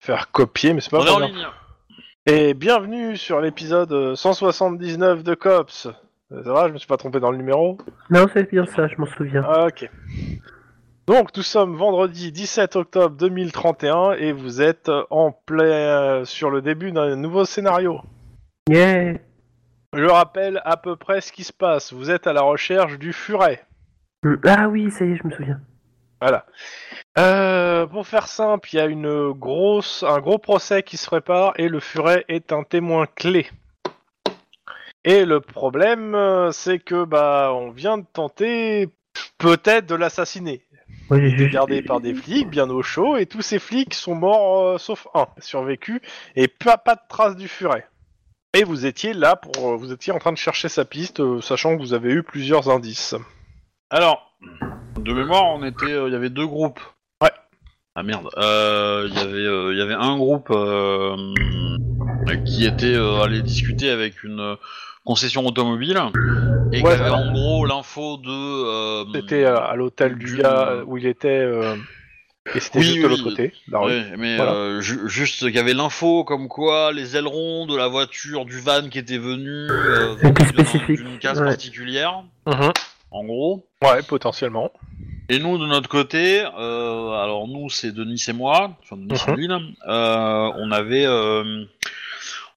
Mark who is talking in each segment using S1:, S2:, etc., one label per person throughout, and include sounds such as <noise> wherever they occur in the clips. S1: faire copier, mais c'est pas
S2: On est en
S1: grave.
S2: ligne.
S1: Et bienvenue sur l'épisode euh, 179 de Cops. Euh, Ça va, je me suis pas trompé dans le numéro
S3: Non, c'est bien ça, je m'en souviens.
S1: Ah, Ok. Donc, nous sommes vendredi 17 octobre 2031 et vous êtes euh, en plein euh, sur le début d'un nouveau scénario.
S3: Yeah
S1: Je rappelle à peu près ce qui se passe. Vous êtes à la recherche du furet.
S3: Mm. Ah oui, ça y est, je me souviens.
S1: Voilà. Euh, pour faire simple, il y a une grosse, un gros procès qui se prépare et le furet est un témoin clé. Et le problème, euh, c'est que bah, on vient de tenter peut-être de l'assassiner.
S3: Moi, j'ai
S1: Il est
S3: juste...
S1: Gardé par des flics, bien au chaud, et tous ces flics sont morts euh, sauf un, survécu, et pas, pas de trace du furet. Et vous étiez là pour, euh, vous étiez en train de chercher sa piste, euh, sachant que vous avez eu plusieurs indices.
S2: Alors, de mémoire, on était, euh, il y avait deux groupes.
S1: Ouais.
S2: Ah merde. Euh, Il y avait, euh, il y avait un groupe euh, qui était euh, allé discuter avec une euh, concession automobile
S1: Ouais,
S2: et qui avait
S1: voilà.
S2: en gros l'info de. euh,
S1: C'était euh, à l'hôtel du gars euh, où il était, euh, et c'était
S2: Oui,
S1: juste de
S2: oui,
S1: l'autre
S2: oui.
S1: côté. de la rue.
S2: Ouais, mais
S1: Voilà.
S2: euh, ju- juste qu'il y avait l'info comme quoi les ailerons de la voiture du van qui était venu euh,
S3: C'était
S2: venaient d'un-
S3: spécifique,
S2: d'une case
S3: ouais.
S2: particulière,
S1: Mmh.
S2: en gros.
S1: Ouais, potentiellement.
S2: Et nous, de notre côté, euh, alors nous, c'est Denis et moi, enfin Denis et
S1: Mhm.
S2: Lynn, euh, on avait, euh,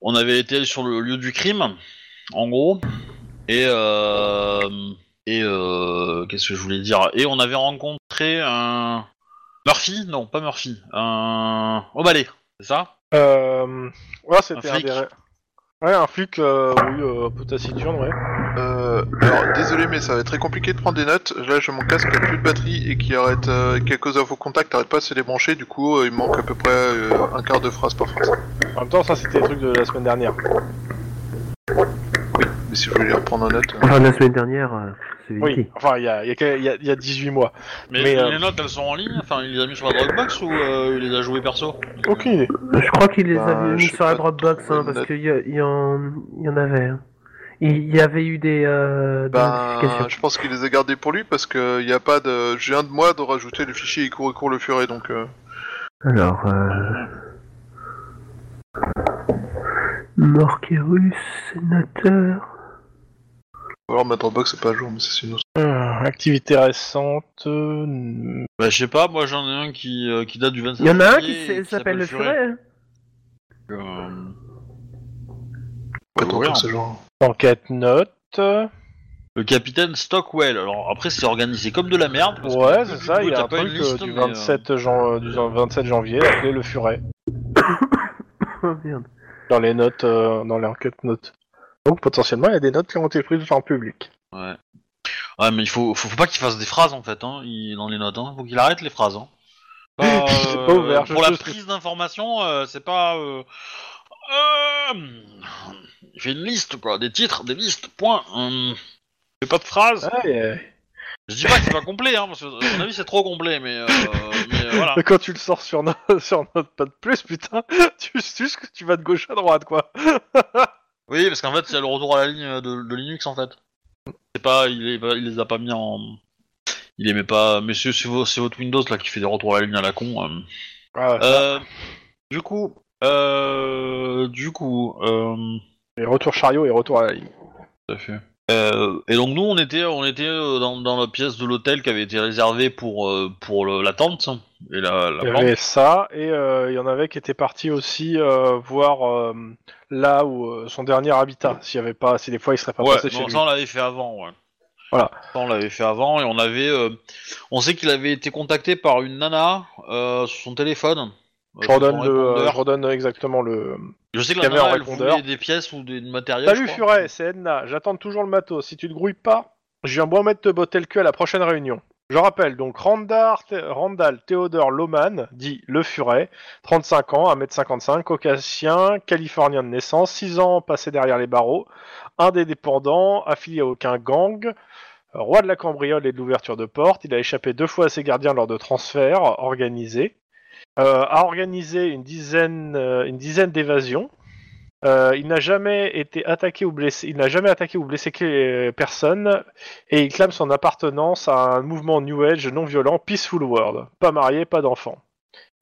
S2: on avait été sur le lieu du crime, en gros, et euh, et euh, qu'est-ce que je voulais dire Et on avait rencontré un Murphy, non, pas Murphy, un O'Malley, c'est ça
S1: Euh... Ouais, c'était
S2: Un
S1: un,
S2: flic.
S1: des... ra- Ouais, un flic, euh, oui, euh, un peu taciturne, ouais.
S4: Euh, alors, désolé, mais ça va être très compliqué de prendre des notes. Là, j'ai mon casque qui a plus de batterie et qui arrête, euh, qui à cause d'un faux contact arrête pas de se débrancher. Du coup, euh, il manque à peu près euh, un quart de phrase par phrase.
S1: En même temps, ça, c'était les trucs de la semaine dernière.
S4: Mais si je voulais les reprendre en note. euh,
S3: Enfin, la semaine dernière, euh, c'est
S1: Oui,
S3: évité.
S1: enfin, il y a, il y, a, que- il y a- il y a 18 mois.
S2: Mais,
S1: Mais, euh,
S2: les notes, elles sont en ligne. Enfin, il les a mis sur la Dropbox ou euh, il les a jouées perso
S1: Aucune idée.
S3: Euh, Je crois qu'il les
S4: Ben,
S3: avait mis
S4: je sais
S3: sur la
S4: pas
S3: Dropbox, hein,
S4: trop,
S3: parce
S4: note.
S3: qu'il y, a- il y en... il y en avait. hein. Il y avait eu des, euh, des
S4: Ben,
S3: notifications.
S4: je pense qu'il les a gardés pour lui parce que il y a pas de. J'ai un de moi de rajouter le fichier, il court, il court le furet donc. euh,
S3: Alors, euh... Morquerus, sénateur...
S4: Ou alors ma Dropbox c'est pas à jour, mais ça, c'est une autre.
S1: Hum, activité récente. euh,
S2: Bah, je sais pas. Moi, j'en ai un qui, euh, qui date du 25.
S3: Il y en a un qui
S2: février et
S3: s'est- s'appelle le furet. hein. <laughs>
S2: Euh,
S4: Ouais,
S2: Ouais,
S4: Dropbox,
S2: ouais.
S4: c'est genre.
S1: Enquête note. Ouais,
S2: Le capitaine Stockwell. Alors après, c'est organisé comme de la merde. parce que du
S1: c'est
S2: coup,
S1: ça, il y
S2: t'as
S1: a un
S2: pas
S1: truc
S2: une
S1: euh,
S2: liste,
S1: du,
S2: mais, euh,
S1: 27 jan- du jan- 27 janvier, appelé le furet,
S3: Oh merde.
S1: dans les notes, euh, dans les enquêtes notes. Donc, potentiellement, il y a des notes qui ont été prises en public.
S2: euh, Ouais. Ouais, mais il faut, faut, faut pas qu'il fasse des phrases en fait, hein, il- dans les notes. Hein. Faut qu'il arrête les phrases.
S1: <laughs>
S2: Hein. Pas,
S1: C'est
S2: euh,
S1: pas ouvert, je-
S2: pour la
S1: je-
S2: prise d'information, euh, c'est pas. Euh, euh, il fait une liste quoi, des titres, des listes, point. Hum, il fait pas de phrases.
S1: Ah, et, euh,
S2: Je dis pas que c'est pas complet, hein, parce que à mon avis c'est trop complet, mais, euh, mais euh, voilà.
S1: Quand tu le sors sur, no- <laughs> sur Notepad Plus, putain, <laughs> tu sais juste que tu vas de gauche à droite, quoi.
S2: Oui, parce qu'en fait c'est le retour à la ligne de, de Linux en fait. C'est pas, il, est, il les a pas mis en. Il aimait pas. Mais c'est c'est vo- c'est votre Windows là qui fait des retours à la ligne à la con. euh. Euh, du coup, euh, du coup, euh,
S1: Et retour chariot et retour à la ligne.
S2: tout à fait. Euh, et donc nous, on était, on était euh, dans, dans la pièce de l'hôtel qui avait été réservée pour euh, pour le- la tente et la, la
S1: Il y
S2: plante.
S1: avait ça, et euh, il y en avait qui étaient partis aussi euh, voir euh, là où euh, son dernier habitat, s'il y avait pas, si des fois il serait pas
S2: Ouais,
S1: passé
S2: non,
S1: chez lui.
S2: ça on l'avait fait avant. Ouais.
S1: Voilà.
S2: Ça on l'avait fait avant et on avait, euh, on sait qu'il avait été contacté par une nana euh, sur son téléphone. euh,
S1: Je
S2: sur son
S1: redonne, le, euh,
S2: répondeur.
S1: je redonne exactement le.
S2: Je sais que
S1: qu'il
S2: la
S1: y avait un
S2: nana elle
S1: répondeur.
S2: voulait des pièces ou des matériels.
S1: Salut
S2: je crois.
S1: Furet, c'est Edna, j'attends toujours le matos. Si tu te grouilles pas, je viens boire mettre te botter le cul à la prochaine réunion. Je rappelle donc Randall, Randall Théodore Loman, dit Le Furet, 35 ans, 1m55, caucasien, californien de naissance, 6 ans passé derrière les barreaux, indépendant, affilié à aucun gang, euh, roi de la cambriole et de l'ouverture de porte. Il a échappé deux fois à ses gardiens lors de transferts euh, organisés, euh, a organisé une dizaine, euh, une dizaine d'évasions. Euh, il n'a jamais été attaqué ou blessé. Il n'a jamais attaqué ou blessé que- euh, personne et il clame son appartenance à un mouvement New Age non violent, Peaceful World. Pas marié, pas d'enfant.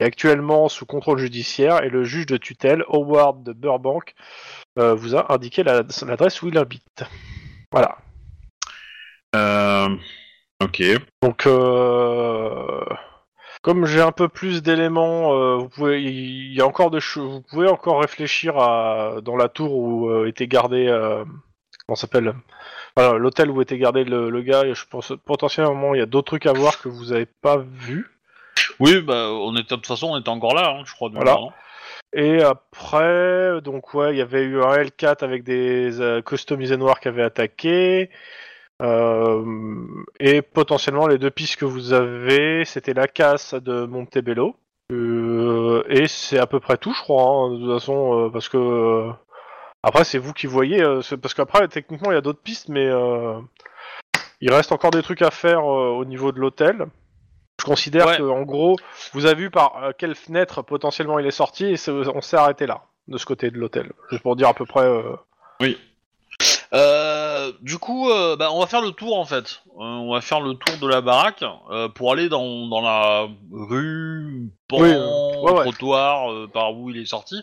S1: est actuellement sous contrôle judiciaire et le juge de tutelle, Howard de Burbank, euh, vous a indiqué la- l'adresse où il habite. Voilà.
S2: Euh, ok.
S1: Donc, euh, comme j'ai un peu plus d'éléments, euh, vous pouvez, il y a encore de, vous pouvez encore réfléchir à dans la tour où euh, était gardé, euh, comment ça s'appelle, euh, Voilà, l'hôtel où était gardé le, le gars. et Je pense potentiellement il y a d'autres trucs à voir que vous n'avez pas vu.
S2: Oui, bah, on était, de toute façon, on était encore là, hein, je crois. de
S1: Voilà.
S2: mémoire, hein.
S1: Et après, donc ouais, il y avait eu un L4 avec des euh, customisés noirs qui avaient attaqué. Euh, et potentiellement, les deux pistes que vous avez, c'était la casse de Montebello. Euh, et c'est à peu près tout, je crois, hein, de toute façon, euh, parce que... euh, après, c'est vous qui voyez, euh, c'est- parce qu'après, techniquement, il y a d'autres pistes, mais euh, il reste encore des trucs à faire euh, au niveau de l'hôtel. Je considère
S2: Ouais.
S1: que, en gros, vous avez vu par euh, quelle fenêtre potentiellement il est sorti et c'est- on s'est arrêté là, de ce côté de l'hôtel. Juste pour dire à peu près. euh,
S2: Euh, du coup, euh, bah, on va faire le tour en fait. Euh, on va faire le tour de la baraque euh, pour aller dans, dans la rue, pont,
S1: Oui, euh, ouais, ouais.
S2: trottoir, euh, par où il est sorti.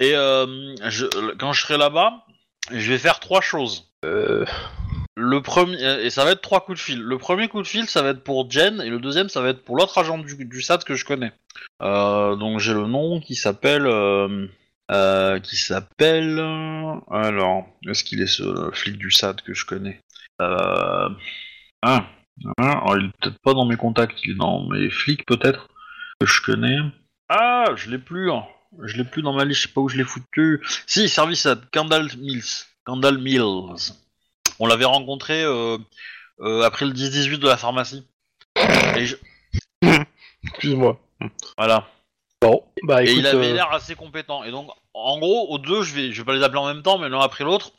S2: Et euh, je- quand je serai là-bas, je vais faire trois choses.
S1: Euh.
S2: Le premier, euh, et ça va être trois coups de fil. Le premier coup de fil, ça va être pour Jen, et le deuxième, ça va être pour l'autre agent du, du SAT que je connais. Euh, donc j'ai le nom qui s'appelle. euh, euh, qui s'appelle. euh, Alors, est-ce qu'il est ce euh, flic du SAT que je connais euh... Ah, ah, alors, il est peut-être pas dans mes contacts, il est dans mes flics peut-être que je connais. Ah, je l'ai plus, hein. je l'ai plus dans ma liste, je sais pas où je l'ai foutu. Si, service SAT, Kendall Mills. Kendall Mills. On l'avait rencontré euh, euh, après le 10-18 de la pharmacie. Et je-
S1: Excuse-moi.
S2: Voilà.
S1: Bon, bah
S2: Et
S1: écoute.
S2: il avait
S1: euh,
S2: l'air assez compétent. Et donc, en gros, aux deux, je vais, je vais pas les appeler en même temps, mais l'un après l'autre.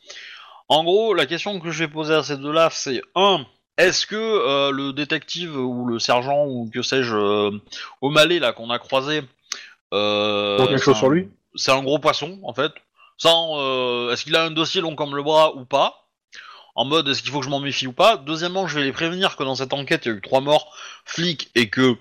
S2: En gros, la question que je vais poser à ces deux-là, c'est un, est-ce que euh, le détective ou le sergent ou que sais-je, euh, O'Malley là qu'on a croisé, euh,
S1: Ils ont quelque chose
S2: c'est
S1: sur
S2: un-
S1: lui
S2: C'est un gros poisson en fait. Sans, euh, est-ce qu'il a un dossier long comme le bras ou pas En mode, est-ce qu'il faut que je m'en méfie ou pas Deuxièmement, je vais les prévenir que dans cette enquête, il y a eu trois morts flics et que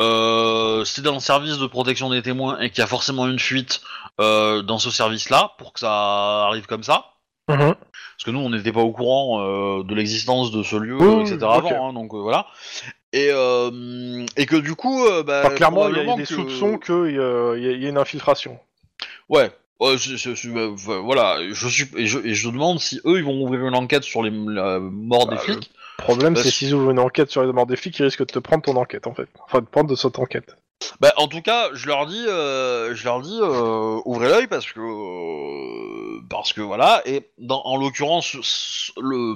S2: euh, c'est dans le service de protection des témoins et qu'il y a forcément une fuite euh, dans ce service-là pour que ça arrive comme ça.
S1: mhm.
S2: Parce que nous, on n'était pas au courant euh, de l'existence de ce lieu,
S1: Oui, oui,
S2: etc.
S1: ok.
S2: avant, hein, donc euh, voilà. Et, euh, et que du coup, euh, bah,
S1: Enfin, clairement, il y a- il y a
S2: probablement
S1: des
S2: que-
S1: soupçons qu'il y, a- il y a une infiltration.
S2: Ouais. Ouais, c'est- c'est- c'est- bah, enfin, voilà, je suis et je, et je demande si eux ils vont ouvrir une enquête sur les la mort des
S1: Bah,
S2: flics.
S1: Le problème,
S2: Bah,
S1: c'est
S2: je-
S1: s'ils ouvrent une enquête sur les morts des flics, ils risquent de te prendre ton enquête, en fait. Enfin, de prendre de cette enquête.
S2: Bah, en tout cas, je leur dis, euh, je leur dis, euh, ouvrez l'œil parce que, euh, parce que voilà. Et dans, en l'occurrence, ce- le,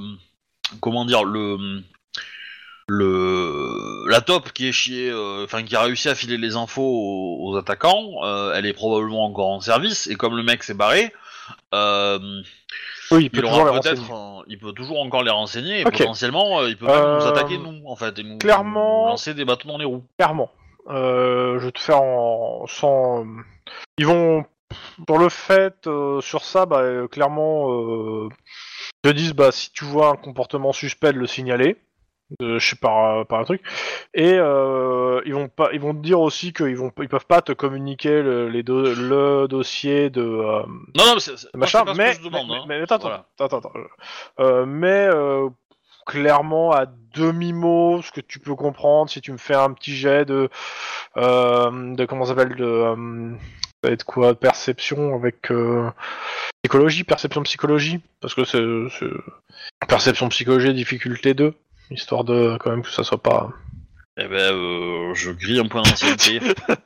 S2: comment dire, le, le, la top qui est chiée, euh, enfin qui a réussi à filer les infos aux, aux attaquants, euh, elle est probablement encore en service. Et comme le mec s'est barré, euh,
S1: Oui, il peut
S2: il,
S1: toujours les
S2: aura
S1: renseigner.
S2: peut-être, un- il peut toujours encore les renseigner. Et
S1: Ok.
S2: potentiellement, euh, il peut même nous
S1: Euh,
S2: attaquer nous, en fait, et nous,
S1: clairement-
S2: nous lancer des bâtons dans les roues.
S1: clairement. Euh, je vais te faire en sans. Ils vont pour le fait euh, sur ça, bah, euh, clairement, euh, ils te disent bah si tu vois un comportement suspect, de le signaler. euh, je sais par par un truc et euh, ils vont pas ils vont te dire aussi qu'ils vont ils peuvent pas te communiquer le, les deux le dossier de euh,
S2: Non, non, mais c'est, c'est- moi,
S1: machin
S2: c'est pas ce
S1: mais
S2: que je demande.
S1: mais,
S2: hein.
S1: mais- mais attends,
S2: Voilà.
S1: attends, attends, attends. Euh, mais euh, clairement à demi mot ce que tu peux comprendre si tu me fais un petit jet de euh, de comment ça s'appelle de euh, ça va être quoi perception avec euh, psychologie perception psychologie parce que c'est c'est- perception psychologie difficulté 2 histoire de quand même que ça soit pas
S2: Eh ben, euh, je grille un
S1: <laughs>
S2: point d'ancienneté,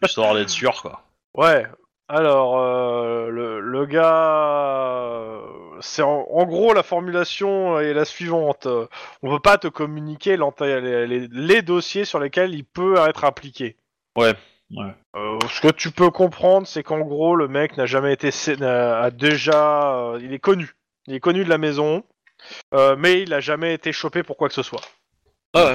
S2: histoire d'être sûr, quoi.
S1: Ouais, alors euh, le, le gars, euh, c'est en, en gros la formulation est la suivante. Euh, On peut pas te communiquer l'enta- les, les- les dossiers sur lesquels il peut être impliqué.
S2: Ouais, ouais.
S1: Euh, ce que tu peux comprendre, c'est qu'en gros le mec n'a jamais été, sé- n'a- a déjà, euh, il est connu, il est connu de la maison, euh, mais il n'a jamais été chopé pour quoi que ce soit.
S2: Ah ouais.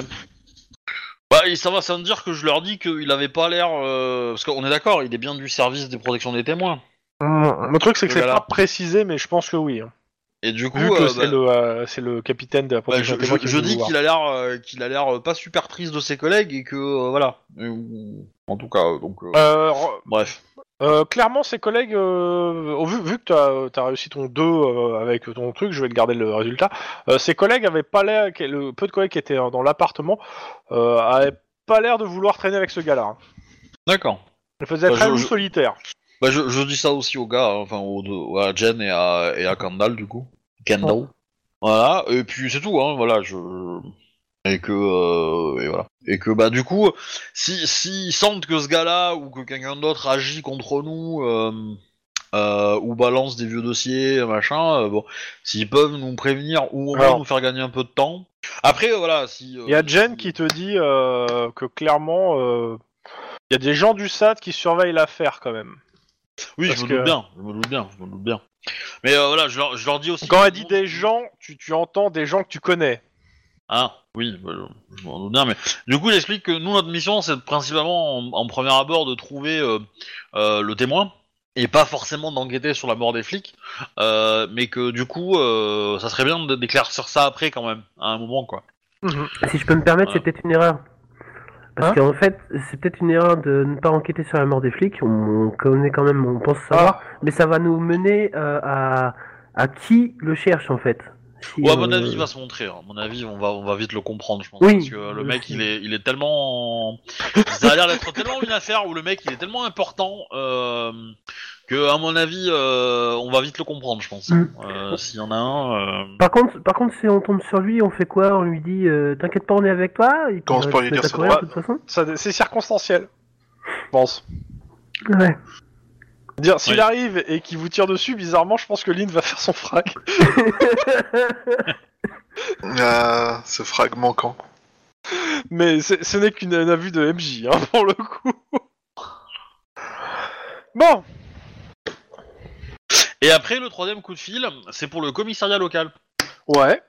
S2: Bah, et ça va sans dire que je leur dis qu'il avait pas l'air. euh, Parce qu'on est d'accord, il est bien du service des protections des témoins.
S1: Mmh, Le truc c'est que
S2: Le
S1: c'est
S2: gars-là.
S1: pas précisé, mais je pense que oui. hein.
S2: Et du coup,
S1: Vu que
S2: euh,
S1: c'est
S2: bah,
S1: le, euh, c'est le capitaine de la
S2: bah,
S1: protection
S2: je,
S1: des témoins
S2: je-
S1: qui
S2: je
S1: veut
S2: dis
S1: nous
S2: qu'il a l'air euh, qu'il a l'air euh, pas super triste de ses collègues et que euh, voilà. Euh, En tout cas, euh, donc euh,
S1: voir. Euh, re-
S2: bref.
S1: euh, clairement, ses collègues, euh, au vu, vu que t'as as réussi ton 2 euh, avec ton truc, je vais te garder le résultat. euh, ses collègues avaient pas l'air, que- le peu de collègues qui étaient euh, dans l'appartement, euh, avaient pas l'air de vouloir traîner avec ce gars-là. hein.
S2: D'accord.
S1: Il faisait
S2: Bah,
S1: très
S2: je-
S1: loup
S2: je-
S1: solitaire.
S2: Bah, je, je dis ça aussi aux gars, hein, enfin aux deux, à Jen et à, et à Kendall du coup. Kendall. Voilà. Et puis c'est tout. Hein, voilà. Je et que euh, et voilà. Et que bah du coup, si s'ils sentent que ce gars-là ou que quelqu'un d'autre agit contre nous. euh, euh, ou balance des vieux dossiers, machin. euh, bon, s'ils peuvent nous prévenir ou au moins
S1: Alors.
S2: nous faire gagner un peu de temps. Après, euh, voilà, si. euh,
S1: Il y a Jen
S2: si-
S1: qui te dit euh, que clairement, euh, il y a des gens du SAD qui surveillent l'affaire quand même.
S2: Oui,
S1: Parce
S2: je me
S1: que-
S2: doute bien, je me doute bien, je me doute bien. Mais euh, voilà, je leur, je leur dis aussi.
S1: Quand elle dit des gens, tu, tu entends des gens que tu connais.
S2: Ah, oui, bah, je, je m'en doute bien, mais du coup, j'explique que nous, notre mission, c'est principalement en, en premier abord de trouver euh, euh, le témoin et pas forcément d'enquêter sur la mort des flics, euh, mais que du coup, euh, ça serait bien de- d'éclaircir ça après quand même, à un moment quoi.
S3: Si je peux me permettre, c'est peut-être une erreur. Parce
S1: Hein
S3: qu'en fait, c'est peut-être une erreur de ne pas enquêter sur la mort des flics. On, on connaît quand même, on pense
S4: Ah.
S3: savoir, mais ça va nous mener euh, à, à qui le cherche en fait. Si euh,
S2: Ou à
S3: on-
S2: mon avis, il va se montrer. hein. À mon avis, on va, on va vite le comprendre, je pense.
S3: Oui.
S2: Parce que euh, le mec, il est, il est tellement. Ça a l'air d'être tellement une affaire où le mec, il est tellement important euh, que, à mon avis, euh, on va vite le comprendre, je pense.
S3: Mm.
S2: Euh, S'il y en a un. euh,
S3: Par contre, par contre, si on tombe sur lui, on fait quoi On lui dit, euh, t'inquiète pas, on est avec toi. Il
S4: Commence
S3: pourrait
S4: par
S3: se
S4: lui
S3: mettre
S4: dire
S3: à
S4: ça
S3: courir,
S1: droit.
S3: de toute façon.
S1: Ça- C'est circonstanciel, je pense.
S3: Ouais. <laughs>
S1: Dire, s'il
S2: Oui.
S1: arrive et qu'il vous tire dessus, bizarrement, je pense que Lynn va faire son frac.
S4: Ah, ce fragment quand
S1: <laughs> Mais c'est- ce n'est qu'une une vue de MJ, hein, <laughs> pour le coup. Bon,
S2: Et après, le troisième coup de fil, c'est pour le commissariat local.
S1: ouais.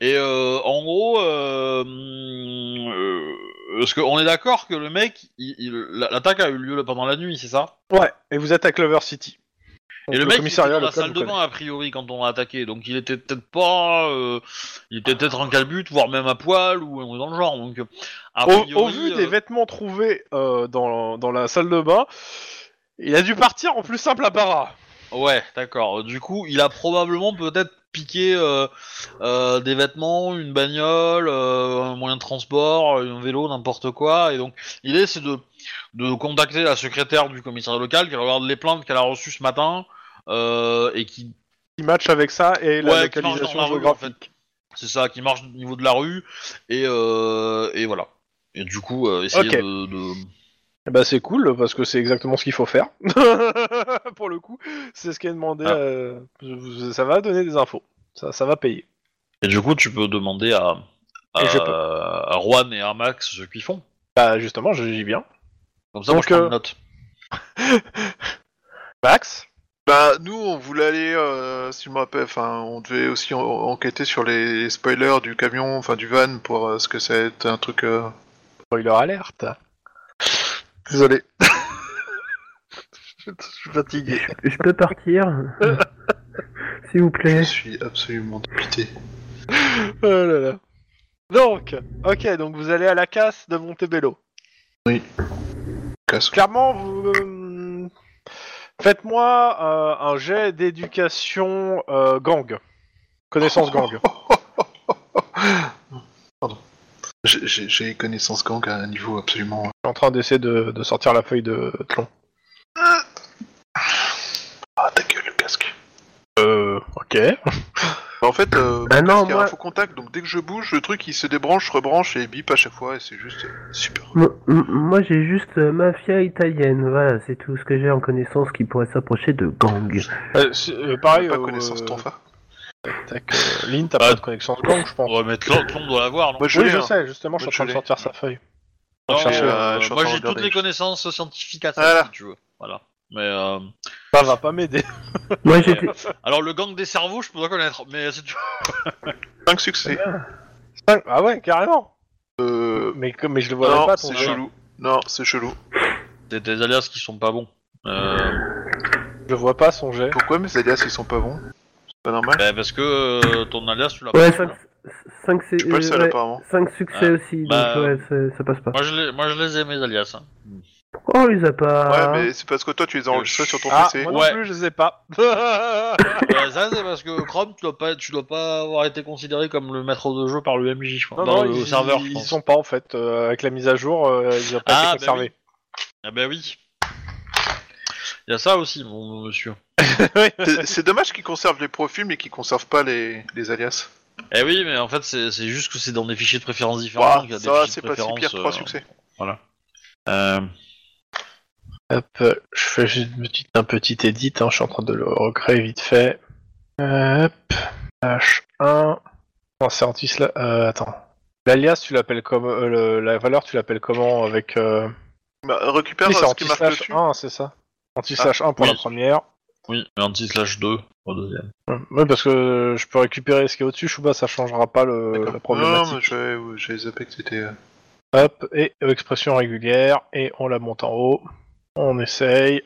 S2: Et euh, en gros, euh, hum, euh, parce qu'on est d'accord que le mec, il- il- l'attaque a eu lieu pendant la nuit, c'est ça
S1: Ouais, et vous êtes à Clover City.
S2: Et le, mec il était dans la
S1: local
S2: salle
S1: vous
S2: de
S1: connaît.
S2: bain a priori quand on l'a attaqué, donc il était peut-être pas, euh, il était peut-être en calbut, voire même à poil ou un truc dans le genre. Donc euh, a
S1: Au,
S2: priori,
S1: au vu
S2: euh,
S1: des vêtements trouvés euh, dans, dans la salle de bain, il a dû partir en plus simple apparat.
S2: ouais, d'accord. Du coup, il a probablement peut-être piqué euh, euh, des vêtements, une bagnole, euh, un moyen de transport, un vélo, n'importe quoi. Et donc l'idée c'est de de contacter la secrétaire du commissariat local qui regarde les plaintes qu'elle a reçues ce matin euh, et qui
S1: Il match avec ça et la
S2: Ouais, qui marche dans
S1: localisation
S2: la rue,
S1: géographique.
S2: en fait. C'est ça, qui marche au niveau de la rue, et, euh, et voilà. Et du coup, euh, essayer
S1: Ok.
S2: de, de-
S1: Eh ben, c'est cool parce que c'est exactement ce qu'il faut faire. <laughs> Pour le coup, c'est ce qui est demandé.
S2: Ah.
S1: euh, ça va donner des infos. Ça, ça va payer.
S2: Et du coup, tu peux demander à, à,
S1: Et je peux.
S2: à Juan et à Max ce qu'ils font.
S1: Bah justement, je dis bien.
S2: Comme ça, moi,
S1: Donc,
S2: je prends
S1: euh,
S2: une note.
S1: Max
S4: Bah nous on voulait aller, euh, si je me rappelle, enfin on devait aussi en- enquêter sur les spoilers du camion, enfin du van pour euh, ce que ça a été un truc. euh,
S1: Spoiler alerte.
S4: Désolé. <laughs> je suis fatigué.
S3: Je peux partir, <laughs> s'il vous
S4: Je
S3: plaît.
S4: suis absolument dépité.
S1: Oh là là. Donc, ok, donc vous allez à la casse de Montebello.
S4: Casse.
S1: Clairement, vous. euh, Faites-moi euh, un jet d'éducation euh, gang.
S4: <laughs>
S1: Connaissance gang.
S4: J'ai- J'ai j'ai connaissance gang à un niveau absolument. euh,
S1: Je suis en train d'essayer de, de sortir la feuille de Tlon.
S4: Ah ta gueule le casque.
S1: Euh, ok.
S4: En fait, euh,
S3: Bah non,
S4: il y a un
S3: moi-
S4: faux contact, donc dès que je bouge, le truc il se débranche, rebranche et bip à chaque fois et c'est juste euh, super.
S3: M- m- Moi, j'ai juste euh, mafia italienne. Voilà, c'est tout ce que j'ai en connaissance qui pourrait s'approcher de gang.
S1: Euh, c'est- euh, pareil,
S4: pas
S1: euh,
S4: connaissance
S1: euh,
S4: ton phare.
S1: Tac, euh, Lynn, t'as
S2: Ah.
S1: pas de connaissance gang, je pense.
S2: Ouais, mais Tlon, Tlon doit l'avoir, non
S4: Moi je
S1: oui,
S4: l'ai,
S1: je
S4: hein.
S1: sais, justement, je suis en train
S4: Moi,
S1: de
S4: je
S1: sortir sa feuille.
S2: Non,
S1: cherche,
S2: mais,
S4: euh, je suis en
S2: Moi,
S4: train de
S2: j'ai toutes
S4: regarder.
S2: les connaissances scientifiques à ça,
S4: Voilà.
S2: si tu veux. Voilà. Mais euh,
S1: Ça va pas m'aider.
S3: Moi, j'étais.
S2: alors le gang des cerveaux, je peux pas connaître, mais si tu
S4: 5 succès.
S1: <laughs> Cinq- Ah ouais, carrément.
S4: Euh,
S1: Mais, comme- mais je le voyais
S4: non,
S1: pas, ton
S4: c'est
S1: jeu.
S4: chelou. Non, c'est chelou.
S2: t'as des alias qui sont pas bons. Euh,
S1: Je vois pas son jet.
S4: Pourquoi mes alias ils sont pas bons Pas normal.
S2: Bah, parce que euh, ton alias, tu l'as
S3: Ouais,
S2: pas.
S3: 5, 5,
S4: Je suis pas le seul
S3: Euh, ouais,
S4: apparemment.
S3: cinq succès
S2: Ah,
S3: aussi,
S2: bah,
S3: donc ouais, c'est- ça passe pas.
S2: Moi je, les, moi, je les ai, mes alias. hein. <laughs>
S3: Pourquoi on les a pas
S4: Ouais, mais c'est parce que toi tu les as enregistrés sur ton
S1: Ah,
S4: PC.
S1: moi
S2: Ouais.
S1: non plus, je les ai pas. <laughs>
S2: Euh, ça, c'est parce que Chrome, tu dois, pas, tu dois pas avoir été considéré comme le maître de jeu par le MJ, je crois.
S1: Non,
S2: Dans
S1: non,
S2: le
S1: ils,
S2: serveur, je
S1: ils
S2: pense.
S1: sont pas en fait. euh, avec la mise à jour, euh, ils ont pas
S2: Ah, bah
S1: été conservés.
S2: Ah bah oui. Il y a ça aussi, mon monsieur.
S4: C'est- C'est dommage qu'ils conservent les profils mais qu'ils conservent pas les, les alias.
S2: Eh oui, mais en fait, c'est c'est juste que c'est dans des fichiers de préférence différents.
S4: Ouah,
S2: qu'il y a des
S4: Bah, ça va,
S2: fichiers
S4: c'est
S2: de
S4: pas si pire,
S2: préférence, euh,
S4: trois succès.
S2: euh,
S1: Hop, euh, je fais juste une petite, un petit edit, hein, je suis en train de le recréer vite fait. Hop, H1. Non, c'est anti euh, attends. L'alias, tu l'appelles comme. euh, le- la valeur, tu l'appelles comment Avec. Euh...
S4: Bah, récupère
S1: oui, c'est
S4: euh, ce qui marque
S1: anti-slash
S4: dessus. Ah.
S1: 1, c'est ça Anti-slash 1 pour
S2: oui.
S1: la première.
S2: oui, mais anti-slash 2, au deuxième.
S1: Hum, Oui, parce que je peux récupérer ce qui est au-dessus, Chouba, ça changera pas le, la
S4: D'accord. Non, mais
S1: problématique.
S4: j'avais j'avais zappé que c'était. euh,
S1: Hop, et expression régulière, et on la monte en haut. On essaye.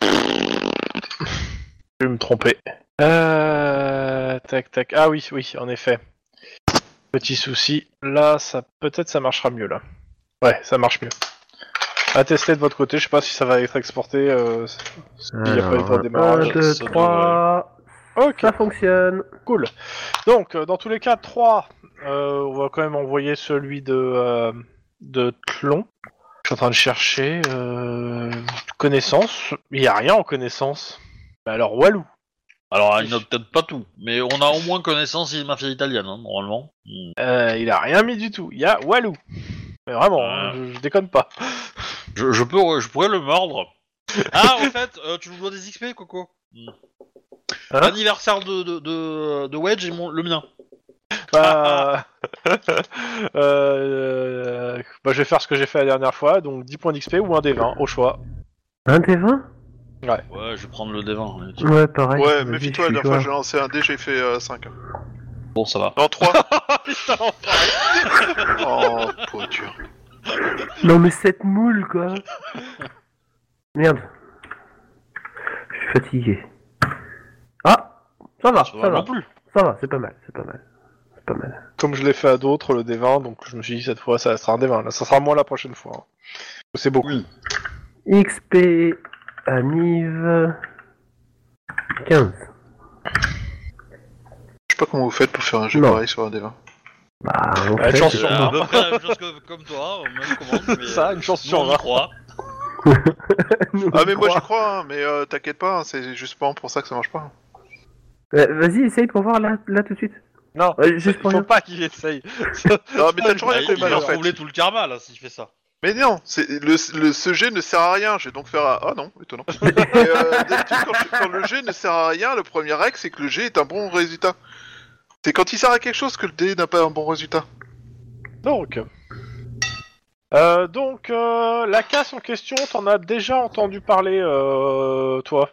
S1: Je vais me tromper. Euh, Tac, tac. Ah oui, oui, en effet. Petit souci. Là, ça peut-être ça marchera mieux, là. Ouais, ça marche mieux. À tester de votre côté, je sais pas si ça va être exporté. euh, il y a pas eu de
S3: Alors,
S1: démarrage.
S3: 1, 2,
S2: ça
S3: 3,
S1: Ok,
S3: ça fonctionne.
S1: cool. Donc, euh, dans tous les cas, 3, on va quand même envoyer celui de, euh, de Tlon. Je suis en train de chercher. euh, connaissance. Il n'y a rien en connaissance. Bah alors, Walou.
S2: Alors, il n'a peut-être pas tout, mais on a au moins connaissance d'une mafia italienne, hein, normalement. Hmm.
S1: Euh, il a rien mis du tout. Il y a Walou. Mais vraiment, hein,
S2: Ah.
S1: je, je déconne pas.
S2: Je, je peux, je pourrais le mordre. Ah, en fait, euh, tu nous dois des XP, Coco. Hmm.
S1: Hein
S2: L'anniversaire de, de, de, de Wedge est mon, le mien.
S1: Bah, <laughs> euh, bah, je vais faire ce que j'ai fait la dernière fois. Donc 10 points d'XP ou un des 20 au choix.
S3: Un des 20
S2: Ouais, je vais prendre le D20. mais-
S3: Ouais, pareil.
S4: Ouais,
S3: vas-y,
S4: méfie-toi, la
S3: je suis
S4: dernière fois
S3: toi.
S4: j'ai lancé un dé, j'ai fait euh, 5.
S2: Bon, ça va.
S4: Non, 3. oh, poiture.
S3: Non, mais cette moule, quoi Merde. Je suis fatigué. Ah Ça va, ça,
S2: Ça va
S3: va.
S2: non plus.
S3: Ça va, c'est pas mal, c'est pas mal. C'est pas mal.
S1: Comme je l'ai fait à d'autres, le D20. Donc je me suis dit cette fois, ça sera un D20. Là, ça sera moins la prochaine fois. hein. C'est beaucoup.
S3: XP Aniv 15.
S4: Je sais pas comment vous faites pour faire un jeu
S3: Non.
S4: pareil sur un D20.
S3: Bah, on
S1: Ah,
S3: fait,
S1: chance
S3: c'est
S1: sur
S3: pas
S2: Euh,
S1: moi.
S2: à peu près la même chose que, comme toi, euh, même commande. Mais
S1: Ça, une chance
S2: nous,
S1: sur
S2: on y
S1: vingt.
S2: croit.
S3: nous,
S4: Ah,
S3: on
S4: mais moi
S3: croit.
S4: j'y crois, hein, mais euh, t'inquiète pas, hein, c'est justement pour ça que ça marche pas.
S3: Euh, Vas-y, essaye pour voir là, là tout de suite.
S1: Non,
S3: Ouais, juste pour
S1: faut
S3: rien.
S1: pas qu'il essaye.
S4: Non, mais t'as toujours
S2: Bah,
S4: rien
S2: il
S4: fait
S2: il
S4: mal
S2: va
S4: en fait.
S2: troubler tout le karma, là, s'il fait ça.
S4: Mais non, c'est- le, le- ce jet ne sert à rien, je vais donc faire un... Ah non, étonnant. <laughs> Et, euh, d'habitude, quand, je- quand le jet ne sert à rien, le premier règle, c'est que le jet est un bon résultat. C'est quand il sert à quelque chose que le dé n'a pas un bon résultat.
S1: Donc, euh, donc euh, la casse en question, t'en as déjà entendu parler, euh, toi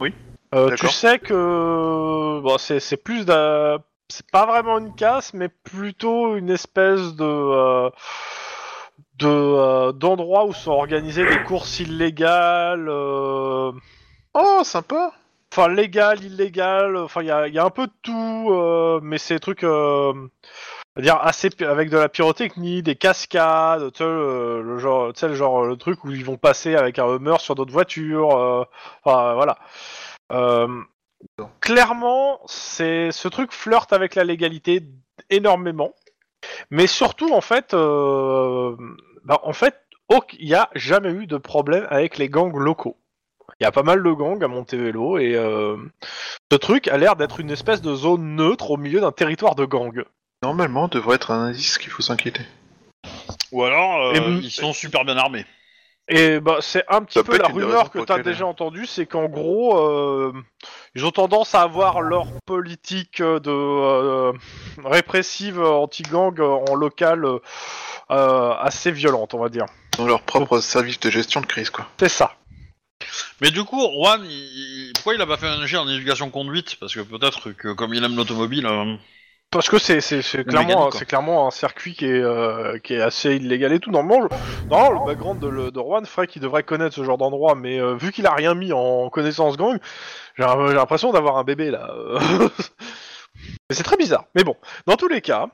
S4: Oui.
S1: Euh, tu
S4: D'accord.
S1: sais que bon, c'est c'est plus d'un- c'est pas vraiment une casse, mais plutôt une espèce de euh, de euh, d'endroit où sont organisées des courses illégales. euh,
S4: Oh, sympa
S1: Enfin, légal, illégal, enfin, il y a, il y a un peu de tout, euh, mais c'est des trucs, euh, on va dire, assez, pi- avec de la pyrotechnie, des cascades, tu sais, euh, le genre, tu sais, le genre, le truc où ils vont passer avec un Hummer sur d'autres voitures, euh, enfin, voilà. Euh, clairement, c'est, ce truc flirte avec la légalité énormément, mais surtout, en fait, euh, bah, en fait, au- il n'y a jamais eu de problème avec les gangs locaux. Il y a pas mal de gangs à Montevideo et euh, ce truc a l'air d'être une espèce de zone neutre au milieu d'un territoire de gangs.
S4: Normalement, devrait être un indice qu'il faut s'inquiéter.
S2: Ou alors, euh,
S1: Et vous-
S2: ils sont super bien armés.
S1: Et bah, c'est un petit
S4: Ça peut
S1: peu
S4: être
S1: la
S4: une des raisons
S1: rumeur que
S4: pour
S1: tu as
S4: lesquelles-
S1: déjà entendue, c'est qu'en gros, euh, ils ont tendance à avoir leur politique de euh, répressive anti-gang en local euh, euh, assez violente, on va dire.
S4: Dans leur propre service de gestion de crise, quoi.
S1: C'est ça.
S2: Mais du coup, Juan, il- il- pourquoi il a pas fait un jet en éducation conduite Parce que peut-être que comme il aime l'automobile, euh,
S1: Parce que c'est c'est- c'est
S2: Ou
S1: clairement,
S2: Mégane,
S1: un-
S2: quoi.
S1: c'est clairement un circuit qui est, euh, qui est assez illégal et tout. Normalement, je- non, le background de, le- de Juan ferait qu'il devrait connaître ce genre d'endroit, mais euh, vu qu'il a rien mis en connaissance gang, j'ai j'ai l'impression d'avoir un bébé là. <laughs> mais c'est très bizarre. Mais bon, dans tous les cas.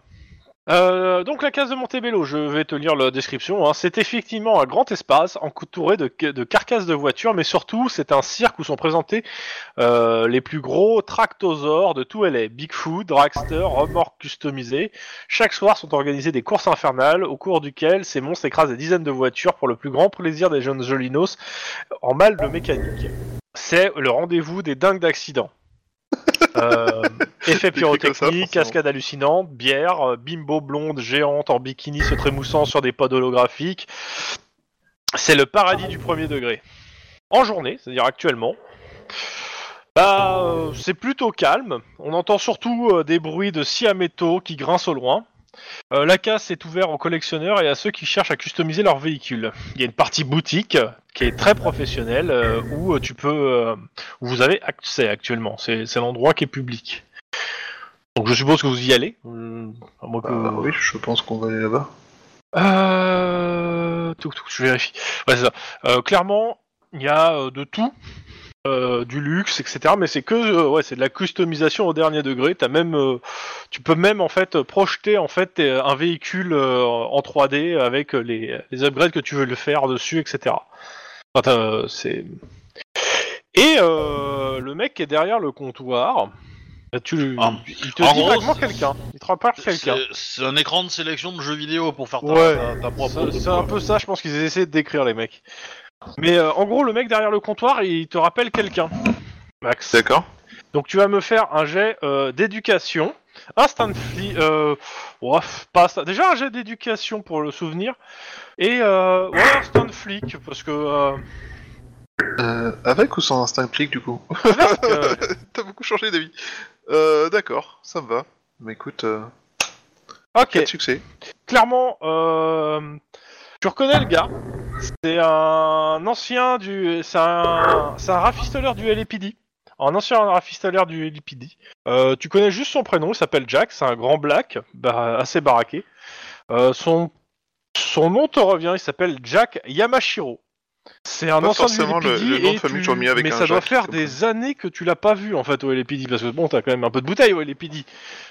S1: euh, donc la case de Montebello, je vais te lire la description. hein. C'est effectivement un grand espace entouré de, de carcasses de voitures, mais surtout c'est un cirque où sont présentés euh, les plus gros tractosaures de tout LA. Bigfoot, Dragster, remorques customisées. Chaque soir sont organisées des courses infernales au cours duquel ces monstres écrasent des dizaines de voitures pour le plus grand plaisir des jeunes Jolinos en mal de mécanique. C'est le rendez-vous des dingues
S4: <laughs>
S1: d'accident. Euh, effet
S4: Décrit comme ça,
S1: pyrotechnique,
S4: forcément.
S1: cascade hallucinante, bière, euh, bimbo blonde géante en bikini se trémoussant sur des pods holographiques. C'est le paradis du premier degré. En journée, c'est-à-dire actuellement, bah, euh, c'est plutôt calme. On entend surtout euh, des bruits de scie à métaux qui grincent au loin. Euh, la casse est ouverte aux collectionneurs et à ceux qui cherchent à customiser leur véhicule. Il y a une partie boutique euh, qui est très professionnelle euh, où euh, tu peux, euh, où vous avez accès actuellement. C'est c'est l'endroit qui est public. Donc je suppose que vous y allez. euh, à moins que-
S4: Ah, Bah, oui, je pense qu'on va aller là-bas.
S1: euh... Touk, touk, je vérifie. Ouais, c'est ça. Euh, clairement, il y a euh, de tout, euh, du luxe, etc. Mais c'est que, euh, ouais, c'est de la customisation au dernier degré. T'as même, euh, tu peux même en fait projeter en fait euh, un véhicule euh, en 3D avec euh, les, les upgrades que tu veux le faire dessus, etc. Enfin, t'as- euh, c'est et euh, le mec qui est derrière le comptoir, Bah, tu, le-
S2: Ah.
S1: il te
S2: En
S1: dit
S2: gros,
S1: vaguement
S2: c'est-
S1: quelqu'un, il te rappelle quelqu'un.
S2: C'est- C'est un écran de sélection de jeux vidéo pour faire ta,
S1: Ouais.
S2: ta- ta propre.
S1: C'est- C'est un peu ça, je pense qu'ils essaient de décrire les mecs. Mais euh, en gros, le mec derrière le comptoir, il te rappelle quelqu'un. Max.
S4: D'accord.
S1: Donc tu vas me faire un jet euh, d'éducation. Instant fli... Euh, ouaf, pas instant- Déjà un jet d'éducation pour le souvenir. Et euh, ouais, instant flic, parce que... euh,
S4: Euh, avec ou sans instinct clic du coup <laughs>
S1: euh,
S4: T'as beaucoup changé d'avis. Euh, d'accord, ça me va. Mais écoute, euh,
S1: ok,
S4: quel succès.
S1: clairement, euh, tu reconnais le gars. C'est un ancien du. C'est un, c'est un rafistoleur du LPD. Un ancien rafistoleur du LPD. Euh, tu connais juste son prénom, il s'appelle Jack, c'est un grand black, bah, assez baraqué. Euh, son, son nom te revient, il s'appelle Jack Yamashiro. C'est un
S4: Pas
S1: ancien du
S4: forcément le-
S1: LPD,
S4: le nom de
S1: et
S4: famille
S1: tu-
S4: que j'aurais mis avec
S1: mais
S4: un
S1: ça doit
S4: Jack,
S1: faire
S4: comme
S1: des années que tu l'as pas vu en fait au LPD, parce que bon, t'as quand même un peu de bouteille au LPD.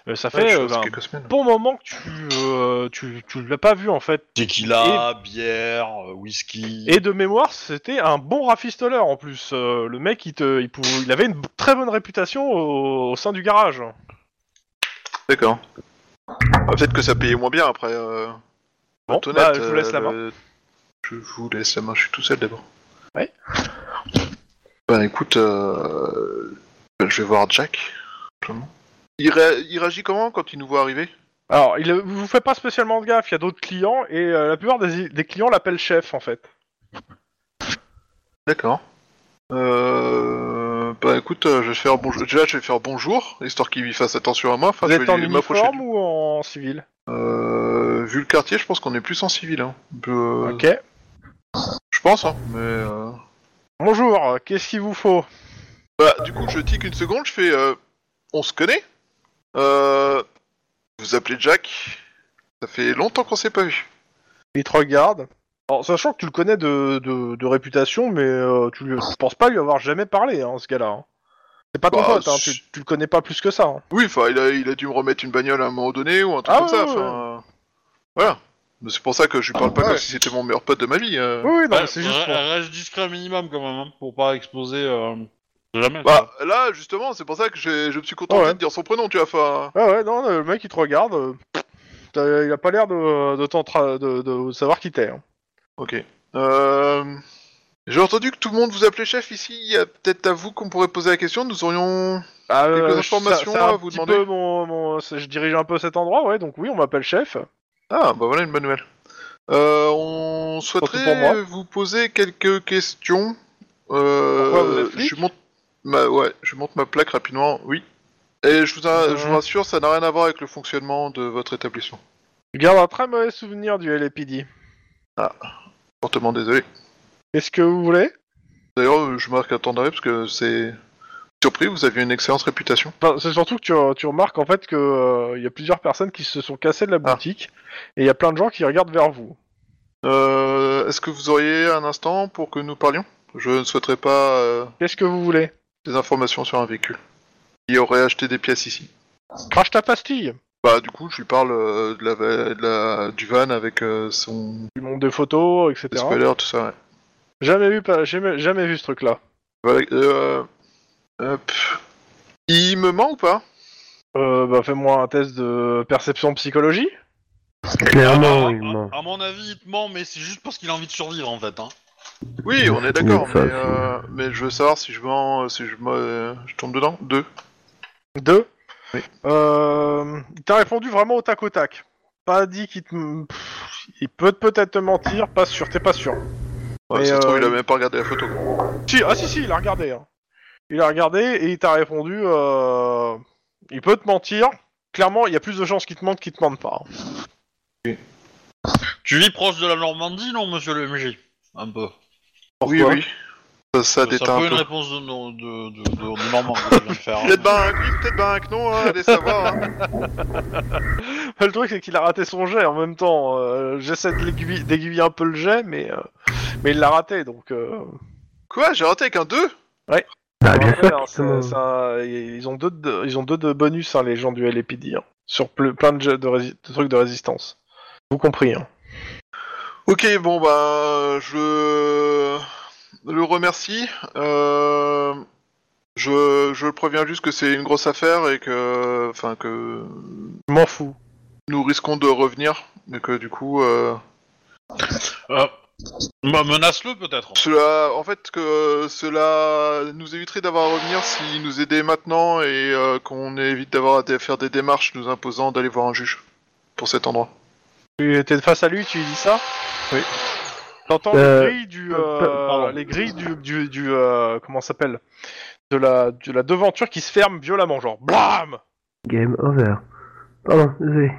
S1: Euh, ça fait
S4: Ouais, je
S1: euh,
S4: pense
S1: ben,
S4: quelques semaines.
S1: bon moment que tu, euh, tu, tu l'as pas vu en fait.
S2: Tequila, bière, euh, whisky.
S1: Et de mémoire, c'était un bon rafistoleur en plus. Euh, le mec, il, te, il, pouvait- il avait une b- très bonne réputation au, au sein du garage.
S4: D'accord. Ah, Peut-être que ça payait moins bien après. Euh...
S1: Bon,
S4: Antoinette,
S1: bah, je vous laisse
S4: euh,
S1: la main.
S4: le- Je vous laisse la main, je suis tout seul d'abord.
S1: Ouais.
S4: Bah écoute, euh, bah, je vais voir Jack. simplement. Il, ré- il réagit comment quand il nous voit arriver
S1: Alors, il vous fait pas spécialement de gaffe, il y a d'autres clients et euh, la plupart des, des clients l'appellent chef en fait.
S4: D'accord. Euh, Bah écoute, euh, je vais faire bonjour. Déjà, je vais faire bonjour, histoire qu'il lui fasse attention à moi. Enfin,
S1: Vous
S4: je vais
S1: êtes en
S4: lui- m'approcher de
S1: uniforme ou en civil
S4: lui. Euh, vu le quartier, je pense qu'on est plus en civil. Hein. Euh,
S1: Ok.
S4: Je pense, hein. Mais. euh,
S1: Bonjour, euh, qu'est-ce qu'il vous faut
S4: Bah, du coup, je tique une seconde, je fais. euh, on se connaît Euh. Vous appelez Jack Ça fait longtemps qu'on s'est pas vu.
S1: Il te regarde. Alors, sachant que tu le connais de, de- de réputation, mais euh, tu ne penses pas lui avoir jamais parlé hein, en ce cas-là. hein. C'est pas ton
S4: Bah,
S1: pote, hein,
S4: c'est-
S1: tu, tu le connais pas plus que ça. hein.
S4: Oui, enfin, il a, il a dû me remettre une bagnole à un moment donné ou un truc
S1: Ah,
S4: comme ça.
S1: ouais, Ah
S4: Enfin. euh, Voilà. Mais c'est pour ça que je lui parle pas
S1: Ouais.
S4: comme si c'était mon meilleur pote de ma vie. euh.
S1: Oui, oui, non,
S2: Ouais,
S1: mais bah, c'est juste
S2: re-
S1: pour...
S2: Reste discret un minimum quand même, hein, pour pas exploser. euh, Jamais.
S4: Bah, là, justement, c'est pour ça que je, je me suis contenté
S1: Ouais.
S4: de dire son prénom, tu vois. Enfin.
S1: Ouais, Ah ouais, non, le mec il te regarde. euh, t'as- il a pas l'air de, de, t'en tra- de, de savoir qui t'es. hein.
S4: Ok. Euh. J'ai entendu que tout le monde vous appelait chef ici. Il y a peut-être à vous qu'on pourrait poser la question. Nous aurions.
S1: Ah,
S4: Quelques
S1: euh,
S4: informations
S1: ça- ça a
S4: à
S1: un
S4: vous
S1: petit
S4: demander
S1: peu mon- mon- c'est- Je dirige un peu cet endroit, ouais, donc oui, on m'appelle chef.
S4: Ah, bah voilà une bonne nouvelle. Euh, on souhaiterait
S1: pour moi.
S4: vous poser quelques questions. Euh,
S1: Pourquoi vous êtes flic
S4: je monte ma, ouais, je monte ma plaque rapidement, oui. Et je vous, a-
S1: Mhm.
S4: je vous rassure, ça n'a rien à voir avec le fonctionnement de votre établissement.
S1: Je garde un très mauvais souvenir du LAPD.
S4: Fortement désolé.
S1: Est-ce que vous voulez
S4: D'ailleurs, euh, je marque un temps d'arrêt parce que c'est Surpris, vous aviez une excellente réputation.
S1: Enfin, c'est surtout que tu, tu remarques en fait que euh, il y a plusieurs personnes qui se sont cassées de la
S4: Ah.
S1: boutique et il y a plein de gens qui regardent vers vous.
S4: Euh, Est-ce que vous auriez un instant pour que nous parlions Je ne souhaiterais pas euh,
S1: Qu'est-ce que vous voulez
S4: des informations sur un véhicule. Il aurait acheté des pièces ici.
S1: Crache ta pastille
S4: Bah du coup, je lui parle euh, de la, va- de la- du van avec euh, son
S1: Du monde des photos, etc.
S4: spoiler, tout ça. ouais.
S1: Jamais vu, pas, jamais, jamais vu ce truc-là.
S4: Voilà, euh, hop. Il me ment ou pas
S1: Euh, bah, fais-moi un test de perception psychologie.
S3: Clairement,
S2: Ah,
S3: il ment.
S2: à, à mon avis, il te ment, mais c'est juste parce qu'il a envie de survivre en fait. Hein.
S4: Oui, on est d'accord,
S3: Oui,
S4: mais,
S3: ça, c'est-
S4: euh, mais je veux savoir si je mens, euh, si je, mens, euh, je tombe dedans. Deux.
S1: Deux.
S4: Oui.
S1: Euh, il t'a répondu vraiment au tac au tac. Pas dit qu'il te... pff, Il peut peut-être te mentir, pas sûr, t'es pas sûr.
S4: Ouais,
S1: Mais,
S4: ça se trouve,
S1: euh,
S4: il a même pas regardé la photo.
S1: Si, ah si, si, il a regardé. hein. Il a regardé et il t'a répondu... euh, Il peut te mentir. Clairement, il y a plus de chances qu'il te mente qu'il te mente pas. hein.
S2: Tu vis proche de la Normandie, non, monsieur le MJ Un peu.
S4: Oui,
S1: Pourquoi
S4: oui. Ça, ça
S2: C'est
S4: déteint
S2: un peu
S4: un
S2: une
S4: peu.
S2: réponse de, no- de, de, de- de Normand que je viens
S1: <laughs>
S2: de faire. hein.
S4: Peut-être ben un oui, peut-être ben un que non, hein, allez savoir. hein.
S1: Le truc, c'est qu'il a raté son jet en même temps. euh, J'essaie de l'aiguille- d'aiguiller un peu le jet, mais, euh, mais il l'a raté, donc... euh,
S4: Quoi, j'ai raté avec un 2
S3: Bah, bien
S1: Ouais,
S3: sûr.
S1: alors,
S3: qu'il
S1: c'est-
S3: ment.
S1: c'est un- Ils ont deux de, ils ont deux de bonus, hein, les gens du LAPD, hein, sur ple- plein de, jeux- de rési- de trucs de résistance. Vous compris. hein.
S4: Ok, bon, ben, je le remercie. Euh, Je, je le préviens juste que c'est une grosse affaire et que, enfin, que
S1: Je m'en fous.
S4: nous risquons de revenir et que du coup, euh,
S2: Euh, bah, menace-le peut-être.
S4: Cela, en fait, que cela nous éviterait d'avoir à revenir s'il nous aidait maintenant et euh, qu'on évite d'avoir à dé- faire des démarches nous imposant d'aller voir un juge pour cet endroit.
S1: Tu étais face à lui, tu lui dis ça
S4: Oui.
S1: T'entends
S3: Euh,
S1: les grilles du,
S3: euh,
S1: euh,
S2: pardon.
S1: les grilles du, du, du, euh, comment ça s'appelle de la, de la devanture qui se ferme violemment, genre blam.
S3: Game over. Pardon, désolé.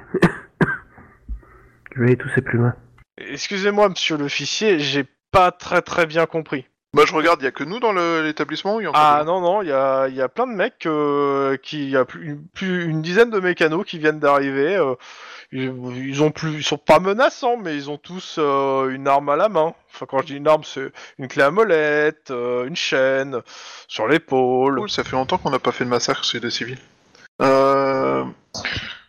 S3: Je vais aller tousser plus loin.
S1: Excusez-moi, monsieur l'officier, j'ai pas très très bien compris.
S4: Moi, Bah, je regarde, il y a que nous dans le- l'établissement ou il y a encore
S1: Ah
S4: des-
S1: non, non, il y a, il y a plein de mecs, euh, qui, il y a plus, une- plus une dizaine de mécanos qui viennent d'arriver. euh, ils, ils ont plus, ils sont pas menaçants, mais ils ont tous euh, une arme à la main. Enfin, quand je dis une arme, c'est une clé à molette, euh, une chaîne sur l'épaule.
S4: Cool, ça fait longtemps qu'on n'a pas fait de massacre chez des civils. Euh...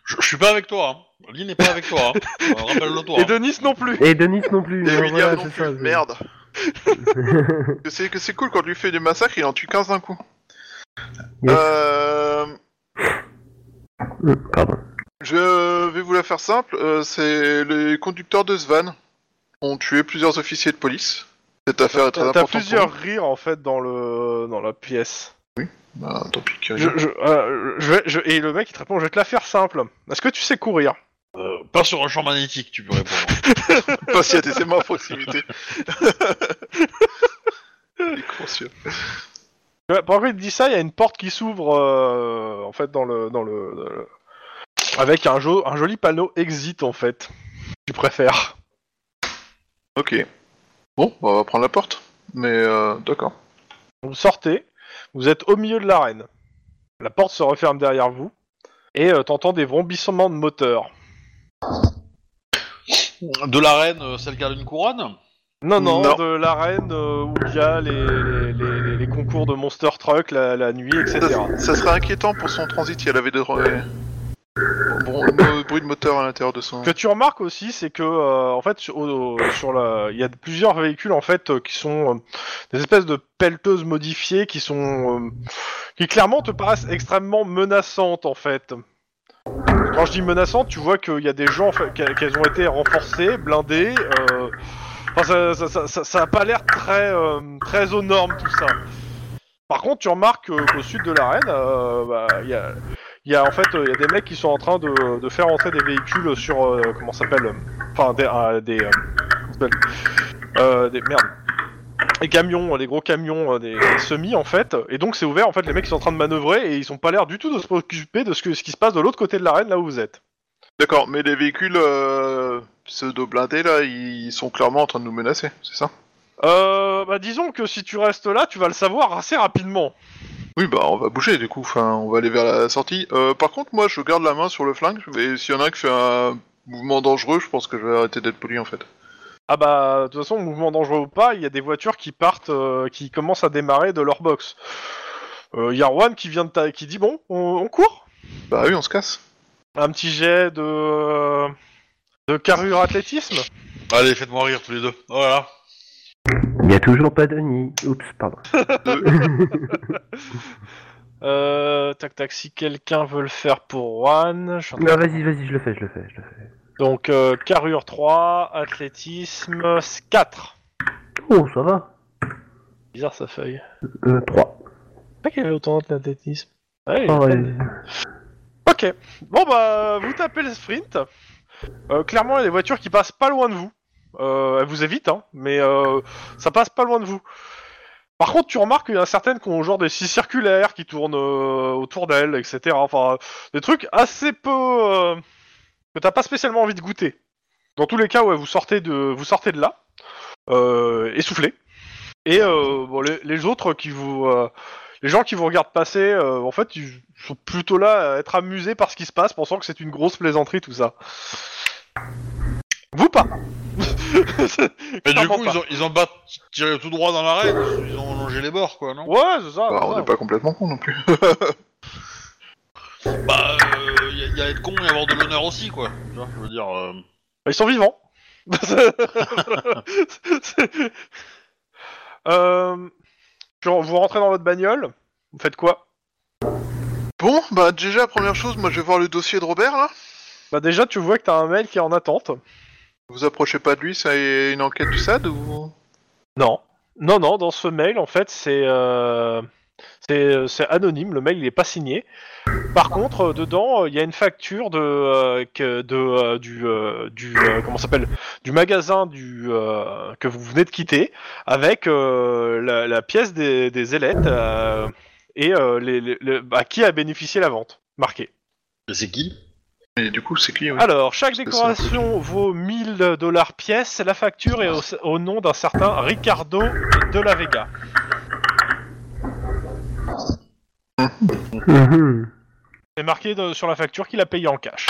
S2: Je, je suis pas avec toi. Hein. Lynn n'est pas avec toi.
S1: <laughs>
S2: Hein. Euh, Rappelle-le toi.
S1: Et
S2: hein.
S1: Denis non plus.
S3: Et Denis non plus.
S4: Et
S3: mais
S4: William
S3: voilà,
S4: non
S3: c'est
S4: plus,
S3: ça, c'est-
S4: merde. Que C'est que c'est cool quand on lui fait des massacres, il en tue 15 d'un coup.
S3: Yes.
S4: Euh...
S3: Hum, Pardon.
S4: Je vais vous la faire simple. euh, c'est les conducteurs de ce van ont tué plusieurs officiers de police. Cette affaire est très
S1: T'as
S4: importante.
S1: t'as
S4: pour nous.
S1: plusieurs rires en fait dans le dans la pièce.
S4: Bah, tant pis. qu'ils <laughs>
S1: Je,
S4: rigolent.
S1: je- euh, je vais- je- et le mec il te répond, je vais te la faire simple. Est-ce que tu sais courir
S2: Euh, pas sur un champ magnétique, tu peux répondre.
S4: Pas s'il y a des aimants
S1: <laughs>
S4: à proximité. Les cons, sûr.
S1: Ouais, Pendant qu'il dit ça, il y a une porte qui s'ouvre euh, en fait dans le dans le, dans le- avec un, jo- un joli panneau exit en fait. Tu préfères
S4: Ok. Bon, bah, on va prendre la porte. Mais euh, d'accord.
S1: Vous sortez, vous êtes au milieu de l'arène. La porte se referme derrière vous et euh, t'entends des vrombissements de moteur.
S2: De la reine, euh, celle qui a une couronne
S1: Non non,
S4: Non.
S1: de l'arène euh, où il y a les, les- les- les concours de Monster Truck la, la nuit etc.
S4: Ça, ça serait inquiétant pour son transit si elle avait des euh, bon, le bruit de moteur à l'intérieur de son.
S1: Ce que tu remarques aussi, c'est que euh, en fait, sur, au- sur la, il y a plusieurs véhicules en fait euh, qui sont euh, des espèces de pelleteuses modifiées qui sont euh, qui clairement te paraissent extrêmement menaçantes en fait. Quand je dis menaçantes, tu vois qu'il y a des gens en fait, qu'e- qu'elles ont été renforcées, blindées. euh, Enfin, ça, ça, ça, ça- ça a pas l'air très euh, très aux normes tout ça. Par contre, tu remarques euh, qu'au sud de l'arène, euh, bah, il y a il y a en fait euh, il y a des mecs qui sont en train de, de faire entrer des véhicules sur euh, comment ça s'appelle euh, enfin des euh, des, euh, comment ça s'appelle Euh, des- merde des camions euh, des gros camions euh, des, des semis en fait et donc c'est ouvert en fait les mecs ils sont en train de manœuvrer et ils ont pas l'air du tout de se préoccuper de ce que ce qui se passe de l'autre côté de l'arène là où vous êtes
S4: <laughs> D'accord, mais les véhicules euh, pseudo blindés là, ils sont clairement en train de nous menacer, c'est ça
S1: euh, bah disons que si tu restes là tu vas le savoir assez rapidement
S4: Oui, bah on va bouger du coup, enfin, on va aller vers la sortie. Euh, par contre, moi je garde la main sur le flingue, et s'il y en a un qui fait un mouvement dangereux, je pense que je vais arrêter d'être poli en fait.
S1: Ah bah, de toute façon, mouvement dangereux ou pas, il y a des voitures qui partent, euh, qui commencent à démarrer de leur box. Euh, y a Juan qui vient de ta- qui dit bon, on, on court.
S4: Bah oui, on se casse.
S1: Un petit jet de euh, de carrure athlétisme.
S2: Allez, faites-moi rire tous les deux. Oh Voilà.
S3: Il n'y a toujours pas Denis. Oups, pardon.
S1: Euh, tac tac, si quelqu'un veut le faire pour Juan, je suis en train de
S3: Non, vas-y, vas-y, je le fais, je le fais, je le fais.
S1: Donc, euh, carrure 3, athlétisme 4.
S3: Oh, ça va.
S1: Bizarre sa feuille.
S3: Euh, 3.
S1: Pas qu'elle avait autant d'athlétisme. Ouais, il est
S3: Oh,
S1: pas-
S3: ouais.
S1: Ok. Bon, bah, vous tapez le sprint. Euh, clairement, il y a des voitures qui passent pas loin de vous. Euh, elles vous évitent, hein, mais euh, ça passe pas loin de vous. Par contre, tu remarques qu'il y en a certaines qui ont genre des scies circulaires qui tournent euh, autour d'elles, etc. Enfin, euh, des trucs assez peu. euh, que t'as pas spécialement envie de goûter. Dans tous les cas, ouais, vous sortez de, vous sortez de là, euh, essoufflé. Et euh, bon, les, les autres qui vous. euh, les gens qui vous regardent passer, euh, en fait, ils sont plutôt là à être amusés par ce qui se passe, pensant que c'est une grosse plaisanterie tout ça. Vous pas. <laughs>
S2: Mais du
S1: Clairement
S2: coup,
S1: pas.
S2: ils ont, ils ont pas tiré tout droit dans l'arrêt, ils ont longé les bords, quoi, non
S1: Ouais, c'est ça.
S4: Bah,
S1: c'est
S4: on
S1: ça.
S4: n'est pas complètement con non plus.
S2: Bah, il y, a être con et avoir de l'honneur aussi, quoi. Tu vois, je veux dire. euh,
S1: Ils sont vivants. <laughs> Euh, genre, vous rentrez dans votre bagnole. Vous faites quoi
S4: Bon, bah déjà, première chose, moi je vais voir le dossier de Robert là.
S1: Bah déjà, tu vois que t'as un mail qui est en attente.
S4: Vous approchez pas de lui, c'est une enquête du SAD ou
S1: Non. Non, non, dans ce mail, en fait, c'est euh, c'est c'est anonyme, le mail, il est pas signé. Par contre, euh, dedans, euh, il y a une facture de, euh, que- de euh, du, euh, du euh, comment ça s'appelle du magasin du, euh, que vous venez de quitter, avec euh, la, la pièce des, des ailettes euh, et euh, les, les- les- à qui a bénéficié la vente, marqué.
S2: mais C'est qui
S4: Et du coup, c'est qui ouais
S1: Alors, chaque
S4: C'est ça.
S1: décoration vaut 1000 dollars pièce, la facture est au, au nom d'un certain Ricardo de la Vega.
S3: <laughs> Mhm.
S1: C'est marqué de- sur la facture qu'il a payé en cash.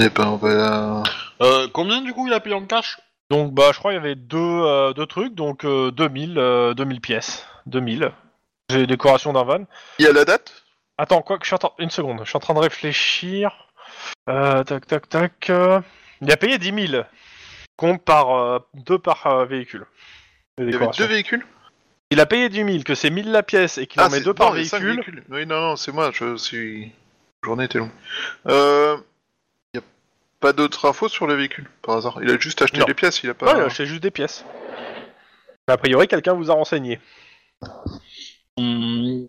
S4: Eh ben, on va.
S2: euh, Combien du coup il a payé en cash
S1: Donc bah je crois il y avait deux, euh, deux trucs, donc euh, 2000, euh, 2000 pièces. 2000. J'ai décoration d'un van.
S4: Il y a la date
S1: Attends, quoi que je suis en train- Une seconde, je suis en train de réfléchir. Euh, tac tac tac. euh, Il a payé 10 000. Compte par euh, deux par euh, véhicule. Les
S4: Il y avait
S1: décorations.
S4: deux véhicules Ah,
S1: Il a payé 10 000, que c'est 1000 la pièce et qu'il en met
S4: c'est-
S1: deux
S4: non,
S1: par
S4: il y a cinq
S1: véhicule.
S4: véhicules. Oui, non, non, c'est moi, je suis. La journée était longue. Euh. Il n'y a pas d'autres infos sur le véhicule, par hasard. Il a juste acheté
S1: Non.
S4: des pièces, il a
S1: Ouais,
S4: pas.
S1: il a acheté juste des pièces. A priori quelqu'un vous a renseigné.
S2: Hum,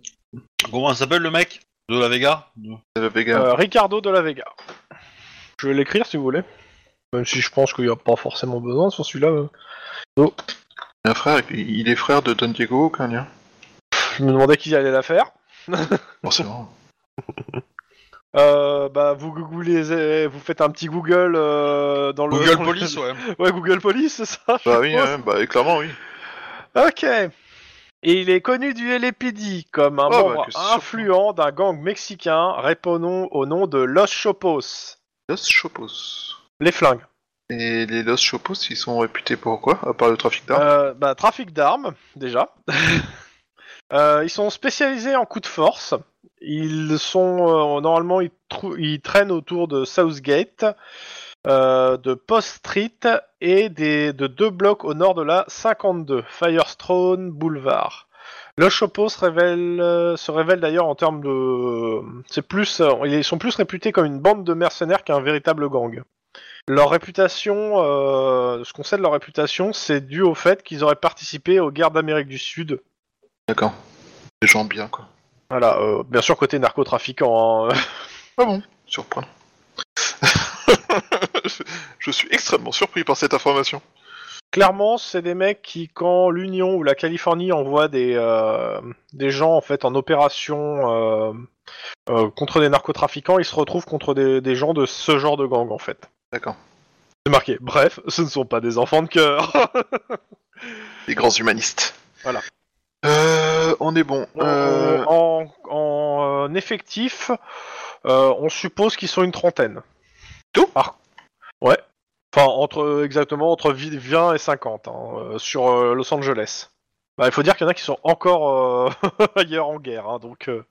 S2: Comment il s'appelle le mec De la Vega
S4: Euh, Vega.
S1: Euh, Ricardo de la Vega. Je vais l'écrire si vous voulez. Même si je pense qu'il n'y a pas forcément besoin sur celui-là. euh.
S4: Il a Un frère, il il est frère de Don Diego, aucun lien.
S1: Je me demandais qui allait la faire.
S4: Forcément.
S1: Euh, bah, vous googlez, vous faites un petit Google euh, dans le. <laughs>
S2: Google Police, ouais.
S1: Ouais, Google Police, c'est ça je
S4: bah oui,
S1: pense.
S4: hein, bah et clairement, oui.
S1: Ok. Et il est connu du LAPD comme un
S4: Oh, bah,
S1: membre
S4: que surprenant.
S1: influent d'un gang mexicain répondant au nom de Los Chopos.
S4: Los Chopos.
S1: Les flingues.
S4: Et les Los Chopos, ils sont réputés pour quoi À part le trafic d'armes
S1: Euh, bah, trafic d'armes, déjà. Euh, ils sont spécialisés en coups de force. Ils sont euh, normalement ils, trou- ils traînent autour de Southgate, euh, de Post Street et des, de deux blocs au nord de la 52 Firestone Boulevard. Le Chopo se révèle, euh, se révèle d'ailleurs en termes de, c'est plus, euh, ils sont plus réputés comme une bande de mercenaires qu'un véritable gang. Leur réputation, euh, ce qu'on sait de leur réputation, c'est dû au fait qu'ils auraient participé aux guerres d'Amérique du Sud
S4: D'accord. Des gens bien, quoi.
S1: voilà, euh, bien sûr côté narcotrafiquant. hein. <laughs>
S4: Ah bon Surprenant. <laughs> Je- Je suis extrêmement surpris par cette information.
S1: Clairement, c'est des mecs qui, quand l'Union ou la Californie envoie des, euh, des gens en fait en opération euh, euh, contre des narcotrafiquants, ils se retrouvent contre des, des gens de ce genre de gang en fait.
S4: D'accord.
S1: C'est marqué. Bref, ce ne sont pas des enfants de cœur. <laughs>
S4: Des grands humanistes.
S1: Voilà.
S4: Euh, on est bon.
S1: En-
S4: Euh,
S1: en, un effectif, euh, on suppose qu'ils sont une trentaine.
S4: Tout
S1: Par- Ouais. Enfin, entre, exactement entre vi- 20 et 50 hein, euh, sur euh, Los Angeles. Bah, il faut dire qu'il y en a qui sont encore euh, <laughs> ailleurs en guerre, hein, donc... euh,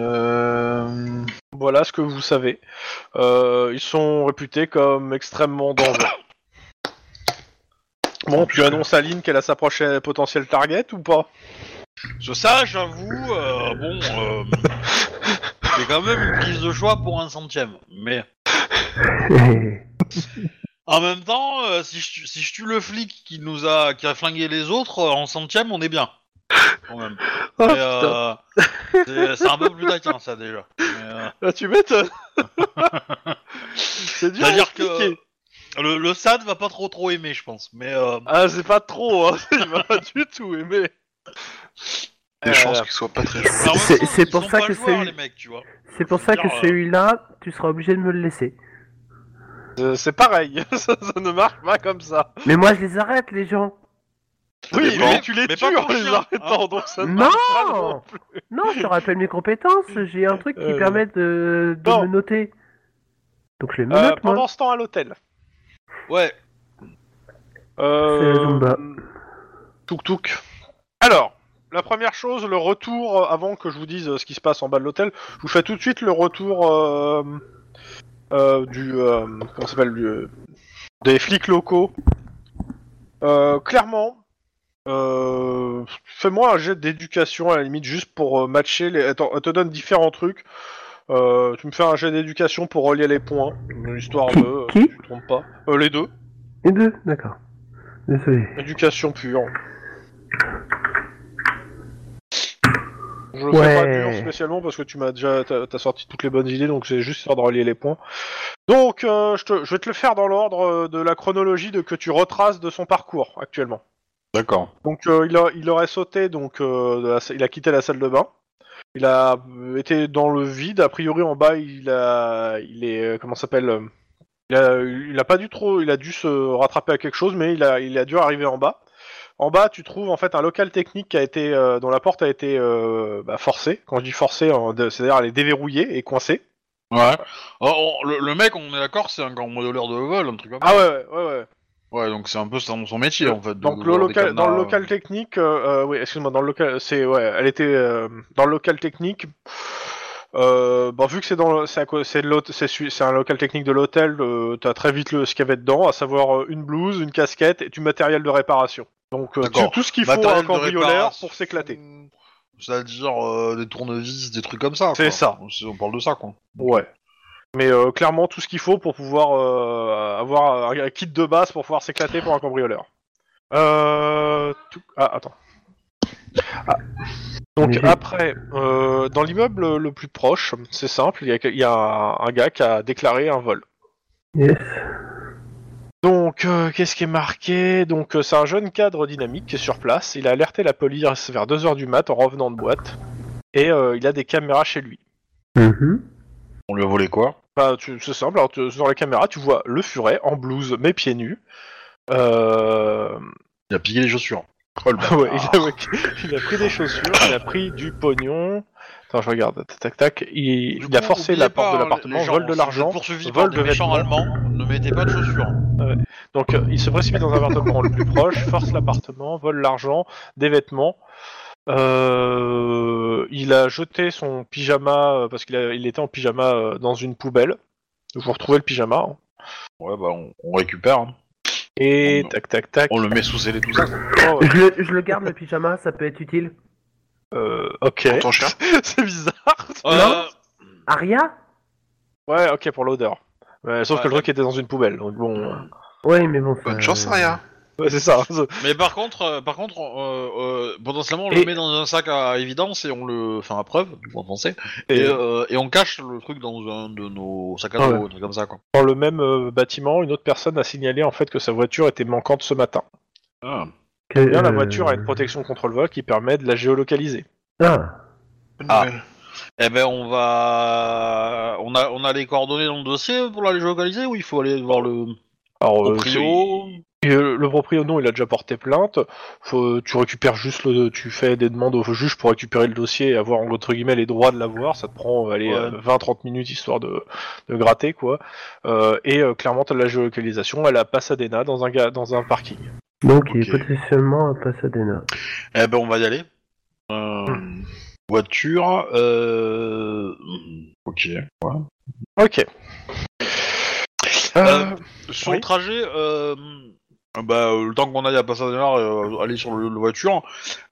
S4: Euh...
S1: Voilà ce que vous savez. Euh, ils sont réputés comme extrêmement dangereux. Bon, tu annonces à Lynn qu'elle a sa prochaine potentielle target ou pas
S2: Ce ça, j'avoue, euh, bon, euh, c'est quand même une prise de choix pour un centième. Mais en même temps, euh, si, je, si je tue le flic qui nous a, qui a flingué les autres, euh, en centième, on est bien. Quand même.
S3: Oh,
S2: Mais, euh, c'est c'est un peu plus taquin, ça déjà. Mais, euh,
S1: Ah, Tu <laughs> m'étonnes C'est dur
S2: C'est-à-dire
S1: à expliquer.
S2: le, le SAD va pas trop trop aimer, je pense. Mais euh,
S1: Ah, c'est pas trop, hein. <laughs> il m'a pas du tout aimé.
S4: Des
S1: Euh,
S4: chances qu'il soit pas très joué.
S2: mais en même
S3: C'est-
S2: temps,
S3: c'est
S2: ils
S3: pour
S2: sont
S3: ça
S2: pas
S3: que
S2: joueurs,
S3: c'est-
S2: les mecs, tu vois.
S3: C'est pour ça que
S2: Genre, euh,
S3: celui-là, tu seras obligé de me le laisser.
S1: Euh, C'est pareil, <laughs> ça, ça ne marche pas comme ça.
S3: Mais moi, je les arrête, les gens.
S1: Oui,
S4: dépend.
S1: mais tu les
S2: Mais
S1: tues
S2: pas ton
S1: en les
S2: chien,
S1: arrêtant, donc ça ne
S3: Non
S1: marche pas non plus.
S3: Non, je te rappelle mes compétences. J'ai un truc qui
S1: Euh,
S3: permet de, de
S1: bon.
S3: me noter. Donc je les
S1: Euh,
S3: menote, moi.
S1: pendant ce temps à l'hôtel.
S2: Ouais.
S1: Euh,
S3: C'est Zumba.
S1: Tuk tuk. Alors, la première chose, le retour, euh, avant que je vous dise euh, ce qui se passe en bas de l'hôtel, je vous fais tout de suite le retour euh, euh, du. euh, comment ça s'appelle du, euh, Des flics locaux. Euh, clairement, euh, fais-moi un jet d'éducation à la limite juste pour euh, matcher les. Attends, elle te donne différents trucs. Euh, tu me fais un jet d'éducation pour relier les points, histoire
S3: Qui-
S1: de. euh,
S3: qui
S1: tu te trompes pas. Euh, les deux.
S3: Et deux, d'accord. Désolé.
S1: Éducation pure. Je le
S3: Ouais.
S1: fais pas dur spécialement parce que tu m'as déjà t'as t'as sorti toutes les bonnes idées donc c'est juste histoire de relier les points. Donc euh, je, te- je vais te le faire dans l'ordre euh, de la chronologie de que tu retraces de son parcours actuellement.
S2: D'accord.
S1: Donc euh, il, a- il aurait sauté donc euh, de la sa- il a quitté la salle de bain. Il a euh, été dans le vide. A priori en bas il a il est euh, comment ça s'appelle euh, il a, il a pas dû trop il a dû se rattraper à quelque chose mais il a il a dû arriver en bas. En bas, tu trouves en fait un local technique qui a été, euh, dont la porte a été euh, bah, forcée. Quand je dis forcée, en- de- c'est-à-dire elle est déverrouillée et coincée.
S2: Ouais. Oh, on- le, le mec, on est d'accord, c'est un grand modeleur de vol, un truc comme ça.
S1: Ah ouais, ouais, ouais. ouais.
S2: Ouais, donc c'est un peu son, son métier en fait. de-
S1: Donc
S2: de
S1: le
S2: voir des
S1: local, Euh, dans le
S2: cadenas,
S1: local technique, euh, euh, oui, excuse-moi, dans le local, c'est ouais, elle était euh, dans le local technique. Euh, bon, vu que c'est dans, le- c'est à co- c'est de l'hôte- c'est su- c'est un local technique de l'hôtel, euh, t'as très vite le ce qu'il y avait dedans, à savoir euh, une blouse, une casquette et du matériel de réparation. Donc euh,
S2: D'accord.
S1: tout, tout ce qu'il faut à
S2: matériel
S1: un
S2: de
S1: cambrioleur
S2: réparation,
S1: pour s'éclater.
S2: C'est-à-dire euh, des tournevis, des trucs comme ça.
S1: C'est
S2: quoi.
S1: ça.
S2: On, on parle de ça quoi.
S1: Ouais. Mais euh, clairement tout ce qu'il faut pour pouvoir euh, avoir un, un kit de base pour pouvoir s'éclater pour un cambrioleur. Euh, tout- Ah attends. Ah. Donc ah.
S3: Mais j'ai-
S1: après, euh, dans l'immeuble le plus proche, c'est simple, il y a, il y a un, un gars qui a déclaré un vol.
S3: Yes.
S1: Donc euh, qu'est-ce qui est marqué Donc euh, c'est un jeune cadre dynamique qui est sur place. Il a alerté la police vers 2h du mat en revenant de boîte. Et euh, il a des caméras chez lui.
S3: Mhm.
S2: On lui a volé quoi
S1: Bah, tu- c'est simple, alors tu- sur la caméra, tu vois le furet en blouse, mais pieds nus. Euh,
S2: Il a pillé les chaussures. Oh, le
S1: Ah <laughs> ouais,
S2: bâtard.
S1: il, a, ouais, il a pris des chaussures, il a pris du pognon. Attends, je regarde, tac, tac, tac. Il,
S2: Du
S1: il a
S2: coup,
S1: forcé
S2: oubliez
S1: la porte
S2: pas,
S1: de
S2: hein,
S1: l'appartement,
S2: les gens,
S1: vol de
S2: si vous
S1: l'argent.
S2: êtes poursuivi
S1: vol
S2: par
S1: de
S2: des méchants
S1: vêtements.
S2: allemands, ne mettez pas de chaussures.
S1: Donc euh, il se précipite dans un appartement le plus proche, force l'appartement, vole l'argent, des vêtements. Euh, il a jeté son pyjama, euh, parce qu'il a- il était en pyjama euh, dans une poubelle. Vous retrouvez le pyjama. hein.
S2: Ouais, bah on, on récupère. hein.
S1: Et
S2: Oh non.
S1: tac, tac, tac.
S2: On le met sous scellé tout ça.
S1: Oh, ouais.
S3: Je, le, je le garde, le pyjama, ça peut être utile.
S1: Euh,
S2: <laughs>
S1: ok.
S4: Pour ton chien.
S1: C'est bizarre.
S2: Euh,
S3: Aria
S1: Ouais, ok, pour l'odeur. Ouais, sauf
S2: Ouais.
S1: que le truc était dans une poubelle, donc bon. euh,
S3: Ouais, mais bon. ça-
S4: Bonne chance, Aria.
S1: ouais, c'est ça.
S2: mais par contre, euh, par contre, euh, euh, potentiellement on le
S1: Et-
S2: met dans un sac à évidence et on le, enfin à preuve, du coup, en français. Et,
S1: Et,
S2: euh, et on cache le truc dans un de nos sacs à dos,
S1: Ouais.
S2: un truc comme ça quoi.
S1: dans le même euh, bâtiment, une autre personne a signalé en fait que sa voiture était manquante ce matin.
S3: Que-
S1: D'ailleurs, la
S3: euh,
S1: voiture a une protection contre le vol qui permet de la géolocaliser.
S3: Ah,
S4: Bonne
S2: Ah.
S4: nouvelle.
S2: Eh ben on va, on a, on a les coordonnées dans le dossier pour la géolocaliser ou il faut aller voir le
S1: Alors,
S2: au
S1: euh,
S2: prio.
S1: Et euh, le proprio, non, il a déjà porté plainte. Faut- euh, tu récupères juste le, tu fais des demandes au juge pour récupérer le dossier et avoir entre guillemets les droits de l'avoir. Ça te prend, euh, allez,
S2: Ouais.
S1: 20-30 minutes histoire de, de gratter quoi. Euh, et euh, clairement, t'as de la géolocalisation. Elle a Pasadena dans un ga- dans un parking.
S3: Donc il est
S2: Ok.
S3: potentiellement à Pasadena.
S2: Eh ben, on va y aller. Euh, Voiture. Euh... Ok.
S1: Ok.
S2: Euh, Sur
S1: Oui.
S2: le trajet, euh, bah, euh, le temps qu'on aille à Pasadena, euh, aller sur le, la voiture,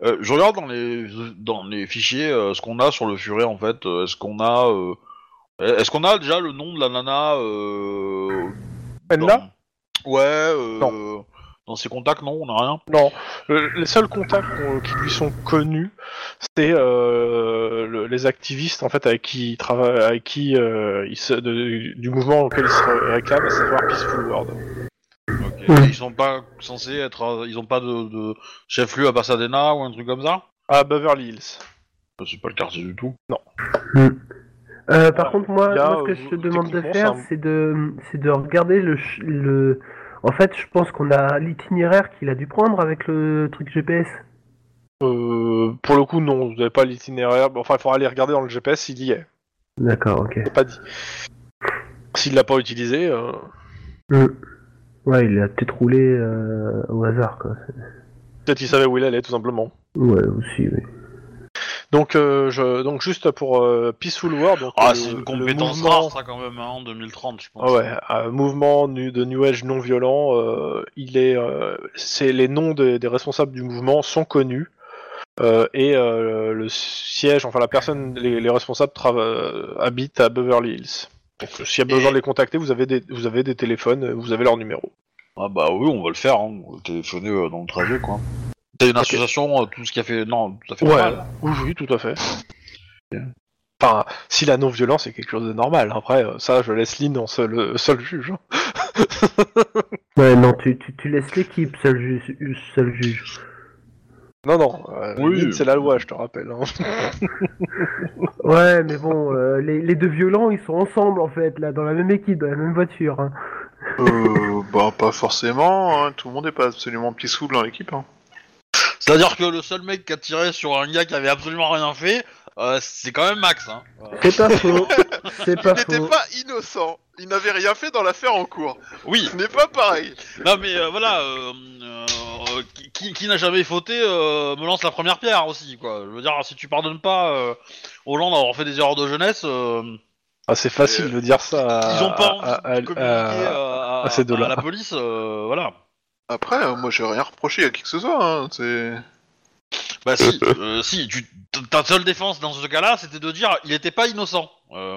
S2: euh, je regarde dans les dans les fichiers euh, ce qu'on a sur le furet en fait. Euh, Est-ce qu'on a euh, est-ce qu'on a déjà le nom de la nana euh,
S1: elle
S2: dans-
S1: là
S2: Ouais. euh, Dans ses contacts, non, on n'a rien.
S1: Non. Le- les seuls contacts qu'on- qui lui sont connus, c'est euh, le- les activistes en fait avec qui il travaille, avec qui euh, il se- de- du mouvement auquel il se réclame, à savoir Peaceful World.
S3: Mm.
S2: Et Ils sont pas censés être, euh, ils ont pas de, de chef-lieu à Pasadena ou un truc comme ça.
S1: À Beverly Hills.
S2: Bah, C'est pas le quartier du tout.
S3: Euh, par contre, moi,
S1: Il y a,
S3: moi, ce que
S1: euh,
S3: je te demande de
S1: techniquement,
S3: faire,
S1: c'est un-
S3: c'est de, c'est de regarder le, ch- le. En fait, je pense qu'on a l'itinéraire qu'il a dû prendre avec le truc GPS.
S1: Euh, pour le coup, non, vous n'avez pas l'itinéraire. Bon, Enfin, il faudra aller regarder dans le GPS s'il y est.
S3: D'accord, ok.
S1: C'est pas dit. S'il l'a pas utilisé, euh,
S3: Hmm. Ouais, il a peut-être roulé euh, au hasard, quoi.
S1: peut-être qu'il savait où il allait, tout simplement.
S3: Ouais, aussi, oui.
S1: Donc, euh, je, donc juste pour euh, Peaceful World. Donc,
S2: Ah,
S1: le-
S2: c'est une
S1: le
S2: compétence
S1: mouvement-
S2: rare, ça, quand même, hein, en 2030, je pense.
S1: Ah ouais, euh, mouvement nu- de New Age non violent. euh, il est, euh, c'est les noms des- des responsables du mouvement sont connus euh, et euh, le siège, enfin la personne, les, les responsables trava- euh, habitent à Beverly Hills. Donc euh, s'il y a besoin
S2: Et-
S1: de les contacter, vous avez des, vous avez des téléphones, euh, vous avez leur numéro.
S2: Ah bah oui, on va le faire, hein. on va téléphoner euh, dans le trajet quoi. C'est une association, euh, tout ce qui a fait... Non, tout à fait
S1: Ouais.
S2: normal.
S1: Oui, oui, tout à fait. Enfin, si la non-violence est quelque chose de normal, après euh, ça, je laisse Lynn en seul, euh, seul juge.
S3: Ouais, non, tu, tu, tu laisses l'équipe seul, ju- seul juge.
S1: Non, non, euh,
S2: Oui.
S1: Lynn, c'est la loi, je te rappelle. hein.
S3: Ouais, mais bon, euh, les, les deux violents, ils sont ensemble, en fait, là, dans la même équipe, dans la même voiture. hein.
S4: Euh, bah, pas forcément, hein, tout le monde n'est pas absolument pissou dans l'équipe. Hein.
S2: C'est-à-dire que le seul mec qui a tiré sur un gars qui avait absolument rien fait, euh, c'est quand même Max. Hein. Euh,
S3: C'est pas faux. C'est
S4: Il
S3: pas
S4: n'était
S3: faux.
S4: pas innocent, il n'avait rien fait dans l'affaire en cours.
S2: oui,
S4: Ce n'est pas pareil.
S2: non mais euh, voilà, euh, euh, euh, qui- qui, qui n'a jamais fauté euh, me lance la première pierre aussi quoi. Je veux dire, si tu pardonnes pas euh, aux gens d'avoir fait des erreurs de jeunesse, euh,
S1: Ah, c'est facile
S4: Euh,
S1: de dire ça. à-
S2: ils ont pas
S1: à-
S2: envie
S1: à-
S2: de
S1: à-
S2: communiquer
S1: à-
S2: euh, à,
S1: à ces deux-là.
S2: à la police, euh, voilà.
S4: Après, euh, moi, j'ai rien reproché à qui que ce soit. hein, c'est...
S2: Bah
S4: <laughs>
S2: si, euh, si, tu, t- ta seule défense dans ce cas-là, c'était de dire il était pas innocent. Euh,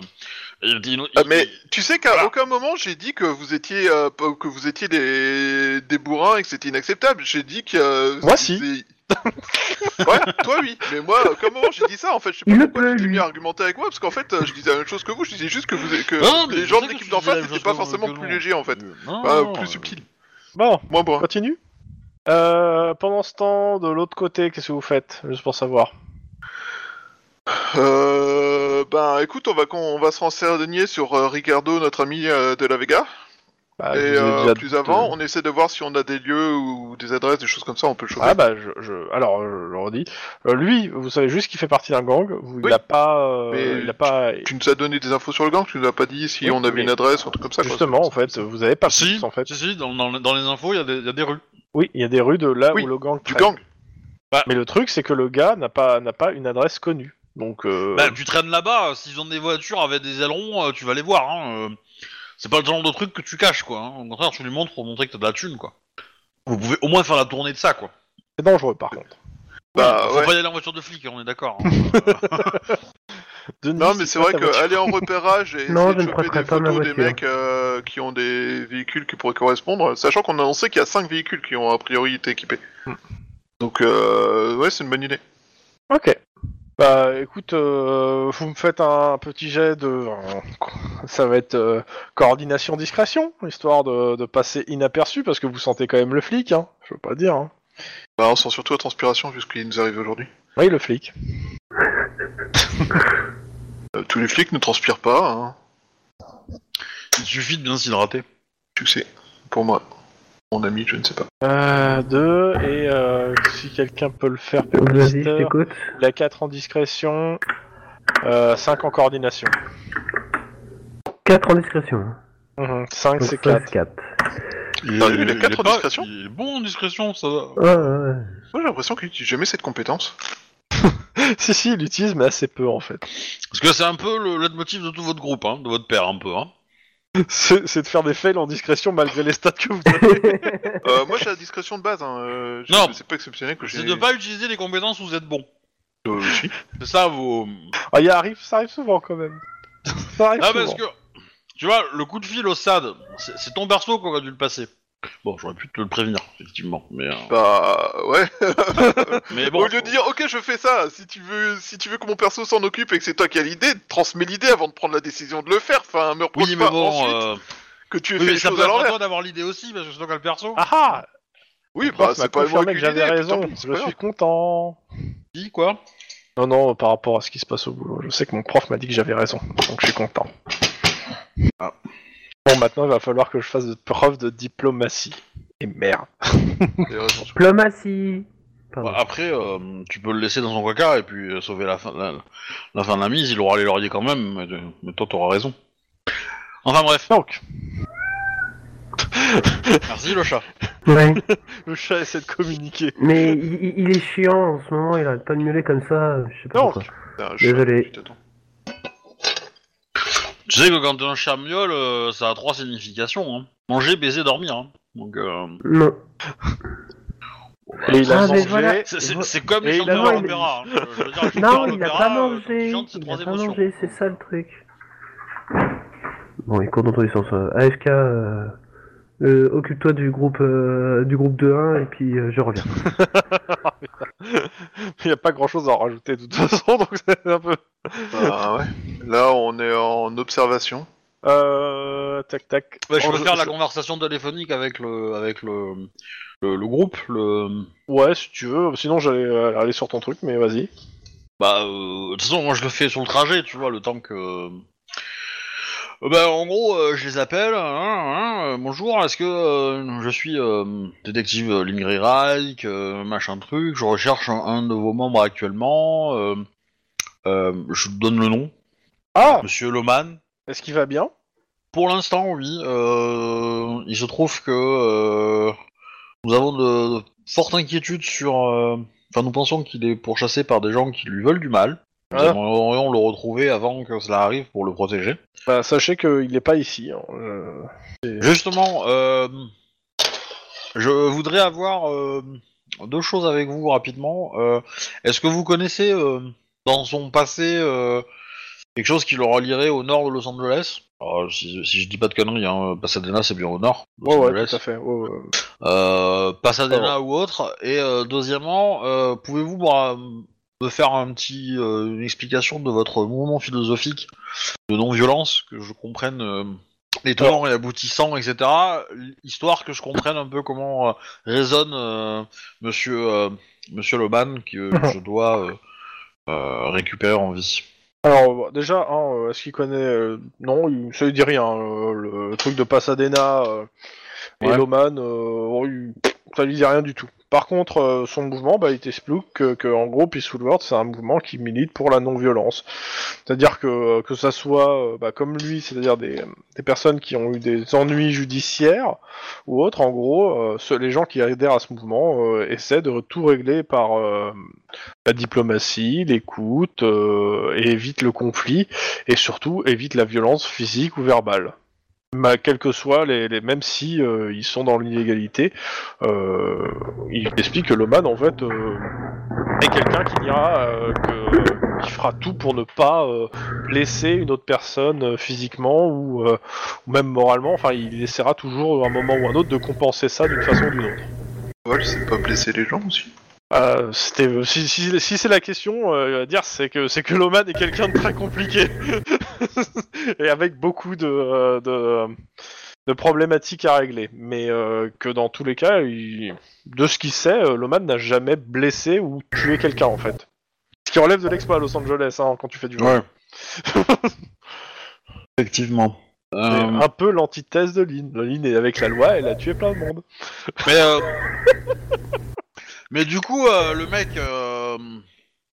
S2: il était inno-
S4: Ah,
S2: il-
S4: mais tu sais qu'à
S2: Voilà.
S4: aucun moment j'ai dit que vous étiez euh, p- que vous étiez des, des bourrins et que c'était inacceptable. J'ai dit que euh,
S1: Moi,
S4: c'est- <laughs> ouais, toi oui, mais moi à aucun moment j'ai dit ça en fait. Je sais pas
S3: Il le
S4: pourquoi
S3: peut,
S4: tu t'es
S3: lui.
S4: mis à argumenter avec moi parce qu'en fait euh, je disais la même chose que vous. Je disais juste que vous que
S2: Non, mais
S4: les
S2: je
S4: gens de
S2: sais que
S4: l'équipe
S2: tu
S4: d'en
S2: disais la
S4: face
S2: même
S4: n'étaient
S2: chose
S4: pas
S2: que-
S4: forcément
S2: que
S4: plus
S2: nous.
S4: légers en fait,
S2: Non,
S4: Bah,
S2: non, euh,
S4: plus subtil,
S1: Bon,
S4: moins brun.
S1: continue. Euh, pendant ce temps, de l'autre côté, qu'est-ce que vous faites Juste pour savoir.
S4: Euh, ben écoute, on va con- on va se renseigner sur euh, Ricardo, notre ami euh, de la Vega.
S1: Bah,
S2: Ah,
S4: et
S1: je vous ai
S4: euh,
S1: déjà-
S4: plus avant, on essaie de voir si on a des lieux ou des adresses, des choses comme ça. On peut le choper.
S1: Ah bah, je, je- alors, je le redis. Euh, lui, vous savez juste qu'il fait partie d'un gang. vous- Il
S4: Oui.
S1: a pas... euh,
S4: Mais
S1: il a pas...
S4: Tu nous as donné des infos sur le gang, tu nous as pas dit si
S1: Oui,
S4: on avait
S1: mais-
S4: une adresse ou un truc comme ça. quoi.
S1: Justement, en fait, vous avez pas
S2: ah, Si,
S1: plus, en fait.
S2: si, si, dans, dans- dans les infos, il y a des- il y, a des rues.
S1: Oui, il y a des rues de là
S4: Oui,
S1: où le gang
S4: Du
S1: traîne.
S4: gang
S1: Mais le truc, c'est que le gars n'a pas, n'a pas une adresse connue. Donc, euh,
S2: Bah, tu traînes là-bas, euh, s'ils ont des voitures avec des ailerons, euh, tu vas les voir. Hein, euh. c'est pas le genre de truc que tu caches, quoi. hein. Au contraire, tu lui montres pour montrer que t'as de la thune, quoi. Vous pouvez au moins faire la tournée de ça, quoi.
S1: c'est dangereux, par contre.
S4: Bah
S2: Faut
S4: ouais.
S2: pas y aller en voiture de flic, hein, on est d'accord.
S4: <laughs>
S2: hein.
S1: Denis,
S4: Non, mais c'est vrai
S1: ta voiture.
S4: qu'aller en repérage
S3: <laughs>
S4: et
S3: Non,
S4: essayer de
S3: je ne
S4: choper
S3: prêterai
S4: des
S3: pas ma
S4: photos des
S3: voiture.
S4: mecs euh, qui ont des véhicules qui pourraient correspondre, sachant qu'on a annoncé qu'il y a 5 véhicules qui ont a priori été équipés.
S3: Hmm.
S4: Donc, euh, ouais, c'est une bonne idée.
S1: Ok. Bah écoute, euh, vous me faites un petit jet de... euh, Ça va être euh, coordination-discrétion, histoire de, de passer inaperçu, parce que vous sentez quand même le flic, hein, je veux pas dire. Hein.
S4: Bah, on sent surtout la transpiration vu ce qui nous arrive aujourd'hui.
S1: Oui, le flic.
S4: Euh, tous les flics ne transpirent pas, hein.
S2: Il suffit de bien s'hydrater.
S4: Succès, pour moi. mon ami, je ne sais pas.
S1: Euh, deux, et euh, si quelqu'un peut le faire,
S3: Vas-y, je
S1: Pepster,
S3: t'écoute.
S1: la 4 en discrétion, euh, 5 en coordination.
S3: 4 en discrétion.
S1: 5
S3: Donc
S1: Mhm. c'est
S3: ça,
S1: 4.
S3: c'est 4.
S2: Il,
S4: Ah, lui, il a quatre en
S2: pas-
S4: discrétion
S2: il est bon en discrétion, ça va.
S3: Ouais, ouais, ouais.
S4: Moi, j'ai l'impression qu'il n'utilise jamais cette compétence.
S1: <laughs> si, si, il l'utilise, mais assez peu en fait.
S2: Parce que c'est un peu le leitmotiv de tout votre groupe, hein, de votre père un peu. Hein.
S1: C'est c'est de faire des fails en discrétion malgré les stats que vous avez.
S4: Euh, moi, j'ai la discrétion de base. Hein. euh, je-
S2: Non.
S4: C'est pas exceptionnel que j'ai.
S2: C'est de pas utiliser les compétences où vous êtes bon.
S4: Euh, si.
S2: C'est ça vos...
S1: Ah, il arrive, ça arrive souvent quand même. Ça arrive
S2: Ah
S1: souvent.
S2: parce que, tu vois, le coup de fil au SAD, c'est c'est ton berceau qu'on aurait dû le passer. Bon, j'aurais pu te le prévenir, effectivement. Mais, euh,
S4: Bah ouais.
S2: mais bon,
S4: Au lieu de dire ok je fais ça, si tu veux si tu veux que mon perso s'en occupe et que c'est toi qui as l'idée, transmets l'idée avant de prendre la décision de le faire. Enfin me reproche
S2: oui, mais
S4: pas
S2: bon,
S4: ensuite
S2: euh,
S4: que tu aies
S2: oui,
S4: fait
S2: mais
S4: les
S2: ça
S4: choses
S2: peut
S4: à
S2: être à
S4: l'envers.
S2: toi d'avoir l'idée aussi, parce que sinon t'as le perso.
S1: Ah ah
S4: Oui
S1: Le
S4: bah
S1: prof m'a
S4: c'est pas moi
S1: confirmé
S4: qui
S1: que
S4: ai l'idée,
S1: j'avais
S4: puis
S1: raison,
S4: tant pis, c'est
S1: je
S4: pas grave.
S1: suis content.
S2: Dis quoi
S1: Non, non, par rapport à ce qui se passe au boulot, je sais que mon prof m'a dit que j'avais raison, donc je suis content.
S2: Ah.
S1: Bon, maintenant il va falloir que je fasse de preuve de diplomatie. Et merde.
S4: T'as raison.
S3: Diplomatie. Pardon.
S2: Bah, Après, euh, tu peux le laisser dans son placard et puis euh, sauver la fin, la, la fin de la mise, il aura les lauriers quand même, mais, euh, mais toi t'auras raison. Enfin bref,
S1: Donc,
S2: merci le chat.
S3: Ouais.
S1: le chat essaie de communiquer.
S3: Mais il, il- il est chiant en ce moment, il arrête pas de miauler comme ça. Je sais pas
S1: Non.
S3: pourquoi.
S4: Putain, je-
S3: Désolé.
S4: je t'attends.
S2: Tu sais que quand un chat miaule, euh, ça a trois significations. Hein. Manger, baiser, dormir. hein. Donc euh,
S3: Non.
S1: Et il a
S3: Ah, mais
S1: mangé.
S3: voilà.
S2: c'est- c'est c'est comme
S1: Et
S2: les
S1: il a
S2: chanteurs à
S1: mangé.
S2: l'opéra. hein. Je veux dire, les chanteurs
S3: Non,
S2: à
S3: il a
S2: l'opéra,
S3: pas
S2: euh,
S3: mangé.
S2: quand ils chantent, c'est
S3: Il
S2: trois
S3: a pas
S2: émotions.
S3: mangé, c'est ça le truc. Bon, il court dans tous les sens. euh, AFK, euh, euh, occupe-toi du groupe euh, du groupe 2-1 et puis euh, je reviens.
S1: Il n'y a pas grand chose à en rajouter de toute façon, <laughs> donc c'est un peu.
S4: Bah ouais. Là on est en observation.
S1: Euh. Tac tac.
S2: Ouais, Bah, je
S1: Oh,
S2: peux faire la conversation téléphonique avec le avec le le, le groupe. Le
S1: Ouais, si tu veux, sinon j'allais euh, aller sur ton truc, mais vas-y.
S2: bah euh, de toute façon, moi je le fais sur le trajet, tu vois, le temps que. Euh, Bah, en gros, euh, je les appelle. hein, hein, euh, bonjour, est-ce que euh, je suis euh, détective euh, Lingry Reich, euh, machin truc. Je recherche un, un de vos membres actuellement. euh, euh, je vous donne le nom,
S1: Ah
S2: Monsieur Loman.
S1: Est-ce qu'il va bien
S2: Pour l'instant, oui. Euh, il se trouve que euh, nous avons de, de fortes inquiétudes sur. euh, Enfin, nous pensons qu'il est pourchassé par des gens qui lui veulent du mal. Nous
S1: Ah.
S2: aimerions le retrouver avant que cela arrive pour le protéger.
S1: Bah, sachez qu'il n'est pas ici. hein, euh.
S2: Justement, euh, je voudrais avoir euh, deux choses avec vous rapidement. Euh, Est-ce que vous connaissez euh, dans son passé euh, quelque chose qui le relierait au nord de Los Angeles Alors, si, si je dis pas de conneries, hein, Pasadena c'est bien au nord. Los
S1: Ouais, ouais,
S2: Angeles.
S1: tout à fait. ouais, ouais.
S2: Euh, Pasadena ou autre. Et euh, deuxièmement, euh, pouvez-vous bah, me faire un petit, euh, une explication de votre mouvement philosophique de non-violence, que je comprenne euh, les tenants et aboutissants, etc., histoire que je comprenne un peu comment euh, raisonne euh, Monsieur euh, Monsieur Loban que je dois euh, euh, récupérer en vie.
S1: Alors, bon, déjà, hein, euh, est-ce qu'il connaît euh, Non, il, ça lui dit rien. euh, le truc de Pasadena euh, et
S2: Ouais.
S1: Loman, euh, oh, il- ça lui dit rien du tout. Par contre, euh, son mouvement, bah, il t'explique que, que, en gros, Peaceful World, c'est un mouvement qui milite pour la non-violence. C'est-à-dire que, que ça soit, euh, bah, comme lui, c'est-à-dire des, des personnes qui ont eu des ennuis judiciaires ou autres, en gros, euh, ceux- les gens qui adhèrent à ce mouvement euh, essaient de tout régler par euh, la diplomatie, l'écoute, euh, et évite le conflit, et surtout évite la violence physique ou verbale. Bah, quels que soient les, les- même si euh, ils sont dans l'illégalité, euh, il explique que l'Oman en fait euh, est quelqu'un qui n'ira, euh, que- qui fera tout pour ne pas euh, blesser une autre personne euh, physiquement ou, euh, ou même moralement. Enfin, il essaiera toujours à un moment ou un autre de compenser ça d'une façon ou d'une autre.
S4: Ouais, c'est pas blesser les gens aussi.
S1: Euh, c'était euh, si, si, si c'est la question, euh, à dire c'est que c'est que Loman est quelqu'un de très compliqué <laughs> et avec beaucoup de, euh, de de problématiques à régler, mais euh, que dans tous les cas, il- de ce qu'il sait, euh, Loman n'a jamais blessé ou tué quelqu'un en fait. Ce qui <laughs> relève de l'exploit à Los Angeles hein, quand tu fais du vol.
S2: Effectivement.
S1: C'est
S2: Euh,
S1: un peu l'antithèse de Lynn. Lynn est avec la loi, elle a tué plein de monde.
S2: Mais, euh, <laughs> mais du coup, euh, le mec, euh,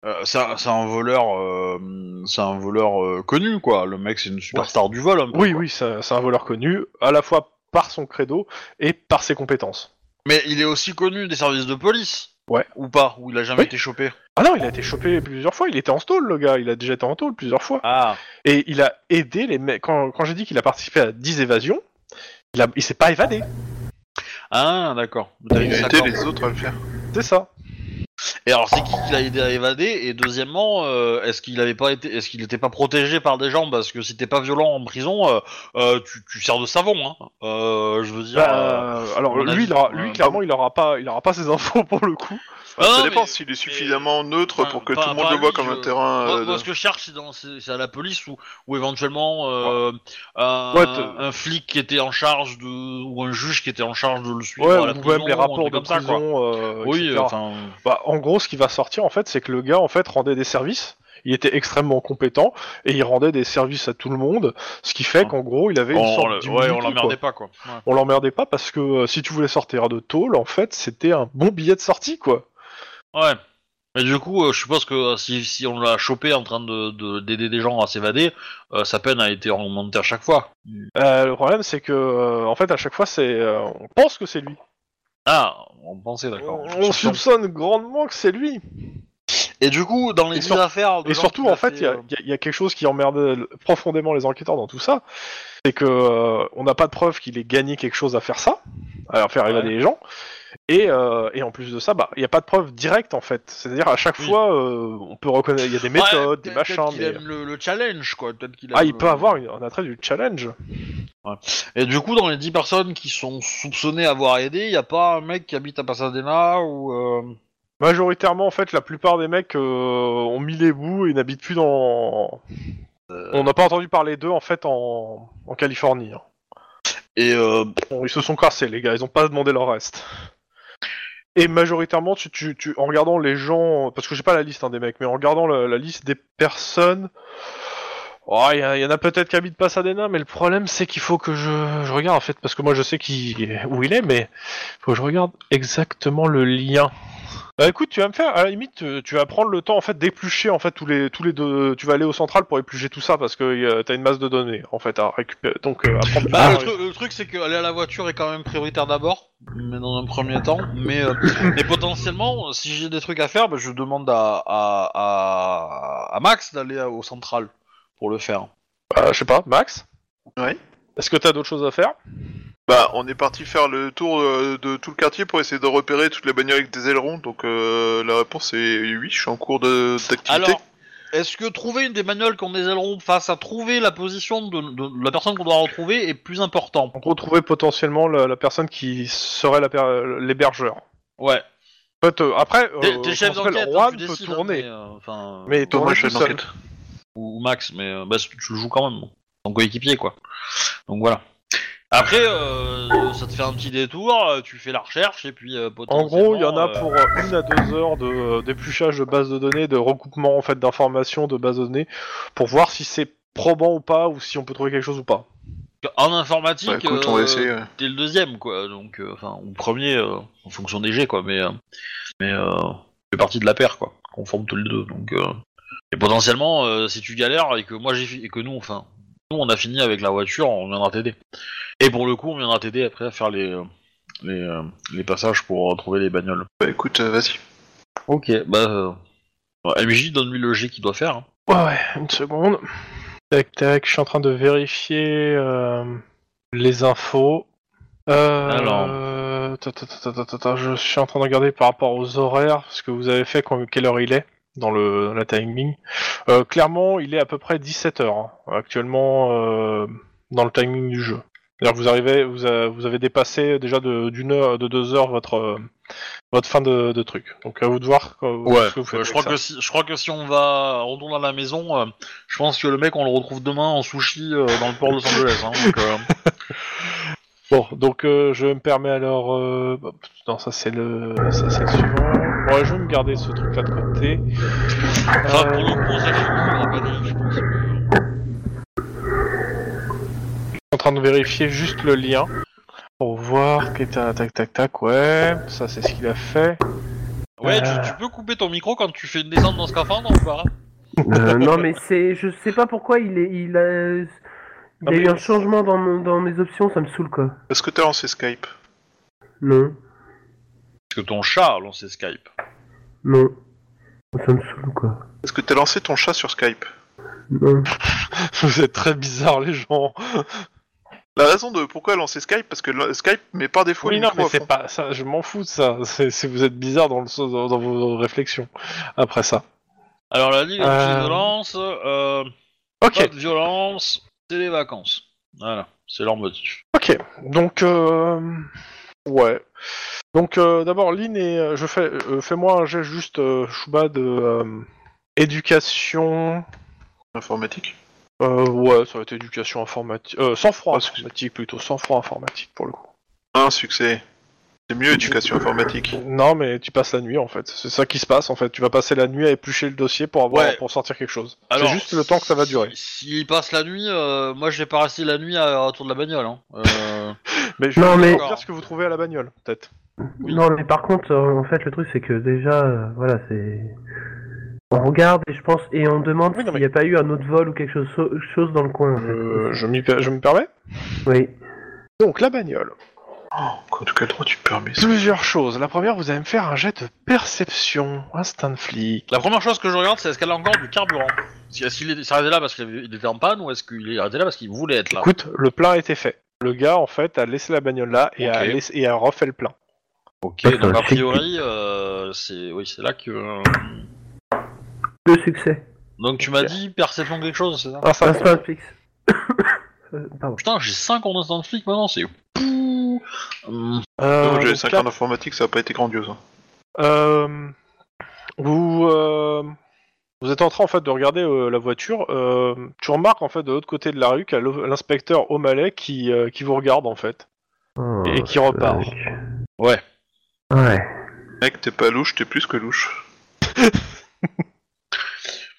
S2: euh, c'est un c'est un voleur, euh, c'est un voleur euh, connu, quoi. Le mec, c'est une superstar du vol. un peu,
S1: Oui,
S2: quoi.
S1: oui, c'est c'est un voleur connu, à la fois par son credo et par ses compétences.
S2: Mais il est aussi connu des services de police.
S1: Ouais.
S2: Ou pas, ou il a jamais
S1: Oui.
S2: été chopé.
S1: Ah non, il a été chopé plusieurs fois, il était en stall, le gars, il a déjà été en stall plusieurs fois.
S2: Ah.
S1: Et il a aidé les mecs. Quand, quand j'ai dit qu'il a participé à 10 évasions, il, a- il s'est pas évadé,
S2: Ah, d'accord. T'as eu
S4: Il a
S2: ça,
S4: aidé
S2: quoi.
S4: les autres à le faire.
S1: c'est ça.
S2: Et alors, c'est qui qui l'a aidé à évader Et deuxièmement, euh, est-ce qu'il avait pas été, est-ce qu'il n'était pas protégé par des gens Parce que si t'es pas violent en prison, euh, euh, tu, tu sers de savon. Hein. Euh, je veux dire.
S1: Bah,
S2: euh,
S1: alors
S2: on a
S1: lui, il
S2: dit-
S1: aura- lui
S2: euh,
S1: clairement, il aura pas, il aura pas ses <laughs> infos pour le coup.
S2: Ah,
S4: ça
S2: mais-
S4: dépend s'il est suffisamment neutre
S2: Enfin,
S4: pour que
S2: pas-
S4: tout le monde
S2: pas
S4: le voit
S2: lui,
S4: comme un
S2: je-
S4: terrain.
S2: Moi,
S4: euh,
S2: moi,
S4: de-
S2: ce que je cherche, c'est, dans- c'est- c'est à la police ou, ou éventuellement euh, un,
S1: Ouais, t'es-
S2: un flic qui était en charge de ou un juge qui était en charge de le suivre
S1: Ouais,
S2: à la
S1: ou
S2: prison,
S1: même les
S2: un
S1: rapports
S2: truc
S1: de
S2: comme ça, quoi.
S1: prison, euh,
S2: Oui,
S1: etc.
S2: euh, enfin.
S1: Bah, en gros, ce qui va sortir, en fait, c'est que le gars, en fait, rendait des services. Il était extrêmement compétent et il rendait des services à tout le monde, ce qui fait qu'en gros, il avait une
S2: Hein. on,
S1: sorte
S2: le- ouais,
S1: d'immunité,
S2: on
S1: quoi.
S2: l'emmerdait pas quoi. Ouais.
S1: On l'emmerdait pas parce que euh, si tu voulais sortir de tôle, en fait, c'était un bon billet de sortie, quoi.
S2: Ouais. Mais du coup, euh, je suppose que euh, si, si on l'a chopé en train de, de- d'aider des gens à s'évader, euh, sa peine a été augmentée à chaque fois.
S1: Euh, le problème, c'est que, euh, en fait, à chaque fois, c'est, euh, on pense que c'est lui.
S2: Ah, on pensait d'accord.
S1: On, on soupçonne grandement que c'est lui.
S2: Et du coup, dans
S1: Et
S2: les
S1: sur-
S2: deux affaires, de
S1: Et
S2: gens
S1: surtout,
S2: qui
S1: en
S2: l'a
S1: fait, il y, a-
S2: euh,
S1: il y a- il y a quelque chose qui emmerde euh, profondément les enquêteurs dans tout ça, c'est que euh, on n'a pas de preuve qu'il ait gagné quelque chose à faire ça, à faire évader les gens. Et, euh, et en plus de ça, bah, il n'y a pas de preuve directe en fait. C'est-à-dire à chaque
S2: Oui.
S1: fois, euh, on peut reconnaître, il y a des méthodes,
S2: Ouais,
S1: des
S2: peut-être
S1: machins.
S2: qu'il
S1: Mais...
S2: aime le, le challenge, quoi. Peut-être qu'il
S1: Ah,
S2: aime
S1: il
S2: le-
S1: peut avoir une- un attrait du challenge.
S2: Et du coup, dans les 10 personnes qui sont soupçonnées avoir aidé, il y a pas un mec qui habite à Pasadena ou. euh,
S1: Majoritairement, en fait, la plupart des mecs euh, ont mis les bouts et n'habitent plus dans. On n'a pas entendu parler d'eux en fait en, en Californie. hein.
S2: Et euh,
S1: Bon, ils se sont cassés, les gars, ils ont pas demandé leur reste. Et majoritairement, tu, tu, tu- en regardant les gens, parce que j'ai pas la liste hein, des mecs, mais en regardant la, la liste des personnes, oh, il y, a- il y en a peut-être qui habitent Pasadena, mais le problème c'est qu'il faut que je, je regarde en fait, parce que moi je sais qui, où il est, mais faut que je regarde exactement le lien. Bah, écoute, tu vas me faire, à la limite, tu, tu vas prendre le temps en fait d'éplucher en fait tous les tous les deux, tu vas aller au central pour éplucher tout ça parce que euh, t'as une masse de données en fait à récupérer, donc euh, à prendre.
S2: bah, le, tru- le truc, c'est qu'aller à la voiture est quand même prioritaire d'abord, mais dans un premier temps. Mais, euh, mais potentiellement, si j'ai des trucs à faire, bah, je demande à, à, à, à Max d'aller à- au central pour le faire.
S1: Bah, je sais pas, Max
S4: Ouais.
S1: Est-ce que t'as d'autres choses à faire
S4: Bah, on est parti faire le tour euh, de tout le quartier pour essayer de repérer toutes les bagnoles avec des ailerons. Donc euh, la réponse est oui, je suis en cours de- d'activité.
S2: Alors, est-ce que trouver une des manuels qu'on des ailerons face à trouver la position de, de la personne qu'on doit retrouver est plus important
S1: En gros, trouver potentiellement la, la personne qui serait la per- l'hébergeur.
S2: Ouais.
S1: En fait, euh, après, euh,
S2: T'es t'es
S1: comment
S2: chef
S1: ça s'appelle,
S2: d'enquête, hein,
S1: Juan
S2: tu
S1: peut
S2: décides, hein,
S1: tourner.
S2: mais, euh, enfin,
S1: Mais
S4: Thomas,
S1: tourner
S4: chef
S1: tout seul.
S4: d'enquête.
S2: ou, ou Max, mais euh, bah, tu tu le joues quand même, ton coéquipier quoi. Donc voilà. Après, euh, ça te fait un petit détour, euh, tu fais la recherche et puis. euh,
S1: En
S2: potentiellement,
S1: gros, il y en a
S2: euh,
S1: pour euh, une à deux heures de euh, d'épluchage de bases de données, de recoupement en fait d'informations de bases de données, pour voir si c'est probant ou pas, ou si on peut trouver quelque chose ou pas.
S2: euh, En informatique,
S4: Bah, écoute,
S2: euh,
S4: on va essayer. ouais.
S2: t'es le deuxième quoi, donc euh, enfin ou premier euh, en fonction des jets quoi, mais euh, mais euh, tu fais partie de la paire quoi, qu'on forme tous les deux. Donc euh, et potentiellement, euh, si tu galères et que moi j'ai fi- et que nous enfin nous on a fini avec la voiture, on viendra t'aider. Et pour le coup, on viendra t'aider après à faire les euh, les, euh, les passages pour euh, trouver les bagnoles.
S4: Bah écoute, euh, vas-y.
S2: Ok, bah euh, bah, MJ donne-lui le jet qu'il doit faire. hein.
S1: Ouais, ouais, une seconde. Tac, tac, je suis en train de vérifier euh, les infos. Euh,
S2: Alors.
S1: euh, ta, ta, ta, ta, ta, ta, ta, je suis en train de regarder par rapport aux horaires, ce que vous avez fait, quand, quelle heure il est dans le dans la timing. Euh, clairement, il est à peu près 17h actuellement euh, dans le timing du jeu. C'est-à-dire que vous arrivez, vous, a- vous avez dépassé déjà de d'une heure, de deux heures votre euh, votre fin de, de truc. Donc à vous de voir euh, ce que vous faites.
S2: Euh, je crois
S1: avec ça.
S2: que si, je crois que si on va on retourne à la maison, euh, je pense que le mec on le retrouve demain en sushi euh, dans le port de Los Angeles. hein, donc, euh,
S1: Bon, donc euh, je me permets alors. Euh... hop, Non, ça c'est le, ça c'est le suivant. Bon, je vais me garder ce truc-là de côté.
S2: Enfin, pour
S1: Euh,
S2: le coup, ça, je suis pas d'accord, je pense.
S1: Je suis en train de vérifier juste le lien pour voir. que t'as- Tac, tac, tac, ouais. Ça, c'est ce qu'il a fait. <laughs>
S2: Ouais, tu-
S3: Euh.
S2: tu, peux couper ton micro quand tu fais une descente dans ce scaphandre ou pas hein.
S3: Euh, non, mais c'est, je sais pas pourquoi il est, il a, il
S1: Non,
S3: y
S1: mais-
S3: a eu un changement dans, mon- dans mes options, ça me saoule quoi.
S4: Est-ce que t'as lancé Skype
S3: Non,
S2: Parce que ton chat a lancé Skype.
S3: non, ça me saoule quoi.
S4: Est-ce que t'as lancé ton chat sur Skype
S3: Non.
S1: Vous êtes très bizarres, les gens.
S4: La raison de pourquoi lancer Skype, parce que le- Skype met par défaut
S1: Oui,
S4: le
S1: non,
S4: micro
S1: mais
S4: à
S1: c'est
S4: fond.
S1: pas ça. Je m'en fous de ça. C'est c'est- vous êtes bizarre dans, le- dans- dans vos réflexions après ça.
S2: Alors la ligne
S1: Euh.
S2: de violence, euh, pas
S1: Ok,
S2: de violence, c'est les vacances. Voilà, c'est leur motif.
S1: ok. Donc, euh, ouais. Donc, euh, d'abord, Lynn et euh, je fais, euh, fais-moi un jet juste euh, Chouba de euh, éducation.
S4: Informatique.
S1: Euh, ouais, ça va être éducation informatique. Euh, sans froid
S4: Oh, excuse-
S1: informatique plutôt, sans froid informatique pour le coup.
S4: Ah, Un succès. C'est mieux éducation informatique.
S1: Non, mais tu passes la nuit en fait. C'est ça qui se passe en fait. Tu vas passer la nuit à éplucher le dossier pour avoir
S2: Ouais.
S1: pour sortir quelque chose. C'est
S2: Alors,
S1: juste le temps que ça va durer.
S2: si- S'il passe la nuit, euh, moi je vais pas rester la nuit à, autour de la bagnole. Hein. Euh,
S1: Mais je vais
S3: Non, mais-
S1: vous dire ce que vous trouvez à la bagnole, peut-être.
S2: Oui.
S3: Non, mais par contre, euh, en fait, le truc, c'est que déjà, euh, voilà, c'est. On regarde et je pense, et on demande
S1: Oui, non,
S3: s'il n'y a pas eu un autre vol ou quelque chose, chose dans le coin. en fait.
S1: Euh, je, m'y per- je me permets.
S3: Oui.
S1: Donc la bagnole.
S4: Oh, en tout cas, droit tu permets ça.
S1: Plusieurs choses. La première, vous allez me faire un jet de perception, instinct de flic.
S2: <laughs> la première chose que je regarde, c'est est-ce qu'elle a encore du carburant Si- Est-ce qu'il est- s'est arrêté là parce qu'il avait- il était en panne ou est-ce qu'il est arrêté là parce qu'il voulait être là
S1: Écoute, le plein était fait. Le gars, en fait, a laissé la bagnole là et, a,
S2: Ok.
S1: laissé- et a refait le plein.
S2: Ok,
S3: Putain,
S2: donc a
S3: c'est-
S2: priori, euh, c'est oui, c'est là que. euh,
S3: Le succès.
S2: Donc tu m'as dit perception quelque chose, c'est ça
S1: Instinct de flic.
S3: Instinct fixe. <coughs> Euh, Pardon.
S2: Putain, j'ai 5 en instant de flic maintenant, c'est. Pouh. Hum,
S1: Euh,
S4: Non, j'ai
S1: donc
S4: 5
S1: là,
S4: ans d'informatique, ça a pas été grandiose. hein.
S1: euh, vous, euh, vous êtes en train, en fait, de regarder euh, la voiture. Euh, tu remarques, en fait, de l'autre côté de la rue, qu'il y a l'o- l'inspecteur O'Malley qui, euh, qui vous regarde, en fait.
S3: Oh,
S1: Et qui repart.
S3: mec.
S2: Ouais.
S3: Ouais.
S4: Mec, t'es pas louche, t'es plus que louche.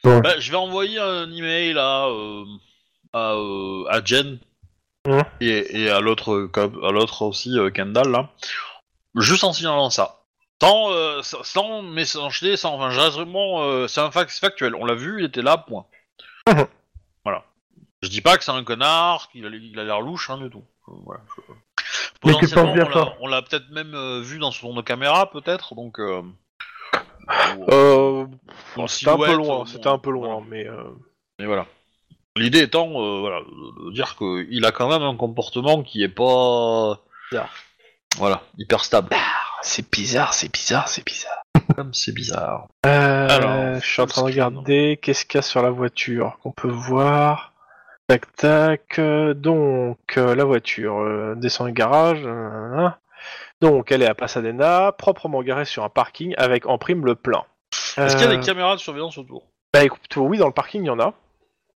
S2: Bah, je vais envoyer un email à, euh, à, euh, à Jen
S1: Hein
S2: et, et à l'autre euh, cop- à l'autre aussi, euh, Kendall, là. Juste en signalant ça. Sans, euh, sans- sans mésanger, sans. Enfin, j'ai vraiment, euh, c'est un fact c'est factuel. On l'a vu, il était là, point.
S1: Mhm.
S2: voilà. Je dis pas que c'est un connard, qu'il a il a l'air louche, hein, du tout. Euh, voilà, je-
S3: Mais tu penses bien
S2: Potentiellement, on
S3: fort.
S2: l'a- On l'a peut-être même euh, vu dans son caméra, peut-être, donc. euh, ou-
S1: Euh,
S2: ou en
S1: c'était un peu
S2: silhouette,
S1: loin,
S2: euh,
S1: c'était un peu
S2: voilà.
S1: loin, mais... euh,
S2: Mais voilà. L'idée étant, euh, voilà, de de dire qu'il a quand même un comportement qui est pas.
S1: Bizarre.
S2: Voilà, hyper stable.
S1: Ah, C'est bizarre, c'est bizarre, c'est bizarre.
S2: Comme c'est bizarre.
S1: Alors,
S2: Alors,
S1: Euh, je suis en train de
S2: full screen.
S1: regarder qu'est-ce qu'il y a sur la voiture qu'on peut voir. Tac tac. euh, donc euh, la voiture euh, descend le garage. nanana. Donc elle est à Pasadena, proprement garée sur un parking avec en prime le plein.
S2: Est-ce qu'il y a
S1: Euh,
S2: des caméras de surveillance autour
S1: Bah écoute, oui dans le parking il y en a.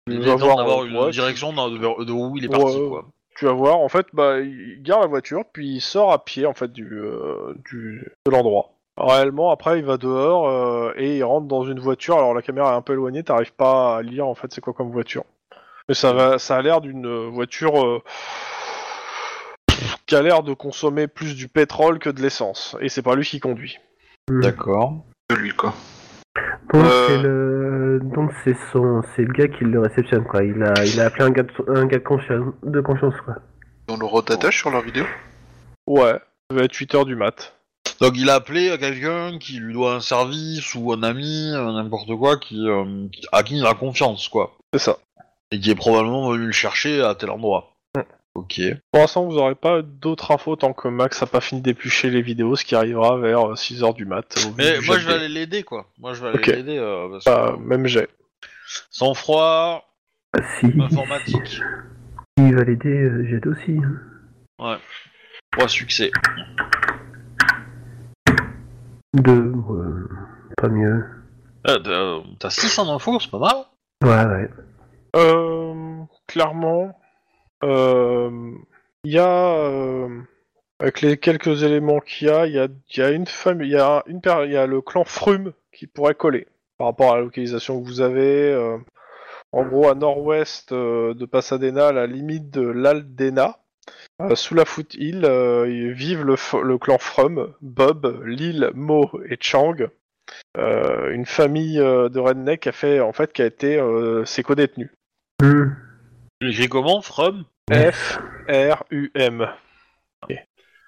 S2: Il
S1: Tu
S2: est
S1: vas
S2: temps
S1: voir,
S2: d'avoir
S1: euh,
S2: une
S1: ouais,
S2: direction d'un- de, vers- de où il est
S1: Ouais,
S2: parti,
S1: ouais.
S2: quoi.
S1: Tu vas voir en fait bah il garde la voiture puis il sort à pied en fait du, euh, du de l'endroit. Réellement après il va dehors euh, et il rentre dans une voiture. Alors la caméra est un peu éloignée, t'arrives pas à lire en fait c'est quoi comme voiture. Mais ça va ça a l'air d'une euh, voiture euh, qui a l'air de consommer plus du pétrole que de l'essence et c'est pas lui qui conduit.
S3: Hmm.
S2: D'accord.
S4: De lui, quoi.
S3: Donc
S4: Euh.
S3: c'est le donc c'est son c'est le gars qui le réceptionne quoi. Il a il a appelé un gars de, un gars de confiance de confiance quoi.
S4: Ils ont le rotatage sur leur vidéo
S1: Ouais, ça va être 8 heures du mat.
S2: Donc il a appelé à quelqu'un qui lui doit un service ou un ami, euh, n'importe quoi, qui, euh, qui- à qui il a confiance, quoi.
S1: C'est ça.
S2: Et qui est probablement venu le chercher à tel endroit.
S1: Mm.
S2: Ok.
S1: Pour l'instant, vous n'aurez pas d'autres infos tant que Max n'a pas fini d'éplucher les vidéos, ce qui arrivera vers 6h du mat. au vu du
S2: Mais Eh, moi
S1: jet
S2: je
S1: de-
S2: vais aller l'aider, quoi. Moi je vais aller
S1: Ok.
S2: l'aider. euh, parce
S1: Bah,
S2: que-
S1: même jet.
S2: Sans froid,
S3: Ah, Si
S2: informatique.
S3: il va l'aider, euh, j'aide aussi. hein.
S2: Trois succès.
S3: Deux euh, pas mieux.
S2: Ah, t'as- T'as 600 infos, c'est pas mal.
S3: Ouais ouais.
S1: Euh, clairement, euh, il y a euh, avec les quelques éléments qu'il y a, il y a, il y a une famille, il y a une per- il y a le clan Frum qui pourrait coller par rapport à la localisation que vous avez. euh, en gros à nord-ouest euh, de Pasadena, à la limite de l'Aldena. Euh, sous la foothill, euh, y- vivent le, f- le clan Frum, Bob, Lil, Mo et Chang. Euh, une famille euh, de redneck qui a fait en fait qui a été euh, ses codétenus.
S3: Hmm.
S2: Tu l'écris comment From
S1: F R U M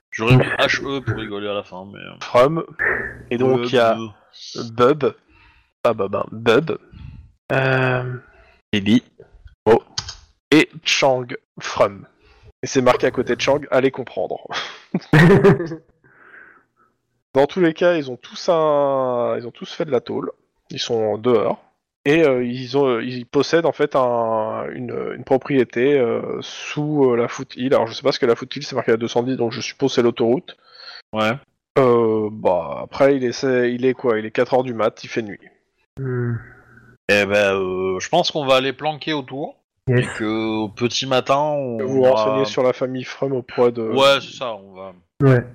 S2: J'aurais mis HE pour rigoler à la fin, mais. euh,
S1: Frum et donc il y a
S2: euh,
S1: Bub, pas Bob, hein, Bub, euh, Lily, Mo Oh. et Chang Frum. Et c'est marqué à côté de Chang, allez comprendre. <laughs> Dans tous les cas, ils ont tous un, ils ont tous fait de la tôle. Ils sont dehors et euh, ils ont, ils possèdent en fait un, une, une propriété euh, sous euh, la foothill. Alors je sais pas ce que la foothill, c'est marqué à 210, donc je suppose c'est l'autoroute.
S2: Ouais.
S1: Euh, bah après il est, c'est- il est quoi Il est 4 heures du mat, il fait nuit.
S3: Hmm.
S2: Eh ben, euh, je pense qu'on va aller planquer autour. Et
S3: Yes.
S2: que au petit matin, on.
S1: Vous vous
S2: aura-
S1: renseignez sur euh, la famille Frum auprès de.
S2: Bah. Ouais, c'est ça, on va.
S3: Ouais.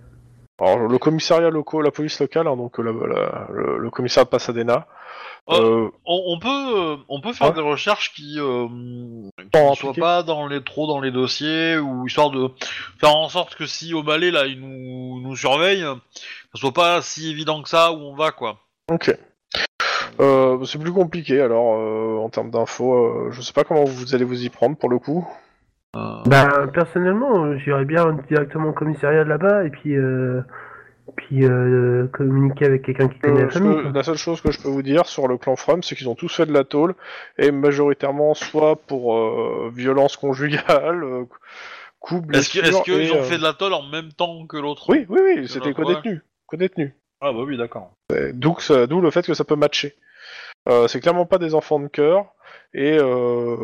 S1: Alors, le commissariat local, la police locale, hein, donc la- la- le, le commissariat de Pasadena.
S2: Oh,
S1: euh,
S2: On, on peut, euh, on peut faire
S1: Ouais.
S2: des recherches qui, euh, qui
S1: Pas
S2: ne soient
S1: impliquées.
S2: pas dans les, trop dans les dossiers, ou histoire de faire en sorte que si au Malais, là, il nous, nous surveille, euh, ça soit pas si évident que ça où on va, quoi.
S1: Ok. Euh, c'est plus compliqué alors euh, en termes d'infos. euh, je sais pas comment vous allez vous y prendre pour le coup.
S2: Euh,
S3: Bah, personnellement, euh, j'irais bien directement au commissariat de là-bas et puis, euh, puis euh, communiquer avec quelqu'un qui connaît
S1: Euh,
S3: la
S1: je
S3: famille.
S1: peux-
S3: quoi.
S1: la seule chose que je peux vous dire sur le clan Frum, c'est qu'ils ont tous fait de la tôle et majoritairement soit pour euh, violence conjugale, euh, coup,
S2: Est-ce que-
S1: blessure.
S2: est-ce qu'ils
S1: et,
S2: ont
S1: euh,
S2: fait de la tôle en même temps que l'autre
S1: Oui, oui, oui,
S2: C'est
S1: c'était
S2: leur-
S1: codétenu, codétenu.
S2: Ah, bah oui, d'accord.
S1: Donc, ça- d'où le fait que ça peut matcher. Euh, c'est clairement pas des enfants de cœur et euh,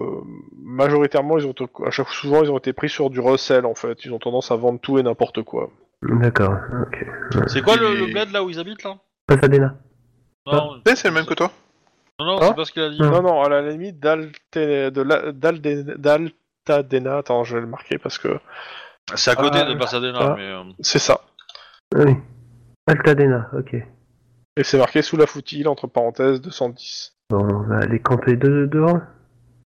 S1: majoritairement ils ont à chaque souvent ils ont été pris sur du recel en fait. Ils ont tendance à vendre tout et n'importe quoi.
S3: D'accord, ok.
S2: C'est quoi le,
S4: Et-
S2: le bled là où ils habitent, là
S3: Pasadena.
S2: Non,
S4: Eh, c'est le même que toi
S2: non, non,
S1: Hein
S2: c'est pas ce qu'il a dit.
S3: Non.
S1: Non non à la limite d'Alte- de la- d'Alde- d'Altadena. Attends je vais le marquer parce que
S2: C'est à côté
S1: Ah,
S2: de Pasadena,
S1: ah.
S2: mais. euh,
S1: c'est ça.
S3: Ah Oui. Altadena, ok.
S1: Et c'est marqué sous la foutille entre parenthèses 210.
S3: Bon, on va aller camper de- devant.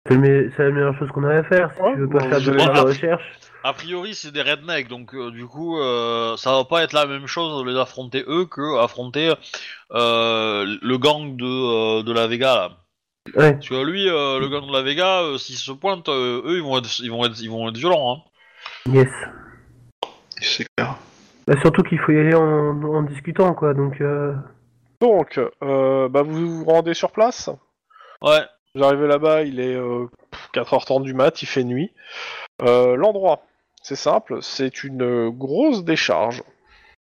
S3: C'est le me- c'est la meilleure chose qu'on a à faire si
S1: Ouais,
S3: tu veux pas
S1: bon,
S3: faire
S1: vous
S3: de
S1: allez
S3: faire de
S2: voir.
S3: recherche.
S2: A priori, c'est des rednecks, donc euh, du coup, euh, ça va pas être la même chose de les affronter eux que affronter euh, le gang de, euh, de la Vega. Là.
S3: Ouais,
S2: Parce que lui, euh, le gang de la Vega, euh, s'ils se pointent, euh, eux, ils vont être, ils vont être, ils vont être violents. Hein.
S3: yes.
S4: C'est clair.
S3: Bah, surtout qu'il faut y aller en, en discutant, quoi, donc... Euh...
S1: Donc euh, bah, vous vous rendez sur place.
S2: Ouais.
S1: Vous arrivez là-bas, il est euh, 4h30 du mat, il fait nuit. Euh, L'endroit, c'est simple, c'est une euh, grosse décharge.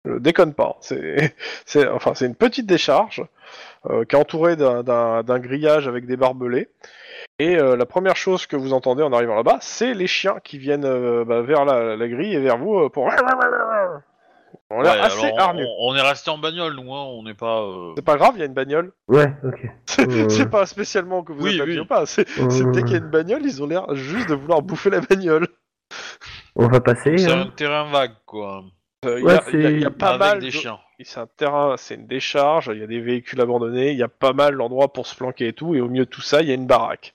S1: Euh, déconne pas, c'est <laughs> c'est- enfin, c'est une petite décharge euh, qui est entourée d'un- d'un d'un grillage avec des barbelés. Et euh, la première chose que vous entendez en arrivant là-bas, c'est les chiens qui viennent euh, bah, vers la, la grille et vers vous euh, pour... On a l'air
S2: Ouais,
S1: assez
S2: alors, on-
S1: hargneux.
S2: on, on est resté en bagnole, nous, hein, on n'est pas. euh,
S1: C'est pas grave, il y a une bagnole.
S3: Ouais, ok.
S1: <laughs> C'est
S3: Ouais.
S1: c'est pas spécialement que vous
S2: Oui,
S1: êtes habillé
S2: oui.
S1: ou pas, c'est- c'est
S3: On,
S1: dès qu'il y a une bagnole, ils ont l'air juste de vouloir bouffer la bagnole.
S3: on va passer,
S2: C'est
S3: hein.
S2: un terrain vague, quoi.
S1: Euh, Il
S3: Ouais,
S1: y a- il y, a- il y a
S3: c'est-
S1: pas
S2: avec
S1: mal.
S2: des
S1: de-
S2: chiens.
S1: C'est un terrain, c'est une décharge. Il y a des véhicules abandonnés. Il y a pas mal d'endroits pour se planquer et tout. Et au milieu de tout ça, il y a une baraque.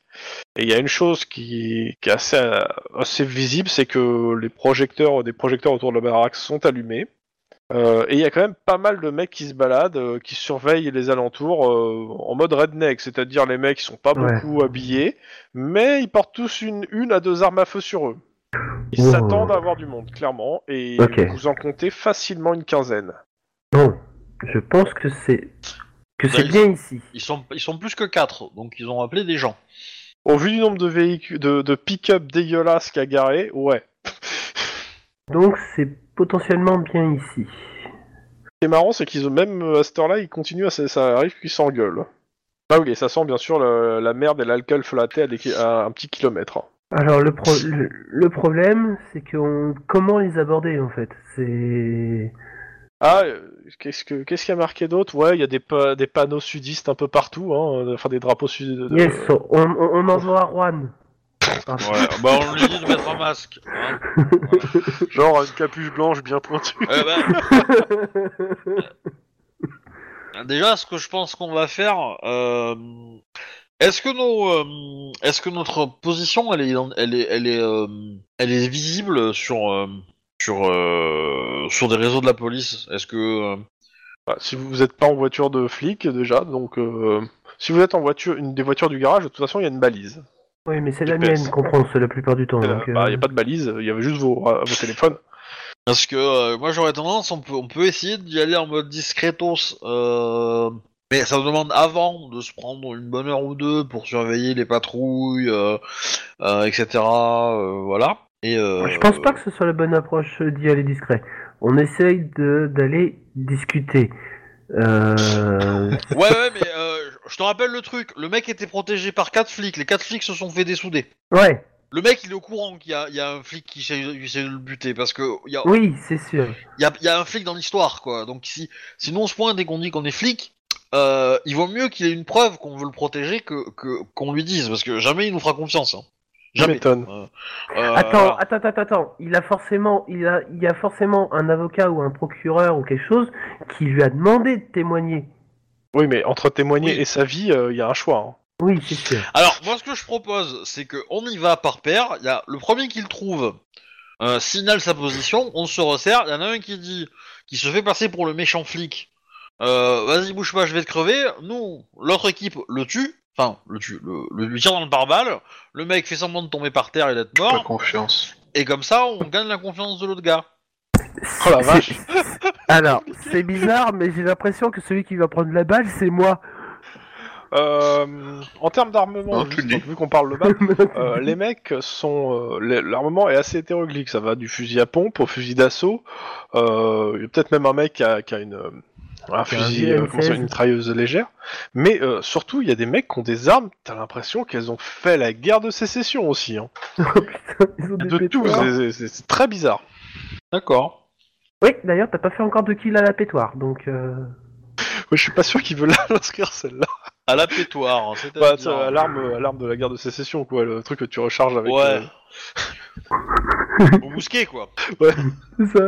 S1: Et il y a une chose qui, qui est assez, euh, assez visible, c'est que les projecteurs, des projecteurs autour de la baraque sont allumés. Euh, et il y a quand même pas mal de mecs qui se baladent, euh, qui surveillent les alentours euh, en mode redneck, c'est-à-dire les mecs qui sont pas
S3: Ouais.
S1: beaucoup habillés, mais ils portent tous une, une à deux armes à feu sur eux. Ils
S3: Oh.
S1: s'attendent à avoir du monde, clairement, et
S3: Ok.
S1: vous en comptez facilement une quinzaine.
S3: Bon, je pense que c'est... Que c'est
S2: Bah, ils-
S3: bien ici.
S2: Ils sont, ils sont plus que quatre, donc ils ont appelé des gens.
S1: Au vu du nombre de véhicules, de, de pick-up dégueulasses qu'il y a garé, ouais.
S3: Donc c'est potentiellement bien ici.
S1: Ce qui est marrant, c'est qu'ils ont- même euh, à cette heure-là, ils continuent à s- ça arrive qu'ils s'engueulent. Ah oui, et ça sent bien sûr le- la merde et l'alcool frelaté à, des ki- à un petit kilomètre. hein.
S3: Alors le, pro- le, le problème, c'est que on- comment les aborder en fait C'est
S1: Ah, euh, qu'est-ce que qu'est-ce qu'il y a marqué d'autre Ouais, il y a des, pa- des panneaux sudistes un peu partout, hein, euh, enfin des drapeaux sudistes. de-
S3: yes, on, on, on envoie à Juan. Ah,
S2: <laughs> Ouais, bah on lui dit de mettre un masque. hein.
S1: Genre une capuche blanche bien <laughs> pointue.
S2: Eh ben, Déjà, ce que je pense qu'on va faire, euh, Est-ce que nos, euh, est-ce que notre position, elle est, ident- elle est, elle est, euh, elle est visible sur, euh, sur, euh, sur des réseaux de la police Est-ce que euh,
S1: Bah, si vous n'êtes pas en voiture de flic déjà, donc euh, si vous êtes en voiture, une des voitures du garage, de toute façon il y a une balise.
S3: <laughs> Oui, mais c'est la
S1: GPS.
S3: mienne qu'on prend c'est la plupart du temps.
S1: Il n'y
S3: donc, euh,
S1: a pas de balise, il y avait juste vos, euh, vos téléphones.
S2: Parce que euh, moi j'aurais tendance, on peut, on peut essayer d'y aller en mode discretos, euh, mais ça demande avant de se prendre une bonne heure ou deux pour surveiller les patrouilles, euh, euh, etc. euh, voilà. Et, euh,
S3: Je pense pas que ce soit la bonne approche euh, d'y aller discret. On essaye de- d'aller discuter.
S1: <laughs>
S3: Euh,
S2: Ouais, ouais, mais euh, je te rappelle le truc. Le mec était protégé par quatre flics. Les quatre flics se sont fait dessouder.
S3: Ouais,
S2: Le mec, il est au courant qu'il y a, il y a un flic qui essaie qui essaie de le buter parce que il y a,
S3: oui, c'est sûr.
S2: il y a, il y a un flic dans l'histoire, quoi. Donc si, si nous on se pointe et qu'on dit qu'on est flic, euh, il vaut mieux qu'il ait une preuve qu'on veut le protéger que que- qu'on lui dise, parce que jamais il nous fera confiance. hein.
S1: Je
S2: Jamais.
S1: m'étonne.
S2: Euh, euh,
S3: Attends, attends, attends, attends. Il a forcément, il a, il y a forcément un avocat ou un procureur ou quelque chose qui lui a demandé de témoigner.
S1: Oui, mais entre témoigner
S2: Oui.
S1: et sa vie, euh, il y a un choix. hein.
S3: Oui, c'est sûr.
S2: Alors moi, ce que je propose, c'est que on y va par paire. Il y a le premier qui le trouve. euh, signale sa position, on se resserre, il y en a un qui dit, qui se fait passer pour le méchant flic, euh, vas-y bouge pas, je vais te crever, nous, l'autre équipe le tue, enfin, le tue, le, le- lui tire dans le pare-balles, le mec fait semblant de tomber par terre et d'être mort,
S4: Pas confiance.
S2: Et comme ça, on gagne la confiance de l'autre gars.
S1: Oh la
S3: C'est-
S1: vache.
S3: <laughs> Alors, c'est bizarre, mais j'ai l'impression que celui qui va prendre la balle,
S1: <laughs>
S3: c'est moi.
S1: Euh, en termes d'armement,
S4: Non, tu
S1: juste,
S4: le dis.
S1: vu qu'on parle de
S3: Oh,
S1: balle, euh, <laughs> les mecs sont. euh, les- L'armement est assez hétéroclite. Ça va du fusil à pompe au fusil d'assaut. Euh, Il y a peut-être même un mec qui a, qui a une. euh, Un
S3: Qui a un
S1: fusil,
S3: VLM16.
S1: euh, comment ça, une mitrailleuse légère. Mais euh, surtout, il y a des mecs qui ont des armes, t'as l'impression qu'elles ont fait la guerre de sécession aussi. Hein.
S3: Oh, putain, ils ont des
S1: De tous,
S3: pétoirs.
S1: c'est- c'est c'est très bizarre.
S2: D'accord.
S3: Oui, d'ailleurs, t'as pas fait encore de kill à la pétoire, donc. euh,
S1: Ouais, Je suis pas sûr qu'ils veulent <laughs> l'inscrire celle-là.
S2: À la pétoire, hein, c'est
S1: Bah, t'sais, à l'arme à l'arme de la guerre de sécession, quoi, le truc que tu recharges avec.
S2: Ouais.
S1: euh,
S2: <laughs> Au mousquet, quoi.
S3: C'est ça.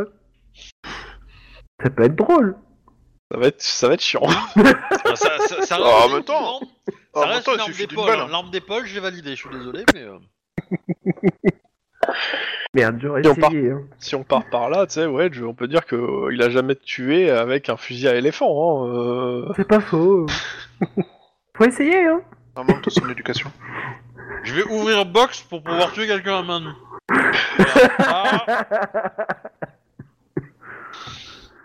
S3: Ça peut être drôle.
S1: ça, va être, ça va être chiant. <laughs>
S2: Ah, ça, ça, ça
S4: Ah, en
S2: reste
S4: même
S2: une
S4: temps.
S2: arme-
S4: Ah,
S2: ça
S4: en même
S2: reste
S4: temps,
S2: bah, une arme
S4: il suffit d'une
S2: d'épaule.
S4: balle.
S2: hein. L'arme d'épaule, j'ai validé, je suis désolé, mais... euh,
S3: Merde, j'aurais
S1: Et on part.
S3: essayé. hein.
S1: si on part par là, tu sais, Wedge, on peut dire que euh, il a jamais tué avec un fusil à éléphant. Hein, euh.
S3: C'est
S1: <laughs>
S3: pas faux. Faut essayer, hein.
S4: Un manque de son éducation.
S2: Je vais ouvrir box pour pouvoir tuer quelqu'un à main <laughs> nue. Voilà. Ah,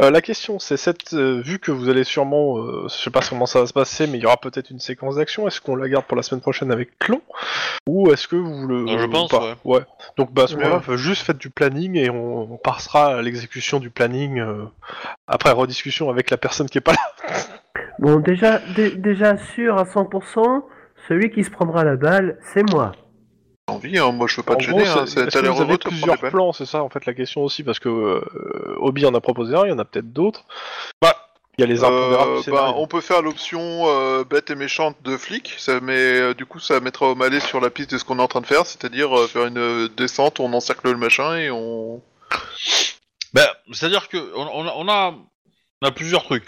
S1: Euh, la question, c'est cette euh, vu que vous allez sûrement, euh, je sais pas comment ça va se passer, mais il y aura peut-être une séquence d'action. Est-ce qu'on la garde pour la semaine prochaine avec Clon, ou est-ce que vous le
S2: Euh, je
S1: ou
S2: pense,
S1: pas
S2: ouais.
S1: Donc bah à ce
S4: Ouais.
S1: moment-là, juste faites du planning et on, on passera à l'exécution du planning euh, après rediscussion avec la personne qui est pas là.
S3: Bon, déjà, dé- déjà sûr à 100%, celui qui se prendra la balle, c'est moi.
S4: T'as envie, hein, moi je veux pas te
S1: En gros,
S4: gêner, hein,
S1: c'est-
S4: c'est-
S1: est-ce
S4: t'as
S1: que
S4: l'air
S1: vous avez
S4: heureux de te prendre
S1: plusieurs
S4: des balles.
S1: plans, c'est ça en fait la question aussi, parce que euh, Obi en a proposé un, il y en a peut-être d'autres.
S2: Bah,
S1: il y a les impondérables
S4: Euh,
S1: du
S4: bah,
S1: scénario.
S4: on peut faire l'option euh, bête et méchante de flic, ça met, euh, du coup ça mettra O'Malley sur la piste de ce qu'on est en train de faire, c'est-à-dire euh, faire une euh, descente, on encercle le machin et on...
S2: bah, C'est-à-dire que on, on a, on, a, on a plusieurs trucs.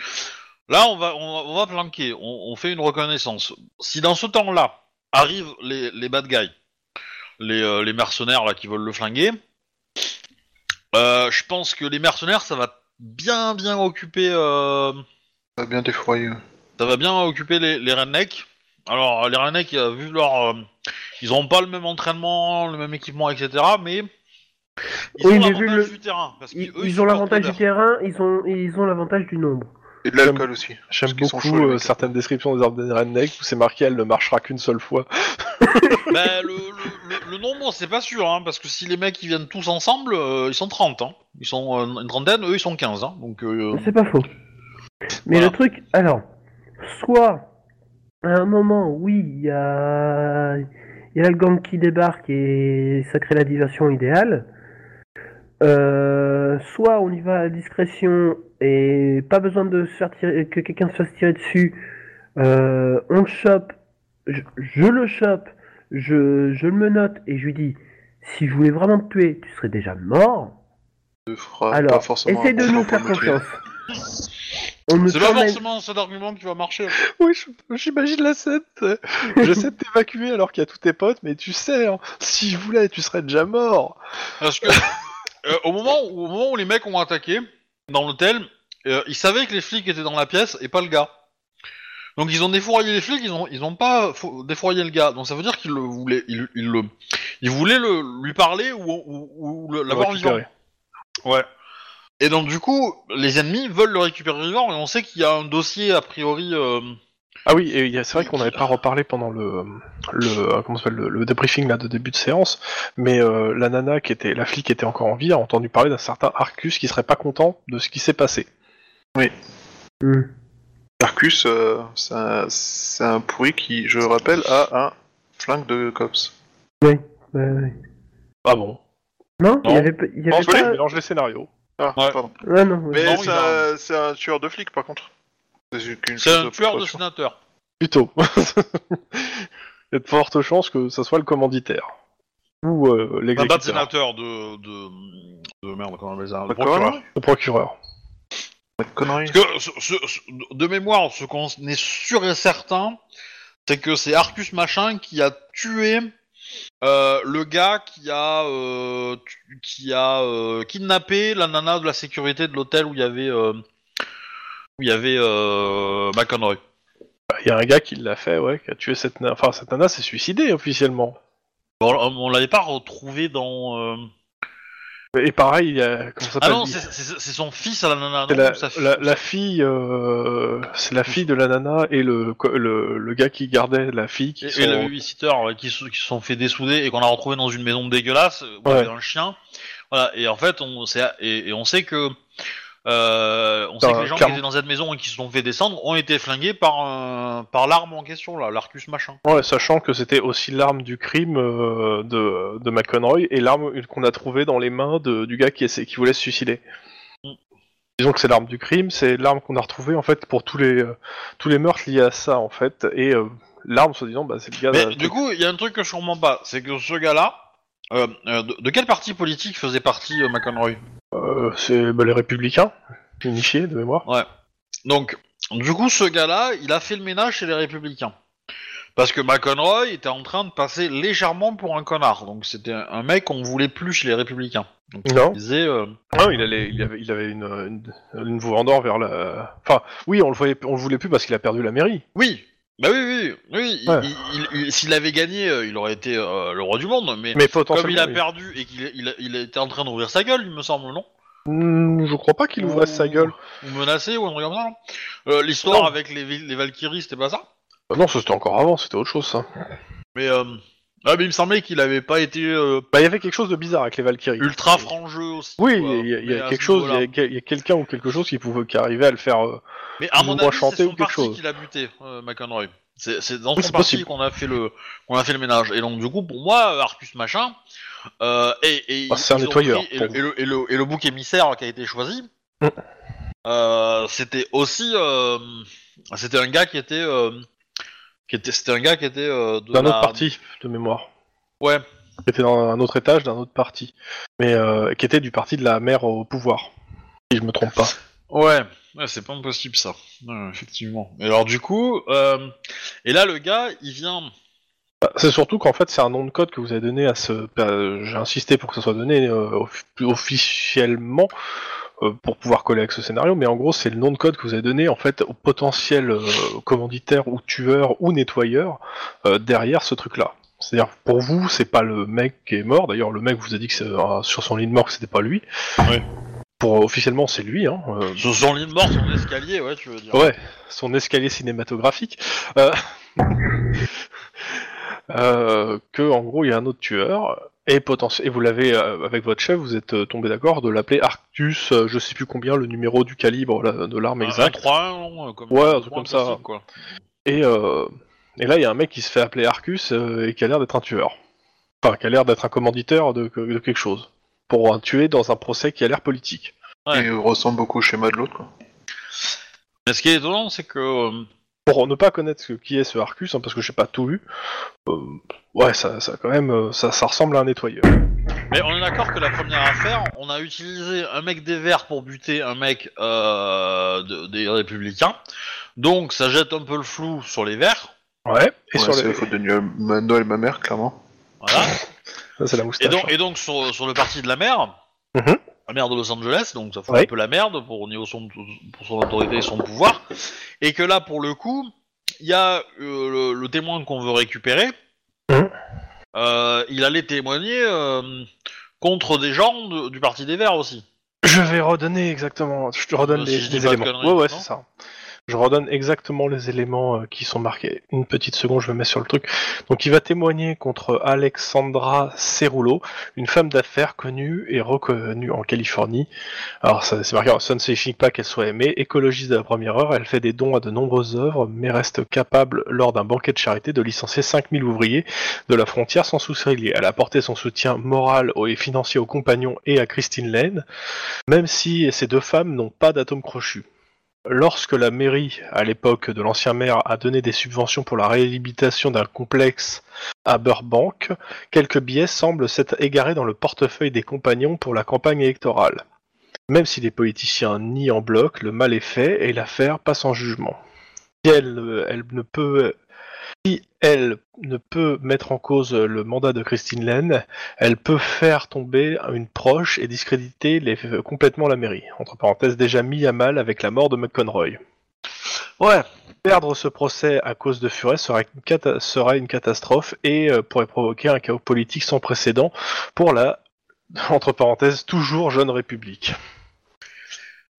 S2: Là, on va, on va, on va planquer, on, on fait une reconnaissance. Si dans ce temps-là, arrivent les, les bad guys, les, euh, les mercenaires là qui veulent le flinguer, euh, je pense que les mercenaires, ça va bien bien occuper... euh,
S4: Ah, bien des foyers.
S2: ça va bien occuper les, les rednecks. Alors, les rednecks, euh, vu leur. euh, ils n'auront pas le même entraînement, le même équipement, etc. Mais. Ils
S3: Oui,
S2: ont
S3: mais vu
S2: l'avantage
S3: le-
S2: du terrain. Parce
S3: Ils,
S2: qu'eux, ils
S3: ils
S2: sont
S3: ont l'avantage du
S2: entraîneurs.
S3: terrain, ils ont ils ont l'avantage du nombre.
S4: Et de l'alcool aussi.
S1: J'aime
S4: Parce qu'ils sont
S1: beaucoup
S4: chauds, les
S1: euh,
S4: mecs.
S1: certaines descriptions des arbres des redneck où c'est marqué elle ne marchera qu'une seule fois. <laughs>
S2: Bah, le, le- le- le nombre, c'est pas sûr. Hein, parce que si les mecs ils viennent tous ensemble, euh, ils sont 30. Hein. Ils sont euh, une trentaine, eux, ils sont 15. Hein, donc. euh,
S3: C'est pas faux. Mais
S2: Voilà.
S3: le truc, alors, soit à un moment, oui, il y a, il y a le gang qui débarque et ça crée la diversion idéale. Euh, soit on y va à la discrétion et pas besoin de se faire tirer, que quelqu'un se fasse tirer dessus. Euh, on le chope, je, je le chope, je, je le menote et je lui dis si je voulais vraiment te tuer, tu serais déjà mort.
S4: De fra- pas
S3: Alors,
S4: forcément
S3: essaye de
S4: un
S3: nous
S4: compliment
S3: faire
S4: pour me tuer.
S3: confiance. On me
S2: C'est pas
S3: tormente.
S2: forcément un seul argument qui va marcher.
S1: Oui, je- j'imagine la
S4: <laughs>
S1: scène. t'sais. J'essaie de t'évacuer alors qu'il y a tous tes potes, mais tu sais, hein, si je voulais, tu serais déjà mort.
S2: Parce que euh, au, moment où, au moment où les mecs ont attaqué dans l'hôtel, euh, ils savaient que les flics étaient dans la pièce et pas le gars. Donc ils ont défouraillé les flics, ils ont, ils ont pas fou- défouraillé le gars. Donc ça veut dire qu'ils le voulaient, ils, ils le, ils voulaient le, lui parler ou, ou, ou le- l'avoir vivant.
S1: récupérer.
S2: Ouais. Et donc du coup, les ennemis veulent le récupérer vivant et on sait qu'il y a un dossier a priori. euh,
S1: Ah oui, et il y a- c'est vrai qu'on n'avait pas reparlé pendant le le euh, comment ça s'appelle, le, le débriefing là de début de séance, mais euh, la nana qui était la flic qui était encore en vie a entendu parler d'un certain Arcus qui serait pas content de ce qui s'est passé.
S3: Hmm.
S4: Arcus, euh, c'est un, c'est un pourri qui, je le rappelle, a un flingue de cops.
S3: Ouais, bah ouais.
S1: Ah bon
S3: Non, il
S1: Non.
S3: y avait, pas- il y avait
S1: Je
S3: pas...
S1: mélange les scénarios.
S4: Ah,
S2: Ouais.
S4: pardon.
S3: Ah non, ouais.
S4: Mais
S2: Non,
S4: c'est
S2: il a
S4: un- c'est un tueur de flic, par contre. C'est qu'une
S2: C'est
S4: chose
S2: un tueur de
S4: proportion.
S2: sénateur.
S1: Plutôt. <laughs> il y a de fortes chances que ça soit le commanditaire ou euh,
S2: Enfin, pas de
S1: l'exécuteur,
S2: sénateur de, de, de merde comment on appelle ça, le
S4: Pas de
S2: procureur.
S4: conneries.
S1: le procureur.
S4: Pas de conneries.
S2: Parce que ce- ce- ce- de mémoire, ce qu'on est sûr et certain, c'est que c'est Arcus Machin qui a tué euh, le gars qui a, euh, tu- qui a euh, kidnappé la nana de la sécurité de l'hôtel où il y avait, euh, où il y avait euh, McConroy.
S1: Bah, Il y a un gars qui l'a fait, ouais, qui a tué cette nana. Enfin, cette nana s'est suicidée officiellement.
S2: Bon, on on l'avait pas retrouvé dans. euh,
S1: Et pareil, il y a comment ça
S2: Ah
S1: s'appelle
S2: non,
S1: il-
S2: c'est c'est- c'est son fils à la nana.
S1: C'est
S2: non,
S1: la,
S2: sa fi-
S1: la- la fille, euh, c'est la fille de la nana et le, co- le, le gars qui gardait la fille qui
S2: Et,
S1: sont-
S2: et le babysitter euh, qui se qui se sont fait dessouder et qu'on a retrouvé dans une maison dégueulasse euh, où il y
S1: Ouais.
S2: avait un chien. Voilà, et en fait, on sait, et, et on sait que. euh, on sait
S1: Bah,
S2: que les gens
S1: clairement.
S2: qui étaient dans cette maison et qui se sont fait descendre ont été flingués par, un- par l'arme en question, là, l'Arcus machin.
S1: Ouais, sachant que c'était aussi l'arme du crime euh, de, de McConroy et l'arme qu'on a trouvée dans les mains de- du gars qui, essaie- qui voulait se suicider.
S2: Mm.
S1: Disons que c'est l'arme du crime, c'est l'arme qu'on a retrouvée en fait pour tous les euh, tous les meurtres liés à ça en fait et euh, l'arme soi-disant bah, c'est le gars.
S2: Mais
S1: d'un-
S2: du coup, il y a un truc que je comprends pas, c'est que ce gars-là, euh, euh, de, de quel parti politique faisait partie euh, McEnroy
S1: Euh, c'est bah, les républicains unifiés de mémoire.
S2: Ouais. Donc, du coup, ce gars-là, il a fait le ménage chez les Républicains. Parce que McEnroy était en train de passer légèrement pour un connard. Donc, c'était un un mec qu'on voulait plus chez les Républicains. Donc,
S1: Non.
S2: il disait, euh,
S1: Non, Ah il, allait, il avait, il avait une, une, une voie d'or vers la. Enfin, oui, on le, voyait, on le voulait plus parce qu'il a perdu la mairie.
S2: Oui Bah oui, oui, oui. il-
S1: Ouais.
S2: il- il- il- S'il avait gagné, euh, il aurait été euh, le roi du monde. Mais,
S1: Mais
S2: comme il
S1: potentiellement.
S2: a perdu et qu'il il a- il était en train d'ouvrir sa gueule, il me semble, non
S1: Hmm, je crois pas qu'il ouvrait sa gueule.
S2: Ou menacé, ou un truc comme ça, non Euh,
S1: Non.
S2: L'histoire avec les, vi- les Valkyries, c'était pas ça
S1: Bah non, ça c'était encore avant, c'était autre chose ça.
S2: Mais, euh, ah, mais il me semblait qu'il avait pas été... euh,
S1: Bah, il y avait quelque chose de bizarre avec les Valkyries.
S2: ultra frangeux aussi.
S1: Oui,
S2: quoi.
S1: il y a, il y a
S2: Mais à
S1: quelque
S2: ce
S1: chose, il y a,
S2: niveau-là.
S1: il y a quelqu'un ou quelque chose qui pouvait qui arrivait à le faire. euh,
S2: Mais à
S1: ou
S2: mon
S1: moins
S2: avis,
S1: chanté
S2: c'est
S1: ou
S2: son
S1: quelque
S2: parti
S1: chose.
S2: qui l'a buté, euh, McEnroy. C'est c'est dans
S1: Oui,
S2: son
S1: c'est
S2: parti
S1: possible.
S2: qu'on a fait le qu'on a fait le ménage. Et donc du coup, pour moi, euh, Arcus machin euh, et, et
S1: Ah, c'est un
S2: ils ont
S1: nettoyeur,
S2: pris- et,
S1: pour
S2: le, et, le, et, le, et le bouc émissaire qui a été choisi,
S1: Mm.
S2: euh, c'était aussi euh, c'était un gars qui était euh, qui était c'était un gars qui était euh, de
S1: d'un
S2: la-
S1: autre parti de mémoire.
S2: Ouais.
S1: Qui était dans un autre étage d'un autre parti, mais euh, qui était du parti de la mère au pouvoir. Si je me trompe pas.
S2: Ouais, ouais, c'est pas impossible ça, Ouais, effectivement. Et alors du coup, euh, et là le gars, il vient
S1: Bah, C'est surtout qu'en fait, c'est un nom de code que vous avez donné à ce. bah, J'ai insisté pour que ça soit donné euh, off- officiellement euh, pour pouvoir coller avec ce scénario, mais en gros, c'est le nom de code que vous avez donné en fait au potentiel euh, commanditaire ou tueur ou nettoyeur euh, derrière ce truc-là. C'est-à-dire, pour vous, c'est pas le mec qui est mort. D'ailleurs, le mec vous a dit que c'est, euh, sur son lit de mort que c'était pas lui.
S2: Ouais.
S1: Pour officiellement, c'est lui. Hein, euh,
S2: Sur son lit de mort, son escalier, ouais, tu veux dire.
S1: Ouais, son escalier cinématographique. Euh... <laughs> euh, que en gros il y a un autre tueur et potentiel et vous l'avez euh, avec votre chef vous êtes euh, tombé d'accord de l'appeler Arctus euh, je sais plus combien le numéro du calibre là, de l'arme
S2: Un-
S1: exact
S2: Un 3 non, euh, comme
S1: Ouais, un
S2: un
S1: truc
S2: trois
S1: comme ça.
S2: classique, quoi.
S1: et euh, et là il y a un mec qui se fait appeler Arcus euh, et qui a l'air d'être un tueur enfin qui a l'air d'être un commanditeur de, de quelque chose pour un tuer dans un procès qui a l'air politique
S2: Ouais.
S4: Il ressemble beaucoup au schéma de l'autre. quoi.
S2: Mais ce qui est étonnant, c'est que. euh,
S1: pour ne pas connaître ce- qui est ce Arcus, hein, parce que j'ai pas tout lu, euh, ouais, ça, ça quand même, euh, ça, ça ressemble à un nettoyeur.
S2: Mais on est d'accord que la première affaire, on a utilisé un mec des Verts pour buter un mec euh, de- des Républicains. Donc ça jette un peu le flou sur les Verts.
S1: Ouais. Et
S4: Ouais,
S1: sur
S4: c'est
S1: le...
S4: la faute de Noël, Noël, ma mère, clairement.
S2: Voilà.
S1: Ça, c'est la
S2: Et
S1: moustache.
S2: donc, et donc sur, sur le parti de la mer,
S1: Mhm.
S2: la mer de Los Angeles, donc ça fout
S1: Oui.
S2: un peu la merde pour, au niveau de son, pour son autorité et son pouvoir, et que là, pour le coup, il y a euh, le, le témoin qu'on veut récupérer,
S1: Mhm.
S2: Euh, il allait témoigner euh, contre des gens de- du Parti des Verts aussi.
S1: Je vais redonner exactement. Je te redonne
S2: Euh,
S1: des,
S2: si je
S1: des
S2: dis pas de
S1: éléments.
S2: conneries,
S1: ouais, ouais,
S2: non
S1: c'est ça. Je redonne exactement les éléments euh, qui sont marqués. Une petite seconde, je me mets sur le truc. Donc, il va témoigner contre Alexandra Cerullo, une femme d'affaires connue et reconnue en Californie. Alors, ça, c'est marqué, ça ne signifie pas qu'elle soit aimée. Écologiste de la première heure, elle fait des dons à de nombreuses œuvres, mais reste capable, lors d'un banquet de charité, de licencier 5000 ouvriers de la frontière sans sourciller. Elle a apporté son soutien moral et financier aux compagnons et à Christine Lane même si ces deux femmes n'ont pas d'atome crochu. Lorsque la mairie, à l'époque de l'ancien maire, a donné des subventions pour la réhabilitation d'un complexe à Burbank, quelques billets semblent s'être égarés dans le portefeuille des compagnons pour la campagne électorale. Même si les politiciens nient en bloc, le mal est fait et l'affaire passe en jugement. Si elle, euh, elle ne peut, si elle ne peut mettre en cause le mandat de Christine Lane, elle peut faire tomber une proche et discréditer les- euh, complètement la mairie. Entre parenthèses, déjà mis à mal avec la mort de McConroy. Ouais. Perdre ce procès à cause de Furet serait une, cata- serait une catastrophe et euh, pourrait provoquer un chaos politique sans précédent pour la, <laughs> entre parenthèses, toujours jeune République.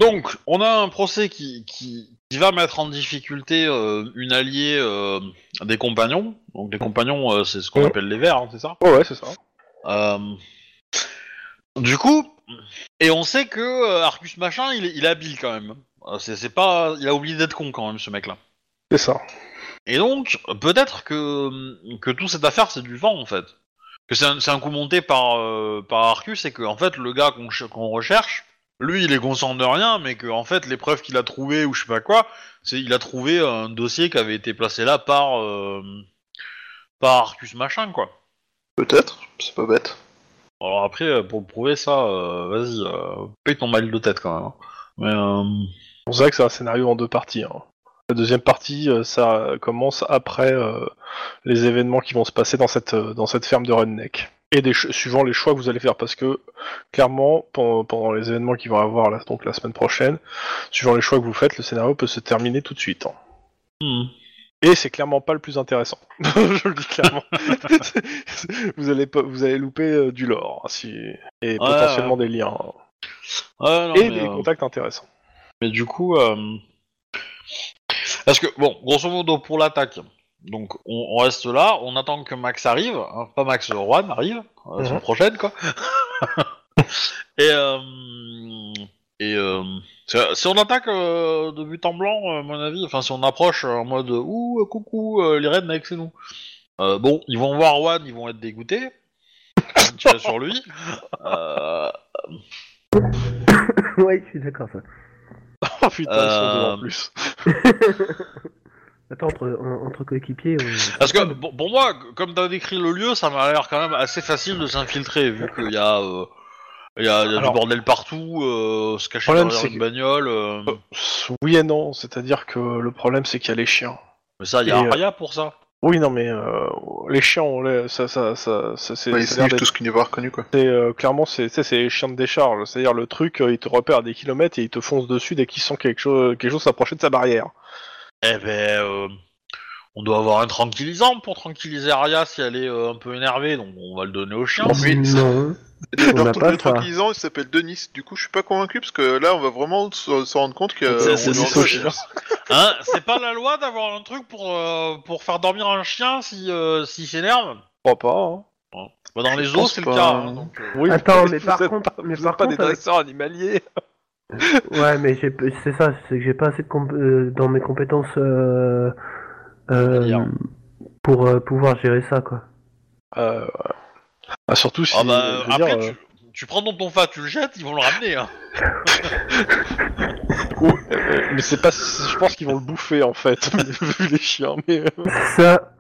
S2: Donc, on a un procès qui, qui, qui va mettre en difficulté euh, une alliée euh, des compagnons. Donc, les compagnons, euh, c'est ce qu'on
S1: Mhm.
S2: appelle les Verts, hein, c'est ça
S1: ouais, c'est ça.
S2: Euh, du coup, et on sait que euh, Arcus Machin, il, est- il est habile quand même. Euh, C'est c'est pas, il a oublié d'être con quand même, ce mec-là.
S1: C'est ça.
S2: Et donc, euh, peut-être que que toute cette affaire, c'est du vent en fait. Que c'est un, c'est un coup monté par euh, par Arcus, et que en fait, le gars qu'on ch- qu'on recherche, lui, il est conscient de rien, mais que en fait, les preuves qu'il a trouvées ou je sais pas quoi, c'est il a trouvé un dossier qui avait été placé là par euh, par Arcus Machin, quoi.
S4: Peut-être, c'est pas bête.
S2: Alors après, euh, pour prouver ça, euh, vas-y, euh, paye ton mal de tête quand même. hein. Mais euh,
S1: On sait que c'est un scénario en deux parties. hein. La deuxième partie, euh, ça commence après euh, les événements qui vont se passer dans cette, euh, dans cette ferme de Redneck. Et des cho- suivant les choix que vous allez faire, parce que clairement, pen- pendant les événements qui vont avoir là, donc la semaine prochaine, suivant les choix que vous faites, le scénario peut se terminer tout de suite. hein.
S2: hmm.
S1: Et c'est clairement pas le plus intéressant. <laughs> Je le dis
S2: <laughs>
S1: clairement. vous, allez pas, vous allez louper euh, du lore, hein, si... et potentiellement des liens, hein.
S2: Ouais, non,
S1: et des
S2: mais, euh,
S1: contacts intéressants. <laughs>
S2: mais du coup, euh, parce que bon, grosso modo pour l'attaque. Donc on, on reste là, on attend que Max arrive, hein, pas Max euh, Juan arrive euh, la semaine
S1: Mhm.
S2: prochaine quoi. et euh, et euh, si- si on attaque euh, de but en blanc, euh, à mon avis, enfin si on approche euh, en mode ouh coucou euh, les rednecks c'est nous. Euh, bon, ils vont voir Juan, ils vont être dégoûtés. <laughs> Un petit peu sur lui. Euh,
S3: <laughs> ouais, je suis d'accord, ça.
S1: Oh putain, ils sont deux
S2: Euh,
S1: en plus.
S3: Attends, entre, en- entre coéquipiers. on-
S2: Parce que bon- pour moi, comme t'as décrit le lieu, ça m'a l'air quand même assez facile de s'infiltrer, vu qu'il y a, euh, il y a, il y a
S1: Alors.
S2: du bordel partout, euh, se cacher
S1: Problème,
S2: derrière
S1: c'est
S2: une
S1: que- Oh.
S2: bagnole. euh,
S1: Oui et non, c'est-à-dire que le problème c'est qu'il y a les chiens.
S2: mais ça, il y a
S1: et, euh,
S2: Arya pour ça.
S1: Oui, non, mais euh, les chiens, on les- ça, ça, ça, ça, c'est
S4: Ouais, ils
S1: ça a l'air
S4: snitchent tout
S1: d'être-
S4: ce qu'il n'y a pas reconnu, quoi.
S1: c'est, euh, clairement c'est, c'est, c'est les chiens de décharge. C'est-à-dire le truc, euh, ils te repèrent à des kilomètres et ils te foncent dessus dès qu'ils sentent quelque chose, quelque chose s'approcher de sa barrière.
S2: Eh ben, euh, on doit avoir un tranquillisant pour tranquilliser Arya si elle est euh, un peu énervée, donc on va le donner au chien.
S4: Bon, oui.
S3: Non. On n'a
S4: Leur-
S3: pas
S4: Le
S3: ça.
S4: tranquillisant, il s'appelle Denis. Du coup, je suis pas convaincu parce que là, on va vraiment se se rendre compte que.
S2: C'est-
S4: euh,
S2: c'est
S4: on est en
S2: Denis au
S4: danger.
S1: chien.
S2: Hein C'est pas la loi d'avoir un truc pour, euh, pour faire dormir un chien si, euh, s'il s'énerve
S1: Je crois pas. hein.
S2: Bah, Dans les
S4: Je
S2: zoos,
S4: pense
S2: c'est le
S4: pas.
S2: cas. hein, donc, euh,
S1: Oui,
S3: Attends, mais
S1: vous
S3: par
S1: êtes
S3: contre-
S1: pas,
S3: mais
S1: vous
S3: par
S1: êtes pas
S3: contre,
S1: des
S3: avec-
S1: dresseurs animaliers.
S3: Ouais, mais j'ai peu- c'est ça, c'est que j'ai pas assez de comp- euh, dans mes compétences euh, euh,
S2: C'est-à-dire
S3: pour euh, pouvoir gérer ça, quoi.
S1: Euh, ah, surtout si.
S2: Ah bah,
S1: je veux
S2: après,
S1: dire, euh,
S2: tu, tu prends ton tonfa, tu le jettes, ils vont le ramener. Hein.
S1: ou- euh, mais c'est pas. Je pense qu'ils vont le bouffer en <laughs> fait, vu les chiens. Mais euh,
S3: Ça,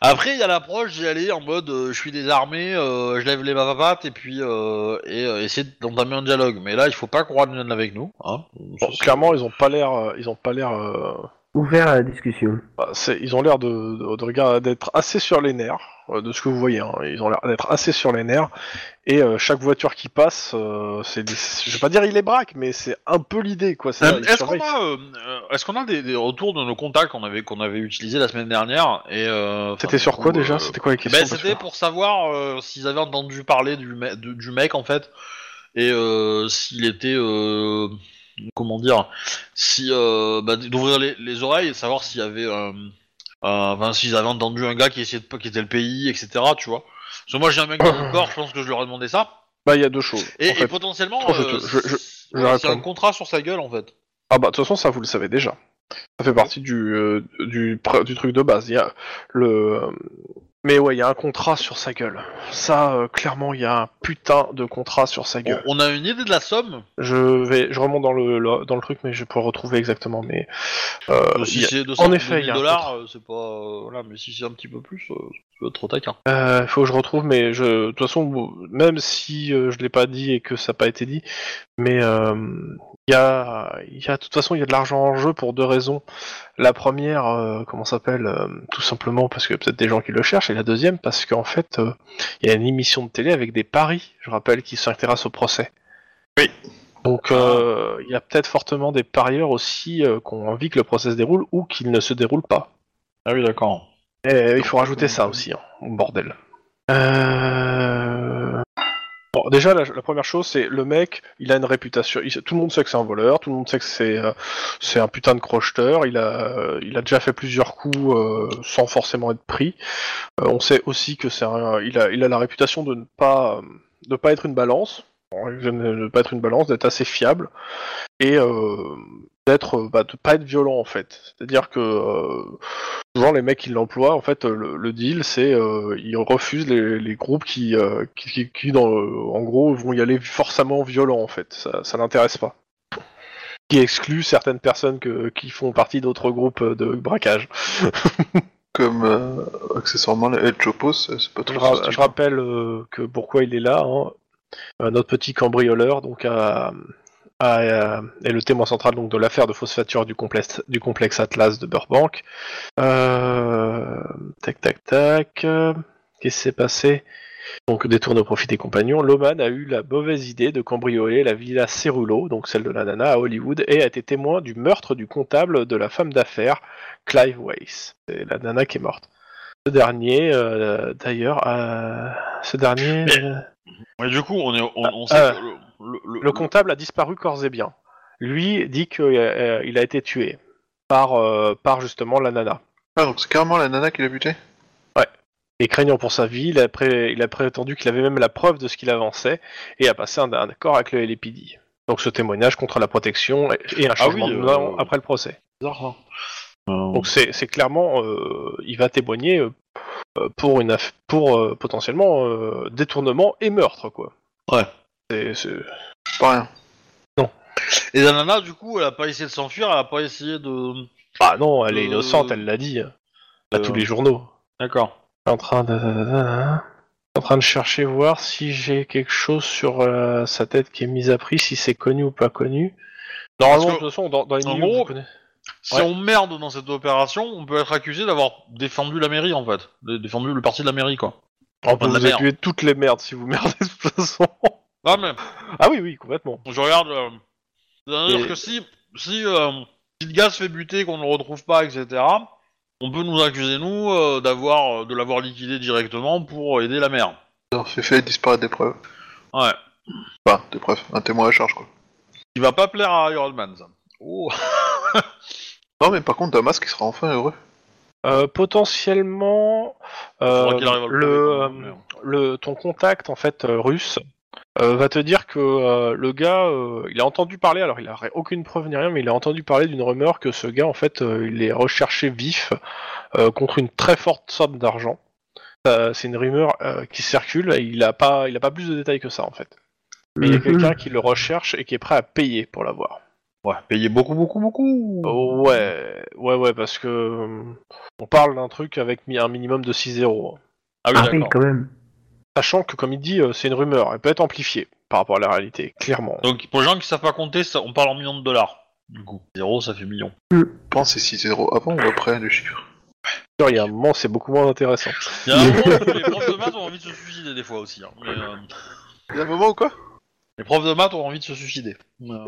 S2: Après, il y a l'approche d'y aller en mode euh, je suis désarmé, euh, je lève les papapates et puis euh, et, euh, essayer d'entamer un dialogue. Mais là, il faut pas qu'on vienne avec nous. Hein.
S1: Bon, clairement, ils ont pas l'air, euh, ils ont pas l'air, euh,
S3: Ouvert à la discussion.
S1: bah, c'est- ils ont l'air de, de, de regarder- d'être assez sur les nerfs, euh, de ce que vous voyez. hein. Ils ont l'air d'être assez sur les nerfs. Et euh, chaque voiture qui passe, euh, c'est, des- je vais pas dire il les braque, mais c'est un peu l'idée, quoi. C'est-
S2: Euh,
S1: ils
S2: Est-ce
S1: surveillent.
S2: qu'on a, euh, euh, est-ce qu'on a des, des retours de nos contacts qu'on avait qu'on avait utilisés la semaine dernière et euh, enfin,
S1: C'était sur
S2: du
S1: quoi
S2: coup,
S1: déjà
S2: euh,
S1: C'était quoi les questions
S2: ben,
S1: parce
S2: c'était
S1: que-
S2: pour savoir euh, s'ils avaient entendu parler du, me- de- du mec en fait et euh, s'il était euh, comment dire si euh, bah, d'ouvrir les, les oreilles et savoir s'il y avait euh, euh, enfin, s'ils avaient entendu un gars qui essayait de quitter le pays etc tu vois parce que moi j'ai un mec dans le corps je pense que je leur ai demandé ça
S1: Bah, il y a deux choses.
S2: et,
S1: Ah. en fait.
S2: et potentiellement
S1: je
S2: euh,
S1: te- je- je- je
S2: ouais, c'est
S1: réponds.
S2: un contrat sur sa gueule en fait
S1: Ah bah de toute façon ça vous le savez déjà. Ça fait partie du, euh, du, pr- du truc de base. Il y a le mais ouais il y a un contrat sur sa gueule. Ça euh, clairement il y a un putain de contrat sur sa
S2: on,
S1: gueule.
S2: on a une idée de la somme
S1: Je vais je remonte dans le, le- dans le truc mais je pourrais retrouver exactement mais euh,
S2: Euh, si
S1: il y a-
S2: c'est 200
S1: en effet,
S2: 2000
S1: il y a un
S2: dollars, euh, c'est pas. euh, voilà, mais si c'est un petit peu plus, euh, tu peux être trop taquin.
S1: Euh, faut que je retrouve, mais je, de toute façon, vous- même si euh, je l'ai pas dit et que ça n'a pas été dit, mais euh, il y a, il y a, de toute façon, il y a de l'argent en jeu pour deux raisons. La première, euh, comment ça s'appelle, euh, tout simplement parce qu'il y a peut-être des gens qui le cherchent, et la deuxième parce qu'en fait, euh, il y a une émission de télé avec des paris, je rappelle, qui s'intéresse au procès.
S4: Oui.
S1: Donc, euh, il y a peut-être fortement des parieurs aussi euh, qui ont envie que le procès se déroule ou qu'il ne se déroule pas.
S2: Ah oui, d'accord.
S1: Et Eh, il faut rajouter ça aussi, hein, au bordel. Euh... Bon, déjà, la, la première chose, c'est le mec, il a une réputation. il- tout le monde sait que c'est un voleur, tout le monde sait que c'est euh, c'est un putain de crocheteur. Il a, euh, il a déjà fait plusieurs coups euh, sans forcément être pris. Euh, on sait aussi que c'est un, il a, il a la réputation de ne pas, euh, de pas être une balance, Bon, de ne pas être une balance, d'être assez fiable et euh, d'être, bah, de pas être violent en fait. C'est-à-dire que euh, Souvent, les mecs qui l'emploient, en fait, euh, le, le deal, c'est euh, ils refusent les, les groupes qui, euh, qui, qui- qui, dans, le- en gros, vont y aller forcément violents, en fait. Ça, ça l'intéresse pas. Qui exclut certaines personnes que, qui font partie d'autres groupes euh, de braquage.
S4: Comme euh, accessoirement, la Edge Opos, euh, c'est pas
S1: Je,
S4: trop.
S1: ra-
S4: hostile.
S1: je rappelle euh, que pourquoi il est là, hein. Euh, notre petit cambrioleur, donc, à, à, euh, est le témoin central donc, de l'affaire de phosphature du complexe, du complexe Atlas de Burbank. Euh, tac, tac, tac. euh, Qu'est-ce qui s'est passé Donc, détourne au profit des compagnons. Loman a eu la mauvaise idée de cambrioler la villa Cerulo, donc celle de la nana, à Hollywood, et a été témoin du meurtre du comptable de la femme d'affaires, Clive Weiss. C'est la nana qui est morte. Ce dernier, euh, d'ailleurs, euh, ce dernier,
S2: Mais-
S1: euh,
S2: Mais du coup, on, est, on, on sait
S1: euh,
S2: que le, le-
S1: le comptable a disparu corps et bien. Lui dit qu'il a été tué par, euh, par justement la nana.
S4: Ah, donc c'est carrément la nana qui l'a buté
S1: Et craignant pour sa vie, il a, pré- il a prétendu qu'il avait même la preuve de ce qu'il avançait et a passé un, un accord avec le LAPD. Donc ce témoignage contre la protection et, et un changement
S2: oui,
S1: de
S2: euh,
S1: nom après le procès.
S2: bizarre, ça. Euh,
S1: Donc c'est c'est clairement, euh, il va témoigner euh, pour, une aff- pour euh, potentiellement euh, détournement et meurtre. quoi.
S2: Ouais.
S1: C'est- c'est-
S4: Pas rien.
S2: Et la nana, du coup, elle a pas essayé de s'enfuir, elle a pas essayé de.
S1: Ah non, elle est
S2: Euh,
S1: innocente, elle l'a dit. À
S2: euh,
S1: tous les journaux.
S2: D'accord.
S1: en train de... euh, en train de chercher voir si j'ai quelque chose sur euh, sa tête qui est mise à prix, si c'est connu ou pas connu. Normalement, de
S2: Parce que-
S1: toute façon, dans, dans les
S2: en
S1: milieux,
S2: gros,
S1: vous connaissez-
S2: Si
S1: Ouais.
S2: on merde dans cette opération, on peut être accusé d'avoir défendu la mairie en fait. Dé- Défendu le parti de la mairie quoi.
S1: on
S2: pas
S1: peut
S2: de la
S1: vous
S2: merde.
S1: tuer toutes les merdes si vous <laughs> merdez de toute façon.
S2: Ah, mais
S1: ah oui, oui, complètement.
S2: Je regarde. euh, C'est-à-dire
S1: Et-
S2: que si, si, euh, si le gars se fait buter, qu'on ne le retrouve pas, etc., on peut nous accuser, nous, euh, d'avoir, euh, de l'avoir liquidé directement pour aider la mère.
S4: Alors, c'est fait disparaître des preuves.
S2: Ouais.
S4: Enfin, des preuves, un témoin à charge quoi.
S2: Il va pas plaire à Iron Man, ça. Oh.
S4: Non, mais par contre, Damas qui sera enfin heureux.
S1: Euh, potentiellement, euh,
S2: Faudra qu'il arrive à le
S1: le,
S2: prouver, quand même,
S1: euh, le- ton contact en fait euh, russe euh, va te dire que euh, le gars, euh, il a entendu parler. Alors il a aucune preuve ni rien, mais il a entendu parler d'une rumeur que ce gars en fait, euh, il est recherché vif euh, contre une très forte somme d'argent. Euh, c'est une rumeur euh, qui circule. Et il a pas, il a pas plus de détails que ça en fait. Mais il y a
S3: Mhm.
S1: quelqu'un qui le recherche et qui est prêt à payer pour l'avoir.
S2: Ouais, payer beaucoup, beaucoup, beaucoup.
S1: ouais, ouais, ouais, parce que euh, on parle d'un truc avec mi- un minimum de 6-0. hein.
S2: Ah oui,
S3: Ah oui,
S2: d'accord.
S3: quand même. <laughs>
S1: Sachant que, comme il dit, euh, c'est une rumeur, elle peut être amplifiée par rapport à la réalité, clairement.
S2: Donc pour les gens qui savent pas compter, ça- on parle en millions de dollars. Du coup, zéro, ça fait million.
S4: Je pense que c'est 6-0 avant ou après le chiffre.
S1: Sûr, Il y a un moment, c'est beaucoup moins intéressant.
S2: Il y a un moment où les profs de maths ont envie de se suicider des fois aussi. hein, mais, euh,
S4: Il y a un moment ou quoi
S2: les profs de maths ont envie de se suicider. Euh,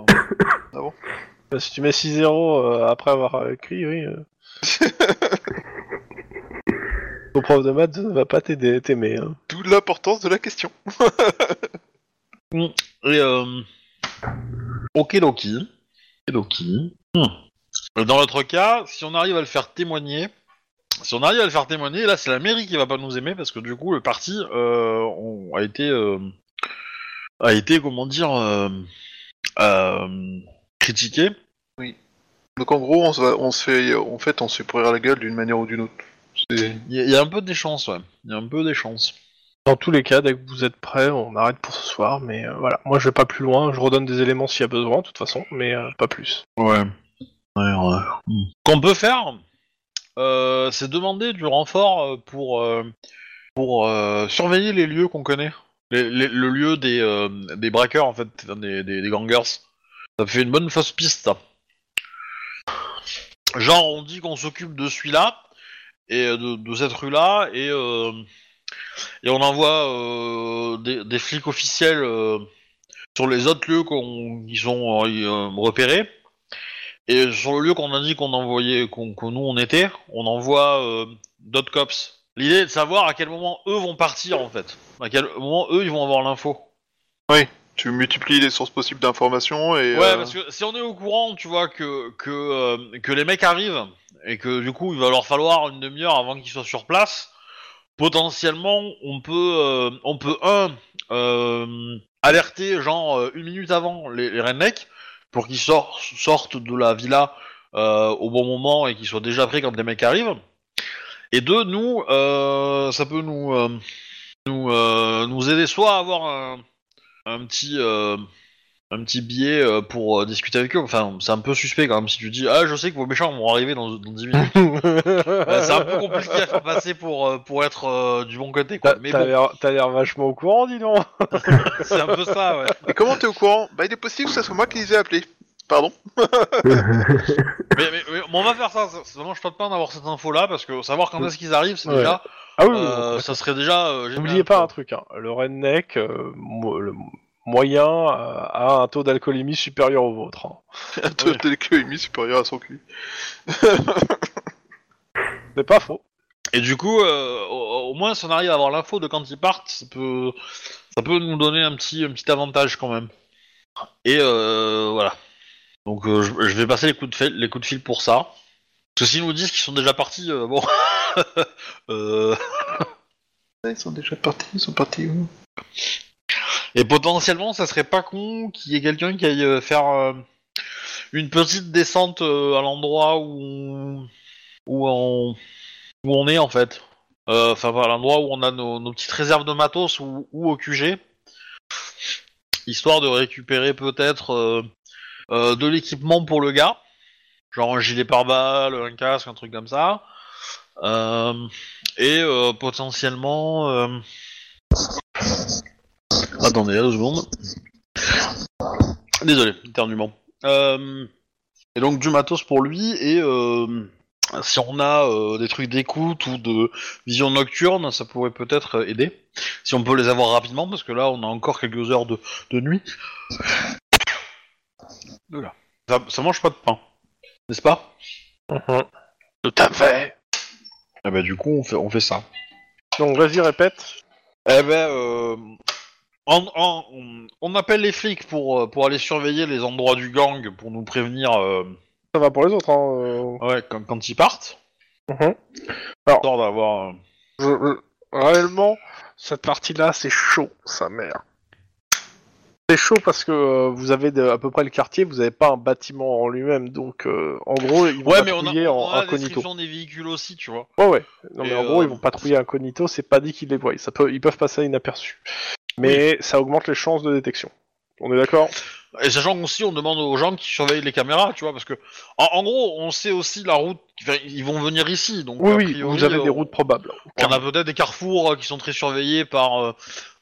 S1: Bah, si tu mets 6-0 euh, après avoir écrit, oui.
S2: <laughs>
S1: euh. Ton prof de maths ne va pas t'aider, t'aimer. hein.
S4: D'où l'importance de la question.
S2: Et euh... Okidoki. Okidoki. Hmm. Dans l'autre cas, si on arrive à le faire témoigner, si on arrive à le faire témoigner, là c'est la mairie qui va pas nous aimer parce que du coup le parti euh, on- a été euh, a été comment dire euh, euh, critiqué.
S4: Donc en gros, on se, va- on se fait, en fait, on se fait pourrir la gueule d'une manière ou d'une autre. C'est-
S2: Il y, a- il y a un peu des chances, ouais. Il y a un peu des chances.
S1: Dans tous les cas, dès que vous êtes prêts, on arrête pour ce soir. Mais euh, voilà, moi je vais pas plus loin. Je redonne des éléments s'il y a besoin, de toute façon, mais euh, pas plus.
S2: Ouais. Qu'on peut faire, euh, c'est demander du renfort euh, pour, euh, pour euh, surveiller les lieux qu'on connaît. Les- les- le lieu des, euh, des braqueurs, en fait, des, des, des gangers. Ça fait une bonne fausse piste. ça. Genre, on dit qu'on s'occupe de celui-là, et euh, de, de cette rue-là, et, euh, et on envoie euh, des, des flics officiels euh, sur les autres lieux qu'on- qui sont euh, y- euh, repérés. Et sur le lieu qu'on a dit qu'on envoyait, qu'on que nous on était, on envoie euh, d'autres cops. L'idée est de savoir à quel moment eux vont partir en fait. À quel moment eux ils vont avoir l'info.
S4: Tu multiplies les sources possibles d'informations et.
S2: Ouais,
S4: euh,
S2: parce que si on est au courant, tu vois, que, que, euh, que les mecs arrivent et que du coup il va leur falloir une demi-heure avant qu'ils soient sur place, potentiellement on peut, euh, on peut un, euh, alerter genre euh, une minute avant les, les rednecks pour qu'ils sortent, sortent de la villa euh, au bon moment et qu'ils soient déjà prêts quand les mecs arrivent. Et deux, nous, euh, ça peut nous, euh, nous, euh, nous aider soit à avoir un, un petit. euh, un petit billet euh, pour euh, discuter avec eux. Enfin, c'est un peu suspect quand même si tu dis Ah, je sais que vos méchants vont arriver dans, dans 10 minutes. Euh, c'est un
S1: <laughs>
S2: peu compliqué à faire passer pour, euh, pour être euh, du bon côté. Quoi.
S1: T'as
S2: Mais
S1: t'as
S2: bon,
S1: l'air- t'as l'air vachement au courant, dis donc.
S2: c'est un peu
S1: <laughs>
S2: ça, ouais.
S4: euh, Et comment t'es au courant Bah, il est possible que ce soit moi qui les ai appelés. Pardon
S2: Mais, mais- mais- mais on va faire ça. c'est- c'est Vraiment, je tente pas d'avoir cette info là parce que savoir quand est-ce qu'ils arrivent, c'est
S1: Ouais.
S2: déjà.
S1: Ah oui,
S2: euh, ça serait déjà. euh, génial.
S1: n'oubliez pas un truc. hein. Le redneck euh, mo- le moyen euh, a un taux d'alcoolémie supérieur au vôtre. hein.
S4: Un total que mis supérieur à son cul.
S1: C'est pas faux.
S2: Et du coup, euh, au, au moins, si on arrive à avoir l'info de quand ils partent, ça peut, ça peut nous donner un petit, un petit avantage quand même. Et euh, voilà. Donc, euh, je, je vais passer les coups de fil, les coups de fil pour ça. Parce que s'ils nous disent qu'ils sont déjà partis, euh, bon. <laughs> Euh,
S4: Ah, Ils sont déjà partis, ils sont partis où
S2: et potentiellement, ça serait pas con qu'il y ait quelqu'un qui aille euh, faire euh, une petite descente euh, à l'endroit où, où, on, où on est en fait. Euh, Enfin, à l'endroit où on a nos, nos petites réserves de matos ou, ou au QG. Histoire de récupérer peut-être euh, euh, de l'équipement pour le gars. Genre un gilet pare-balles, un casque, un truc comme ça. Euh, et euh, potentiellement. euh, Attendez, deux secondes. Désolé, éternuement. Euh, et donc du matos pour lui, et euh, si on a euh, des trucs d'écoute ou de vision nocturne, ça pourrait peut-être euh, aider. Si on peut les avoir rapidement, parce que là on a encore quelques heures de, de nuit. Oula. Ça, ça mange pas de pain, n'est-ce pas
S1: Tout à fait.
S2: Eh ben du coup on fait, on fait ça.
S1: Donc vas-y, répète.
S2: Eh ben, euh, en- en- on, on appelle les flics pour, euh, pour aller surveiller les endroits du gang pour nous prévenir euh,
S1: Ça va pour les autres. hein, euh.
S2: ouais, quand, quand ils partent.
S1: Mhm.
S2: Histoire d'avoir. euh,
S1: Je- je- réellement, cette partie-là, c'est chaud, sa mère. C'est chaud parce que euh, vous avez de- à peu près le quartier, vous n'avez pas un bâtiment en lui-même, donc euh, en gros, ils vont
S2: Ouais, mais on a,
S1: patrouiller
S2: on
S1: en
S2: a la
S1: incognito.
S2: description des véhicules aussi, tu vois.
S1: Ouais, ouais. Non,
S2: Et,
S1: mais en gros,
S2: euh,
S1: ils vont patrouiller incognito, c'est pas dit qu'ils les voient. Ça peut, ils peuvent passer inaperçus. Mais ça augmente les chances de détection. On est d'accord
S2: Et sachant aussi, on demande aux gens qui surveillent les caméras, tu vois, parce que en, en gros, on sait aussi la route. enfin, Ils vont venir ici, donc
S1: Oui,
S2: a
S1: oui,
S2: priori,
S1: vous avez des
S2: euh,
S1: routes probables.
S2: On a peut-être des carrefours euh, qui sont très surveillés par euh,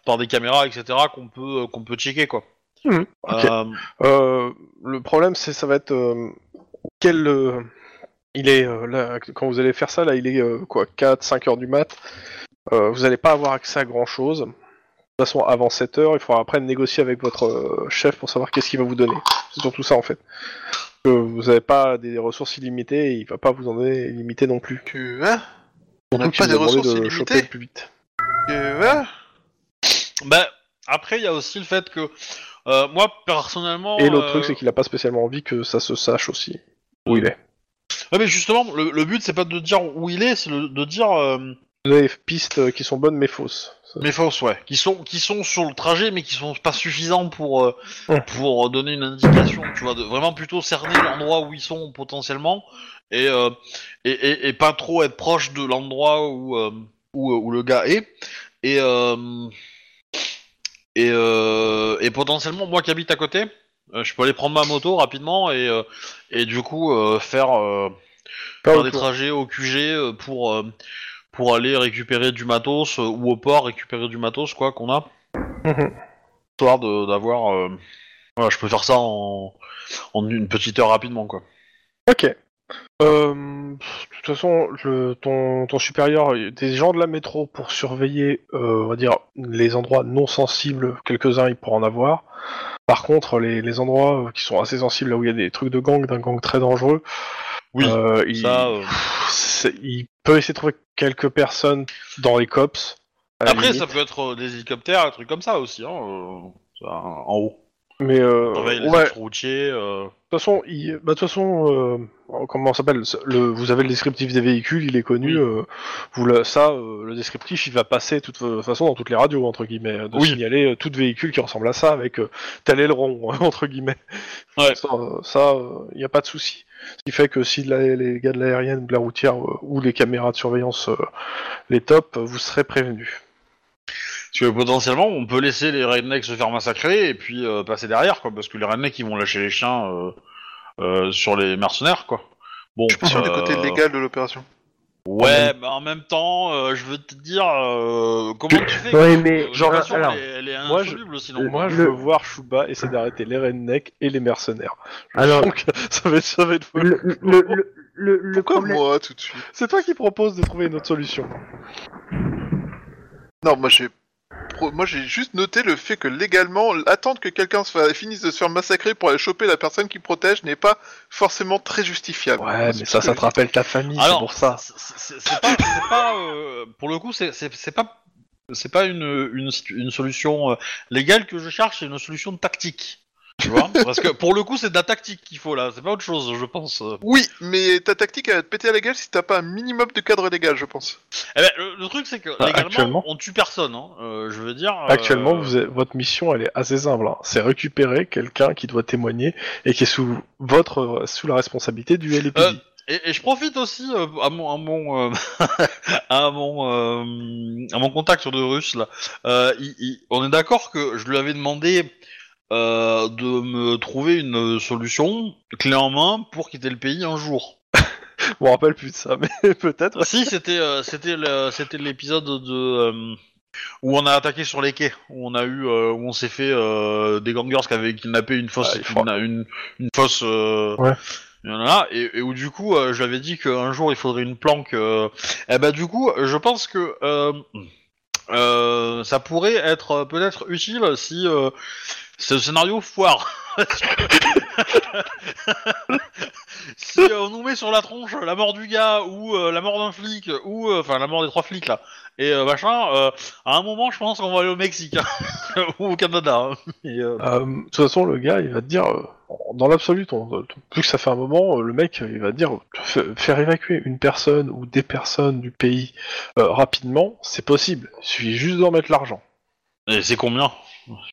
S2: par des caméras, etc. qu'on peut euh, qu'on peut checker quoi.
S1: Mhm. Ok.
S2: Euh,
S1: Euh, le problème, c'est ça va être euh, quel. euh, il est euh, là, quand vous allez faire ça, là, il est euh, quoi 4, 5 heures du mat. Euh, vous n'allez pas avoir accès à grand chose. De toute façon, avant 7 heures, il faudra après négocier avec votre euh, chef pour savoir qu'est-ce qu'il va vous donner. C'est surtout ça en fait. Que vous n'avez pas des ressources illimitées, et il va pas vous en donner illimité non plus.
S4: Tu vois hein On n'a
S1: Donc,
S4: pas
S1: il
S4: des
S1: vous a demandé
S4: ressources
S1: de choper
S4: illimitées hein
S1: le plus vite.
S4: Tu vois
S2: ben, après, il y a aussi le fait que euh, moi personnellement.
S1: Et l'autre
S2: euh,
S1: truc, c'est qu'il n'a pas spécialement envie que ça se sache aussi où il est.
S2: ouais, mais justement, le, le but c'est pas de dire où il est, c'est le- de dire euh,
S1: Vous avez des pistes euh, qui sont bonnes mais fausses. Ça,
S2: mes forces, ouais, qui sont qui sont sur le trajet, mais qui sont pas suffisants pour euh,
S1: Ouais.
S2: pour donner une indication. Tu vois, de vraiment plutôt cerner l'endroit où ils sont potentiellement et euh, et, et- et pas trop être proche de l'endroit où, euh, où où le gars est et euh, et euh, et potentiellement moi qui habite à côté, euh, je peux aller prendre ma moto rapidement et euh, et du coup euh, faire euh,
S1: Pas
S2: faire des
S1: autour.
S2: trajets au QG euh, pour, euh, pour aller récupérer du matos euh, ou au port récupérer du matos quoi qu'on a.
S1: Mhm.
S2: Histoire de- d'avoir. euh, voilà, je peux faire ça en, en une petite heure rapidement quoi.
S1: Ok. Euh, pff, de toute façon, le- ton, ton supérieur, il y a des gens de la métro pour surveiller, euh, on va dire, les endroits non sensibles, quelques-uns il pourra en avoir. Par contre, les, les endroits euh, qui sont assez sensibles, là où il y a des trucs de gang, d'un gang très dangereux,
S2: Oui,
S1: euh, il,
S2: ça, euh,
S1: pff, c'est- il peut essayer de trouver quelques personnes dans les cops. à la
S2: Après,
S1: limite.
S2: ça peut être euh, des hélicoptères, un truc comme ça aussi, hein, euh, ça, en haut.
S1: Mais euh,
S2: Surveille les
S1: ouais,
S2: axes routiers. euh,
S1: De toute façon, il- bah, de toute façon euh, comment ça s'appelle le... Vous avez le descriptif des véhicules, il est connu.
S2: Oui.
S1: euh, vous le... Ça, euh, le descriptif, il va passer de toute fa- façon dans toutes les radios, entre guillemets, de
S2: Oui.
S1: signaler euh, tout véhicule qui ressemble à ça avec euh, tel aileron, <laughs> entre guillemets.
S2: Ouais.
S1: Ça, euh, ça, il n'y a pas de souci. Ce qui fait que si la- les gars de l'aérienne ou de la routière euh, ou les caméras de surveillance euh, les top, vous serez prévenus.
S2: Parce que potentiellement, on peut laisser les rednecks se faire massacrer et puis euh, passer derrière, quoi. Parce que les rednecks, ils vont lâcher les chiens euh, euh, sur les mercenaires, quoi. Bon,
S4: Je suis sur du
S2: euh,
S4: côté légal de l'opération.
S2: Ouais, mais en même temps, euh, je veux te dire, euh, comment tu fais
S3: Ouais, mais-
S2: genre,
S3: alors,
S2: elle est
S1: moi, je- Euh,
S2: insoluble, sinon.
S1: Moi, je
S3: Le-
S1: veux voir Shuba essayer d'arrêter les rednecks et les mercenaires.
S3: Alors,
S1: Donc, <laughs> ça va être, ça va être fou.
S3: le, le, le, le, le
S4: Pourquoi
S3: problème.
S4: moi tout de suite
S1: C'est toi qui propose de trouver une autre solution.
S4: Non, moi j'ai. pro- Moi j'ai juste noté le fait que légalement, attendre que quelqu'un se fa- finisse de se faire massacrer pour aller choper la personne qui protège n'est pas forcément très justifiable.
S1: Ouais, mais
S4: C'est
S1: ça,
S4: ce
S1: ça
S4: que
S1: te rappelle ta famille, c'est
S2: Alors,
S1: pour ça.
S2: c'est- c'est c'est pas, c'est pas, euh, pour le coup, c'est c'est- c'est pas, c'est pas une, une, situ- une solution euh, légale que je cherche, c'est une solution tactique.
S1: <laughs>
S2: Tu vois Parce que pour le coup, c'est de la tactique qu'il faut là, c'est pas autre chose, je pense. Euh,
S4: Oui, mais ta tactique elle va te péter à la gueule si t'as pas un minimum de cadre légal, je pense.
S2: Eh ben, le, le truc, c'est que
S1: Ah,
S2: légalement,
S1: actuellement
S2: on tue personne. hein, euh, je veux dire.
S1: Actuellement,
S2: euh,
S1: vous êtes- votre mission, elle est assez simple. hein. C'est récupérer quelqu'un qui doit témoigner et qui est sous votre sous la responsabilité du LAPD.
S2: Euh, Et, et je profite aussi euh, à mon à mon euh, <laughs> à mon euh, à mon contact sur de russe là. Euh, il- il- on est d'accord que je lui avais demandé euh, de me trouver une solution clé en main pour quitter le pays un jour.
S1: Je me rappelle plus de ça, <laughs> mais peut-être.
S2: si c'était euh, c'était le- c'était l'épisode de euh, où on a attaqué sur les quais, où on a eu euh, où on s'est fait euh, des gangers qui avaient kidnappé une fosse
S1: Ah, il faut-
S2: une, une, une fosse euh,
S1: Ouais.
S2: il y en a, et, et où du coup euh, je l'avais dit qu'un jour il faudrait une planque euh, et bah du coup je pense que euh, euh, ça pourrait être euh, peut-être utile si euh, ce scénario foire. <laughs> si euh, on nous met sur la tronche la mort du gars ou euh, la mort d'un flic ou euh, enfin la mort des trois flics là et euh, machin, euh, à un moment je pense qu'on va aller au Mexique hein, <laughs> ou au Canada. hein. Et, euh,
S1: Euh, de toute façon, le gars, il va te dire, euh, dans l'absolu, ton- ton- vu que ça fait un moment, euh, le mec, euh, il va te dire, f- faire évacuer une personne ou des personnes du pays euh, rapidement, c'est possible. Il suffit juste d'en mettre l'argent.
S2: et c'est combien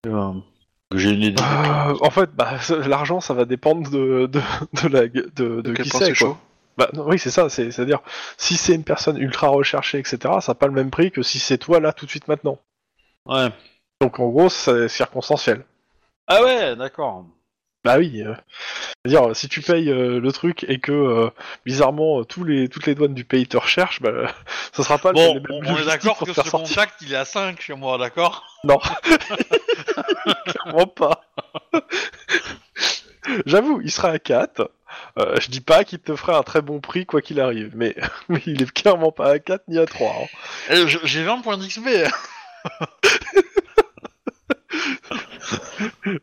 S2: Euh, que J'ai une idée.
S1: Euh, en fait, bah, ça- l'argent, ça va dépendre de, de, de la, de, de
S4: Quel
S1: qui
S4: point
S1: c'est. quoi. Bah, non, oui, c'est ça. c'est- C'est-à-dire, si c'est une personne ultra recherchée, etc., ça n'a pas le même prix que si c'est toi là tout de suite maintenant.
S2: Ouais.
S1: Donc en gros, c'est circonstanciel.
S2: Ah ouais, d'accord.
S1: Bah oui. euh, C'est-à-dire, si tu payes euh, le truc et que, euh, bizarrement, tous les, toutes les douanes du pays te recherchent, bah, <laughs> ça sera pas
S2: Bon,
S1: les mêmes
S2: on, on est
S1: logistiques
S2: d'accord
S1: pour
S2: que
S1: te
S2: ce
S1: faire sortir.
S2: contact, il est à 5 chez moi, d'accord
S1: Vraiment pas. J'avoue, il sera à 4. Euh, je dis pas qu'il te ferait un très bon prix quoi qu'il arrive, mais, <laughs> mais il est clairement pas à 4 ni à 3. hein.
S2: Eh, je- J'ai 20 points d'XP.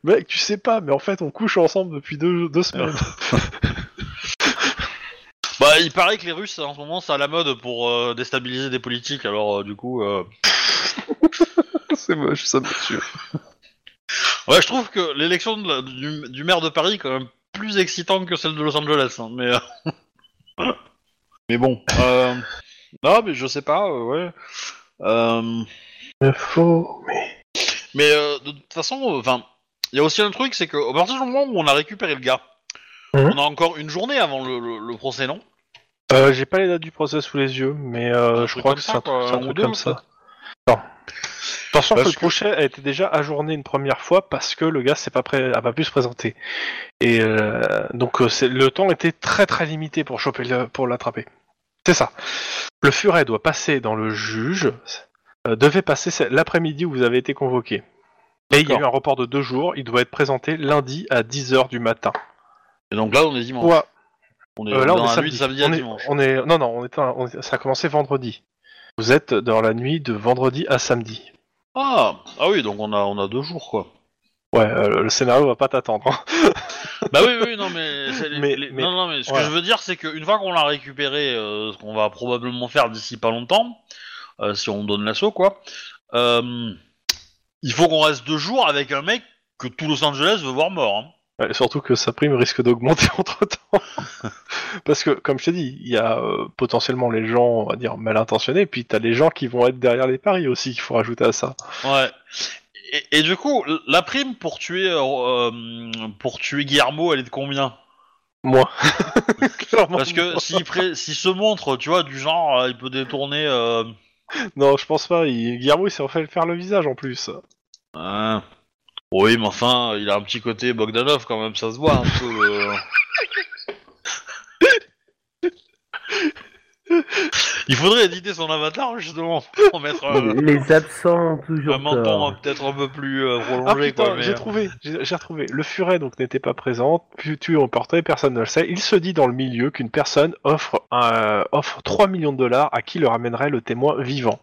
S1: Mec, tu sais pas, mais en fait, on couche ensemble depuis deux, deux semaines.
S2: Bah, il paraît que les Russes, en ce moment, c'est à la mode pour euh, déstabiliser des politiques, alors euh, du coup... euh,
S1: <laughs> C'est moche, ça me tue.
S2: Ouais, je trouve que l'élection de la- du, du maire de Paris est quand même plus excitante que celle de Los Angeles, hein, mais... euh, <laughs> mais bon. euh, Non, mais je sais pas, euh, ouais. Euh,
S1: Faux.
S2: Mais euh, de toute façon, euh, enfin, il y a aussi un truc, c'est qu'à partir du moment où on a récupéré le gars,
S1: Mhm.
S2: on a encore une journée avant le, le- le procès, non
S1: Euh, J'ai pas les dates du procès sous les yeux, mais euh,
S2: Un
S1: je
S2: truc
S1: crois
S2: comme
S1: que
S2: ça,
S1: c'est un,
S2: quoi,
S1: c'est un
S2: un ou
S1: truc
S2: deux,
S1: comme ça. Non. Attention que le
S2: Parce que-
S1: procès a été déjà ajourné une première fois parce que le gars s'est pas prêt, a pas pu se présenter. Et euh, donc euh, c'est- le temps était très très limité pour choper le- pour l'attraper. C'est ça. Le furet doit passer dans le juge. euh, devait passer c'est l'après-midi où vous avez été convoqué. Et il y a eu
S2: D'accord.
S1: un report de deux jours. Il doit être présenté lundi à 10h du matin.
S2: Et donc là, on est dimanche.
S1: Ouais,
S2: On est
S1: euh, là,
S2: dans
S1: on est
S2: la
S1: samedi.
S2: nuit de samedi
S1: on,
S2: à
S1: est,
S2: dimanche.
S1: on est- non, non, on est, un- on est- ça a commencé vendredi. Vous êtes dans la nuit de vendredi à samedi.
S2: Ah, ah oui, donc on a, on a deux jours, quoi.
S1: Ouais, euh, le scénario va pas t'attendre. hein.
S2: bah oui, oui, non, mais... c'est les-
S1: Mais-
S2: les-
S1: mais-
S2: non, non, mais ce
S1: ouais.
S2: que je veux dire, c'est qu'une fois qu'on l'a récupéré, euh, ce qu'on va probablement faire d'ici pas longtemps, euh, si on donne l'assaut, quoi, euh, il faut qu'on reste deux jours avec un mec que tout Los Angeles veut voir mort, hein.
S1: Ouais, surtout que sa prime risque d'augmenter <laughs> entre temps. Parce que, comme je t'ai dit, il y a euh, potentiellement les gens, on va dire, mal intentionnés, puis t'as les gens qui vont être derrière les paris aussi, qu'il faut rajouter à ça.
S2: Ouais. Et, et du coup, l- la prime pour tuer euh, euh, pour tuer Guillermo, elle est de combien
S1: Moi. Clairement.
S2: Parce que s'il pré- s'il se montre, tu vois, du genre, euh, il peut détourner. euh,
S1: Non, je pense pas. Il... Guillermo, il s'est fait faire le visage en plus.
S2: hein. Oui, mais enfin, il a un petit côté Bogdanov quand même, ça se voit un peu. <laughs> le- il faudrait éditer son avatar justement pour mettre euh,
S3: Les absents ont toujours
S2: un menton
S3: tort.
S2: euh, peut-être un peu plus euh,
S1: Ah
S2: prolongé.
S1: putain,
S2: quoi, mais-
S1: j'ai trouvé, j'ai j'ai retrouvé. Le furet donc n'était pas présent, puis tu en portais, personne ne le sait. Il se dit dans le milieu qu'une personne offre, un- euh, offre 3 millions de dollars à qui le ramènerait le témoin vivant.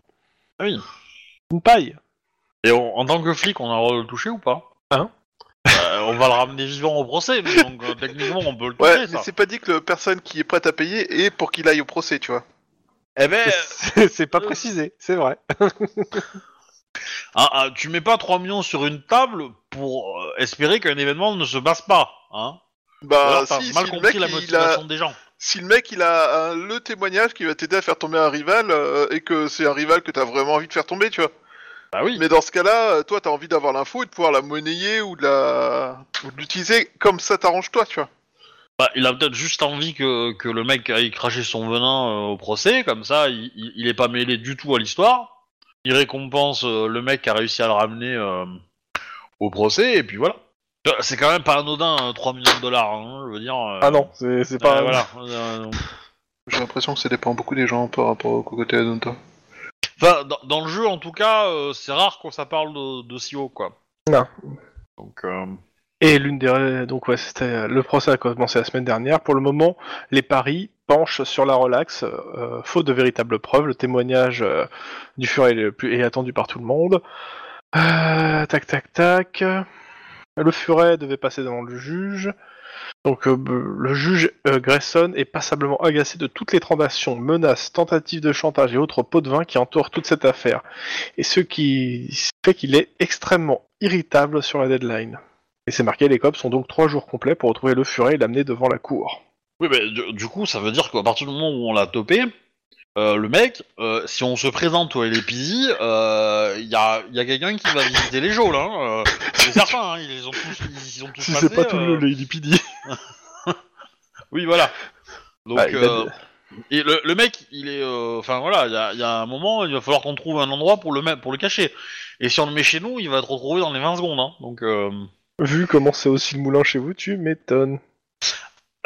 S2: Ah oui.
S1: Une paille
S2: Et on- en tant que flic, on a le droit de le toucher ou pas
S1: Hein
S2: Euh, On va le ramener vivant au procès, mais donc euh, techniquement on peut le toucher.
S4: Ouais, mais
S2: ça.
S4: c'est pas dit que la personne qui est prête à payer est pour qu'il aille au procès, tu vois.
S2: Eh ben,
S1: <laughs> C'est c'est pas précisé, c'est vrai.
S2: ah, ah, tu mets pas 3 millions sur une table pour euh, espérer qu'un événement ne se passe pas. Hein Ou
S4: Bah,
S2: alors t'as
S4: si,
S2: mal
S4: si le, mec,
S2: compris la
S4: il a,
S2: motivation des gens.
S4: si le mec il a un- le témoignage qui va t'aider à faire tomber un rival euh, et que c'est un rival que t'as vraiment envie de faire tomber, tu vois.
S2: Bah oui.
S4: Mais dans ce cas-là, euh, toi t'as envie d'avoir l'info et de pouvoir la monnayer ou de la ou de l'utiliser comme ça t'arrange toi, tu vois.
S2: Bah, il a peut-être juste envie que, que le mec aille cracher son venin euh, au procès, comme ça il, il- il est pas mêlé du tout à l'histoire. Il récompense euh, le mec qui a réussi à le ramener euh, au procès, et puis voilà. Euh, C'est quand même pas anodin, euh, 3 millions de dollars, hein, je veux dire. euh,
S1: Ah non, c'est c'est
S2: euh,
S1: pas.
S2: voilà. Euh, donc.
S4: J'ai l'impression que ça dépend beaucoup des gens par rapport au cocoté Adonto.
S2: Enfin, dans, dans le jeu en tout cas, euh, c'est rare qu'on ça parle de, de si haut, quoi.
S1: Non.
S2: Donc, euh,
S1: Et l'une des donc ouais, c'était euh, le procès a commencé la semaine dernière. Pour le moment, les paris penchent sur la relax, euh, faute de véritables preuves. Le témoignage euh, du furet est, le plus- est attendu par tout le monde. Euh, tac tac tac. Le furet devait passer devant le juge. Donc euh, le juge euh, Grayson est passablement agacé de toutes les transactions, menaces, tentatives de chantage et autres pots de vin qui entourent toute cette affaire. Et ce qui fait qu'il est extrêmement irritable sur la deadline. Et c'est marqué, les cops sont donc trois jours complets pour retrouver le furet et l'amener devant la cour.
S2: oui, mais du, du coup, ça veut dire qu'à partir du moment où on l'a topé, euh, le mec, euh, si on se présente au LPI, euh, il y a, il y a quelqu'un qui va visiter les geôles, hein. euh, c'est certain, hein, ils les ont tous, ils, ils ont tous
S1: Si
S2: passés,
S1: c'est pas tout le
S2: euh,
S1: le LPD.
S2: Oui, voilà. Donc,
S1: Ah, il a
S2: euh, et le, le mec, il est, euh, enfin voilà, il y a, il y a un moment, il va falloir qu'on trouve un endroit pour le, ma- pour le cacher. Et si on le met chez nous, il va te retrouver dans les 20 secondes, hein. Donc. euh,
S1: <laughs> Vu comment c'est aussi le moulin chez vous, tu m'étonnes.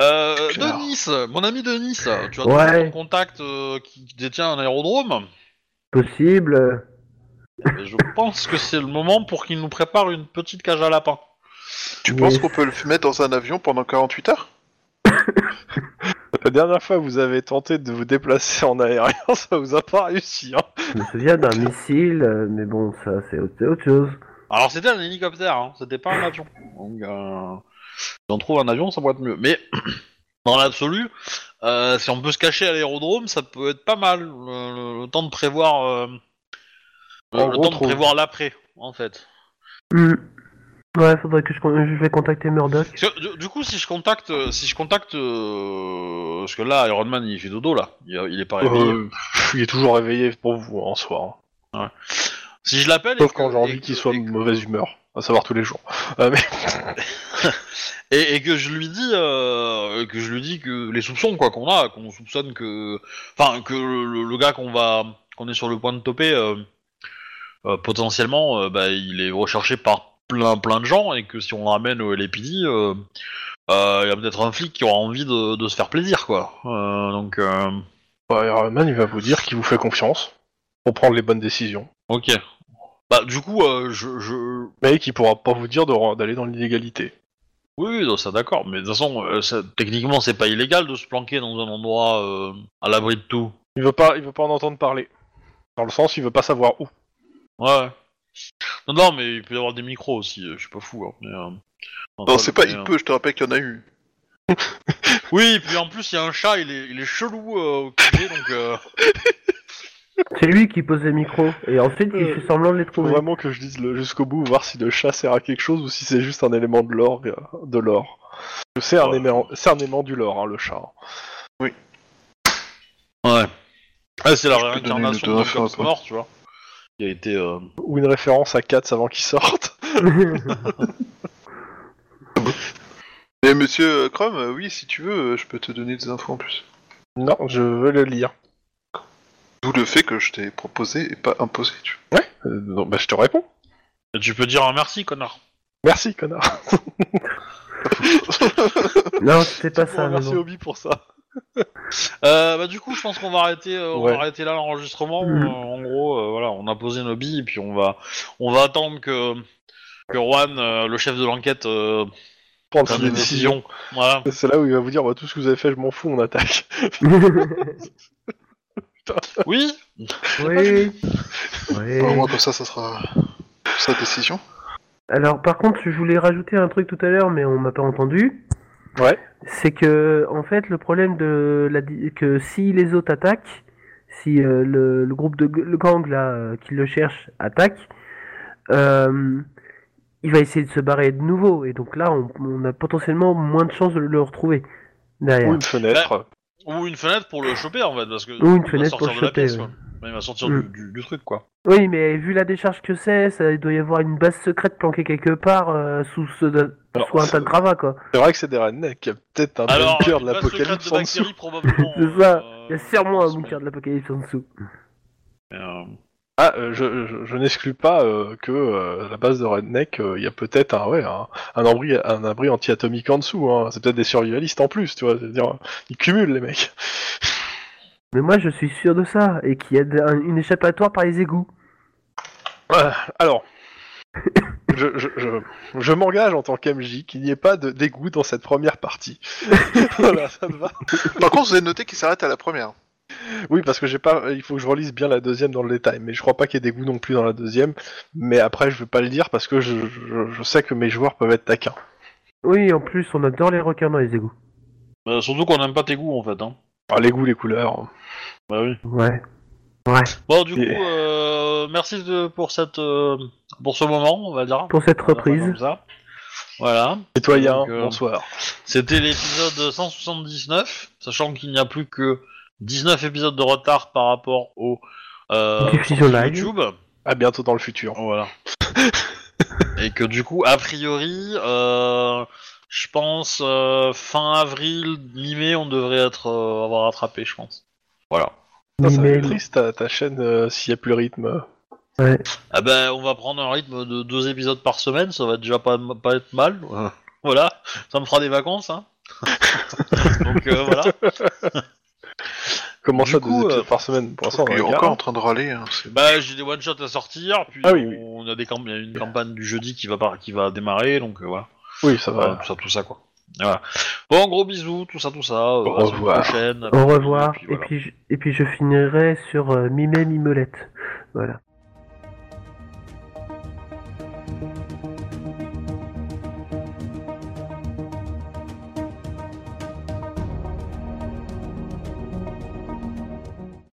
S2: Euh,
S3: Claire.
S2: Denis, mon ami Denis, tu as ton
S3: Ouais.
S2: contact euh, qui détient un aérodrome.
S3: Possible.
S2: Et je pense que c'est le moment pour qu'il nous prépare une petite cage à lapin.
S4: Tu
S3: Yes.
S4: penses qu'on peut le mettre dans un avion pendant 48 heures
S1: La dernière fois, vous avez tenté de vous déplacer en aérien, <laughs> ça vous a pas réussi. Hein
S3: Je me souviens d'un missile, euh, mais bon, ça, c'est autre, c'est autre chose.
S2: Alors c'était un hélicoptère, hein, c'était pas un avion. Donc, euh, si on trouve un avion, ça pourrait être mieux. Mais <clears throat> dans l'absolu, euh, si on peut se cacher à l'aérodrome, ça peut être pas mal. euh, Le, le- le temps de prévoir, euh, le,
S1: En
S2: le
S1: gros,
S2: temps de
S1: trouve-
S2: prévoir l'après, en fait.
S3: Hmm. Ouais, faudrait que je, con- je vais contacter Murdoch.
S2: Parce que, du, du coup, si je contacte, euh, si je contacte, euh, parce que là, Iron Man, il fait dodo là, il, il est pas réveillé.
S1: Euh, pff, il est toujours réveillé pour vous hein, en soi. hein.
S2: Si je l'appelle,
S1: Sauf
S2: et que-
S1: quand j'ai
S2: et
S1: envie
S2: que-
S1: qu'il soit
S2: et
S1: de
S2: que-
S1: mauvaise humeur, à savoir tous les jours. Euh, mais-
S2: et, et que je lui dis euh, que je lui dis que les soupçons quoi qu'on a qu'on soupçonne que enfin que le, le- le gars qu'on va qu'on est sur le point de toper euh, euh, potentiellement euh, bah, il est recherché par plein plein de gens et que si on le ramène au LAPD euh, euh, il y a peut-être un flic qui aura envie de, de se faire plaisir quoi Euh, donc euh,
S1: Bah, Iron Man, il va vous dire qu'il vous fait confiance pour prendre les bonnes décisions.
S2: ok bah du coup euh, je, je
S1: Mais qui pourra pas vous dire de- d'aller dans l'illégalité.
S2: Oui, oui, non, ça d'accord, mais de toute façon, euh, ça- techniquement, c'est pas illégal de se planquer dans un endroit euh, à l'abri de tout.
S1: Il veut pas, il veut pas en entendre parler. Dans le sens, il veut pas savoir où.
S2: Ouais. Non, non, mais il peut y avoir des micros aussi, euh, je suis pas fou. hein, mais, euh,
S4: Non,
S2: enfin,
S4: c'est pas
S2: mais,
S4: il
S2: euh,
S4: peut, je te rappelle qu'il y en a eu.
S2: Oui, et puis en plus, il y a un chat, il est, il est chelou euh, au QG, donc. euh,
S3: C'est lui qui pose les micros, et ensuite il
S1: Euh,
S3: fait semblant de les
S1: Faut
S3: trouver.
S1: vraiment que je dise le- jusqu'au bout, voir si le chat sert à quelque chose ou si c'est juste un élément de l'or. euh, De l'or. C'est un,
S2: Ouais.
S1: aimant- c'est un aimant du lore, hein, le chat.
S2: Ouais. Ah, c'est la
S4: Je peux donner une
S2: réincarnation de
S4: autographe à
S2: James
S4: toi.
S2: mort, tu vois. Il a été. euh,
S1: Ou une référence à Katz avant qu'il sorte.
S4: Mais monsieur euh, Chrome, euh, oui, si tu veux, euh, je peux te donner des infos en plus.
S1: <laughs> Non, je veux le lire.
S4: D'où le fait que je t'ai proposé et pas imposé. Tu vois.
S1: Euh, non, bah, je te réponds.
S2: bah, Tu peux dire un merci, connard.
S1: Merci, connard.
S3: <laughs> non, c'est pas ça.
S1: merci
S3: Ah, mais bon.
S1: Obi pour ça.
S2: Euh, bah, du coup, je pense qu'on va arrêter, euh, on
S1: Ouais.
S2: va arrêter là l'enregistrement.
S3: Mhm.
S2: Euh, en gros, euh, voilà, on a posé nos billes et puis on va, on va attendre que que Juan, euh, le chef de l'enquête, euh,
S1: Prendre
S2: prenne
S1: une
S2: des
S1: décision.
S2: décisions. Voilà.
S1: C'est là où il va vous dire bah, tout ce que vous avez fait, je m'en fous, on attaque.
S3: <laughs>
S2: Oui.
S3: oui. Oui.
S4: Au moins, comme ça, ça sera sa décision.
S3: Alors, par contre, je voulais rajouter un truc tout à l'heure, mais on m'a pas entendu.
S1: Ouais.
S3: C'est que, en fait, le problème de la di- que si les autres attaquent, si euh, le, le groupe de g- le gang là euh, qui le cherche attaque, euh, il va essayer de se barrer de nouveau, et donc là, on, on a potentiellement moins de chances de le retrouver derrière.
S1: Ou une fenêtre.
S2: Ou une fenêtre pour le choper en fait, parce que
S3: Ou une
S2: il bah,
S3: fenêtre
S2: va
S3: pour
S2: sortir
S3: le
S2: de la
S3: choper,
S2: pièce,
S3: ouais.
S2: quoi. Ouais, Il va sortir
S3: Mhm.
S2: du, du- du truc quoi.
S3: Oui, mais vu la décharge que c'est, ça il doit y avoir une base secrète planquée quelque part euh, sous ce
S1: Alors,
S3: soit un tas de gravats quoi.
S1: C'est vrai que c'est des rednecks. Il y a peut-être un
S2: Alors,
S1: bunker de
S2: base secrète
S1: l'apocalypse
S2: de
S1: en dessous.
S2: bactéries probablement.
S3: <laughs> C'est ça.
S2: euh,
S3: Il y a sûrement un
S2: mais-
S3: bunker de l'apocalypse en dessous.
S2: mais, euh,
S1: Ah, euh, je, je, je n'exclus pas euh, que euh, à la base de Redneck, euh, il y a peut-être un, ouais, un, un abri, un abri anti-atomique en dessous. Hein. C'est peut-être des survivalistes en plus, tu vois. C'est-à-dire, euh, ils cumulent les mecs.
S3: Mais moi, je suis sûr de ça, et qu'il y a de- un- une échappatoire par les égouts.
S1: Euh, alors, je, je, je, je m'engage en tant qu'MJ qu'il n'y ait pas de dégoût dans cette première partie. <laughs> voilà, ça me va.
S4: Par contre, vous avez noté qu'il s'arrête à la première.
S1: Oui, parce que j'ai pas, il faut que je relise bien la deuxième dans le détail, mais je crois pas qu'il y ait des goûts non plus dans la deuxième. Mais après, je vais pas le dire parce que je, je, je sais que mes joueurs peuvent être taquins.
S3: Oui, en plus, on adore les requins dans les égouts.
S2: bah, surtout qu'on n'aime pas tes goûts en fait. Hein.
S1: Ah, les goûts, les couleurs.
S2: Bah oui.
S3: Ouais.
S2: Bon, du coup,
S1: Yeah.
S2: euh, merci de, pour cette, euh, pour ce moment, on va dire.
S3: Pour cette reprise.
S2: Comme ça. Voilà.
S1: Citoyens,
S2: Donc, euh,
S1: bonsoir.
S2: C'était l'épisode 179, sachant qu'il n'y a plus que 19 épisodes de retard par rapport au euh,
S3: Diffusion
S2: sur
S3: live.
S2: YouTube.
S1: À bientôt dans le futur.
S2: Voilà.
S1: <laughs>
S2: Et que du coup, a priori, euh, je pense euh, fin avril, mi-mai, on devrait être euh, avoir attrapé, je pense. Voilà.
S1: Putain, ça va être
S3: Email.
S1: triste ta, ta chaîne euh, s'il n'y a plus le rythme.
S3: Ouais.
S2: Ah ben, on va prendre un rythme de deux épisodes par semaine, ça va déjà pas, pas être mal. Euh, voilà, ça me fera des
S1: <laughs>
S2: vacances, hein. Donc euh, voilà.
S1: Comment
S2: Du
S1: ça,
S2: coup,
S1: deux épisodes
S2: euh,
S1: par semaine Pour l'instant, on
S4: Il est
S1: en a
S4: encore en
S1: quarante.
S4: train de râler. hein, c'est-
S2: Bah, j'ai des one shots à sortir, puis
S1: Ah oui, oui.
S2: on a des camp- il y a une campagne du jeudi qui va par- qui va démarrer, donc euh, voilà.
S1: Oui, ça va.
S2: Voilà, tout ça, tout ça quoi. Voilà. Bon, gros bisous, tout ça, tout ça. euh,
S1: Au
S2: à la semaine
S1: revoir.
S2: prochaine.
S3: Au revoir.
S2: Et puis
S3: Et
S2: voilà.
S3: puis, je, et puis je finirai sur euh, mi-mai, mi-molette. Voilà.